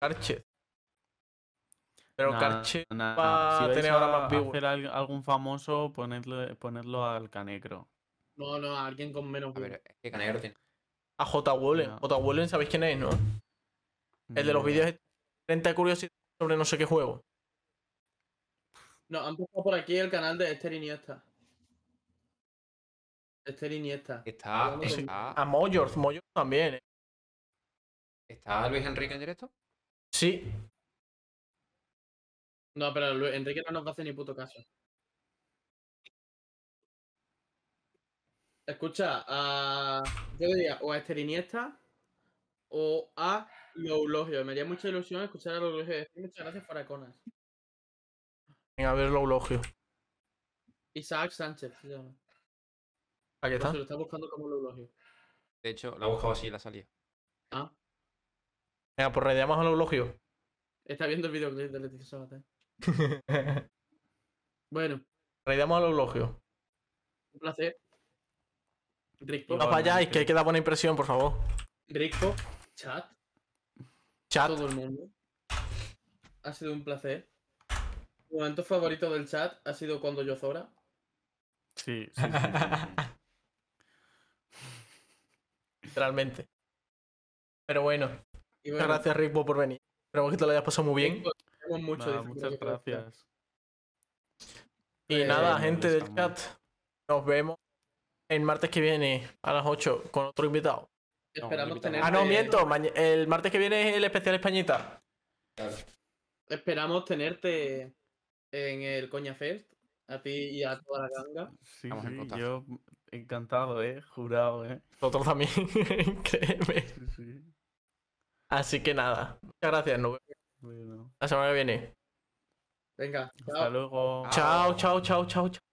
Speaker 2: Carche. Pero
Speaker 4: Nah,
Speaker 2: Carche
Speaker 4: nah,
Speaker 2: va
Speaker 4: si
Speaker 2: a
Speaker 4: vais
Speaker 2: tener ahora
Speaker 4: a
Speaker 2: más vivo.
Speaker 4: hacer al- algún famoso, ponedlo, ponedlo al canecro.
Speaker 3: No, no, a alguien con menos. A ver,
Speaker 5: ¿qué canegro tiene?
Speaker 2: A J. Wallen.
Speaker 4: No.
Speaker 2: J. Wallen, ¿sabéis quién es, no? El de los
Speaker 4: No.
Speaker 2: vídeos de 30 curiosidades sobre no sé qué juego.
Speaker 3: No, han pasado por aquí el canal de Esther Iniesta. Esther Iniesta.
Speaker 5: Está,
Speaker 3: Hablando con-
Speaker 5: está,
Speaker 2: A Moyors, Moyors también, ¿eh?
Speaker 5: está Luis Enrique en directo.
Speaker 2: Sí.
Speaker 3: No, pero Lu- Enrique no nos va a hacer ni puto caso. Escucha, a- yo diría o a Esther Iniesta o a Loulogio. Me haría mucha ilusión escuchar a Loulogio decir muchas gracias, Faraconas.
Speaker 2: Venga, a ver el eulogio.
Speaker 3: Isaac Sánchez se llama.
Speaker 2: Aquí
Speaker 3: Por
Speaker 2: está.
Speaker 3: si lo está buscando como Loulogio.
Speaker 5: De hecho, la he buscado así y la salida.
Speaker 2: Venga, pues reideamos al eulogio.
Speaker 3: Está viendo el videoclip de Leticia Sabater. Bueno,
Speaker 2: reideamos al eulogio.
Speaker 3: un placer. Rick
Speaker 2: No vayáis, que hay que dar buena impresión, por favor.
Speaker 3: Rico, chat,
Speaker 2: Chat.
Speaker 3: todo el mundo. Ha sido un placer. Mi momento favorito del chat ha sido cuando yo Zora.
Speaker 4: Sí, sí, sí, sí, sí.
Speaker 2: Literalmente. Pero bueno,
Speaker 3: Y
Speaker 2: muchas
Speaker 3: bueno,
Speaker 2: gracias, Rickbo, por venir. Espero que te lo hayas pasado muy bien.
Speaker 3: Rico, te queremos mucho,
Speaker 2: Ah,
Speaker 3: dice
Speaker 4: Nada,
Speaker 3: por
Speaker 4: muchas
Speaker 3: aquí por el chat.
Speaker 4: gracias.
Speaker 2: Y
Speaker 3: Eh,
Speaker 2: nada,
Speaker 5: me
Speaker 2: gente del
Speaker 5: molesta
Speaker 2: chat, nos vemos el martes que viene a las 8 con otro invitado.
Speaker 3: Esperamos
Speaker 5: invitado.
Speaker 3: tener.
Speaker 2: Ah, no, miento, maña- el martes que viene es el especial Españita.
Speaker 5: Claro.
Speaker 3: Esperamos tenerte en el Coña Fest, a ti y a toda la ganga.
Speaker 4: Sí,
Speaker 5: Estamos en
Speaker 4: sí,
Speaker 5: contacto.
Speaker 4: yo encantado, eh, jurado, eh.
Speaker 2: Nosotros también, créeme.
Speaker 4: Sí, sí.
Speaker 2: Así que nada, muchas gracias, nos vemos
Speaker 4: Bueno,
Speaker 2: la semana que viene.
Speaker 3: Venga, chao.
Speaker 4: hasta luego.
Speaker 2: Chao, chao, chao, chao, chao.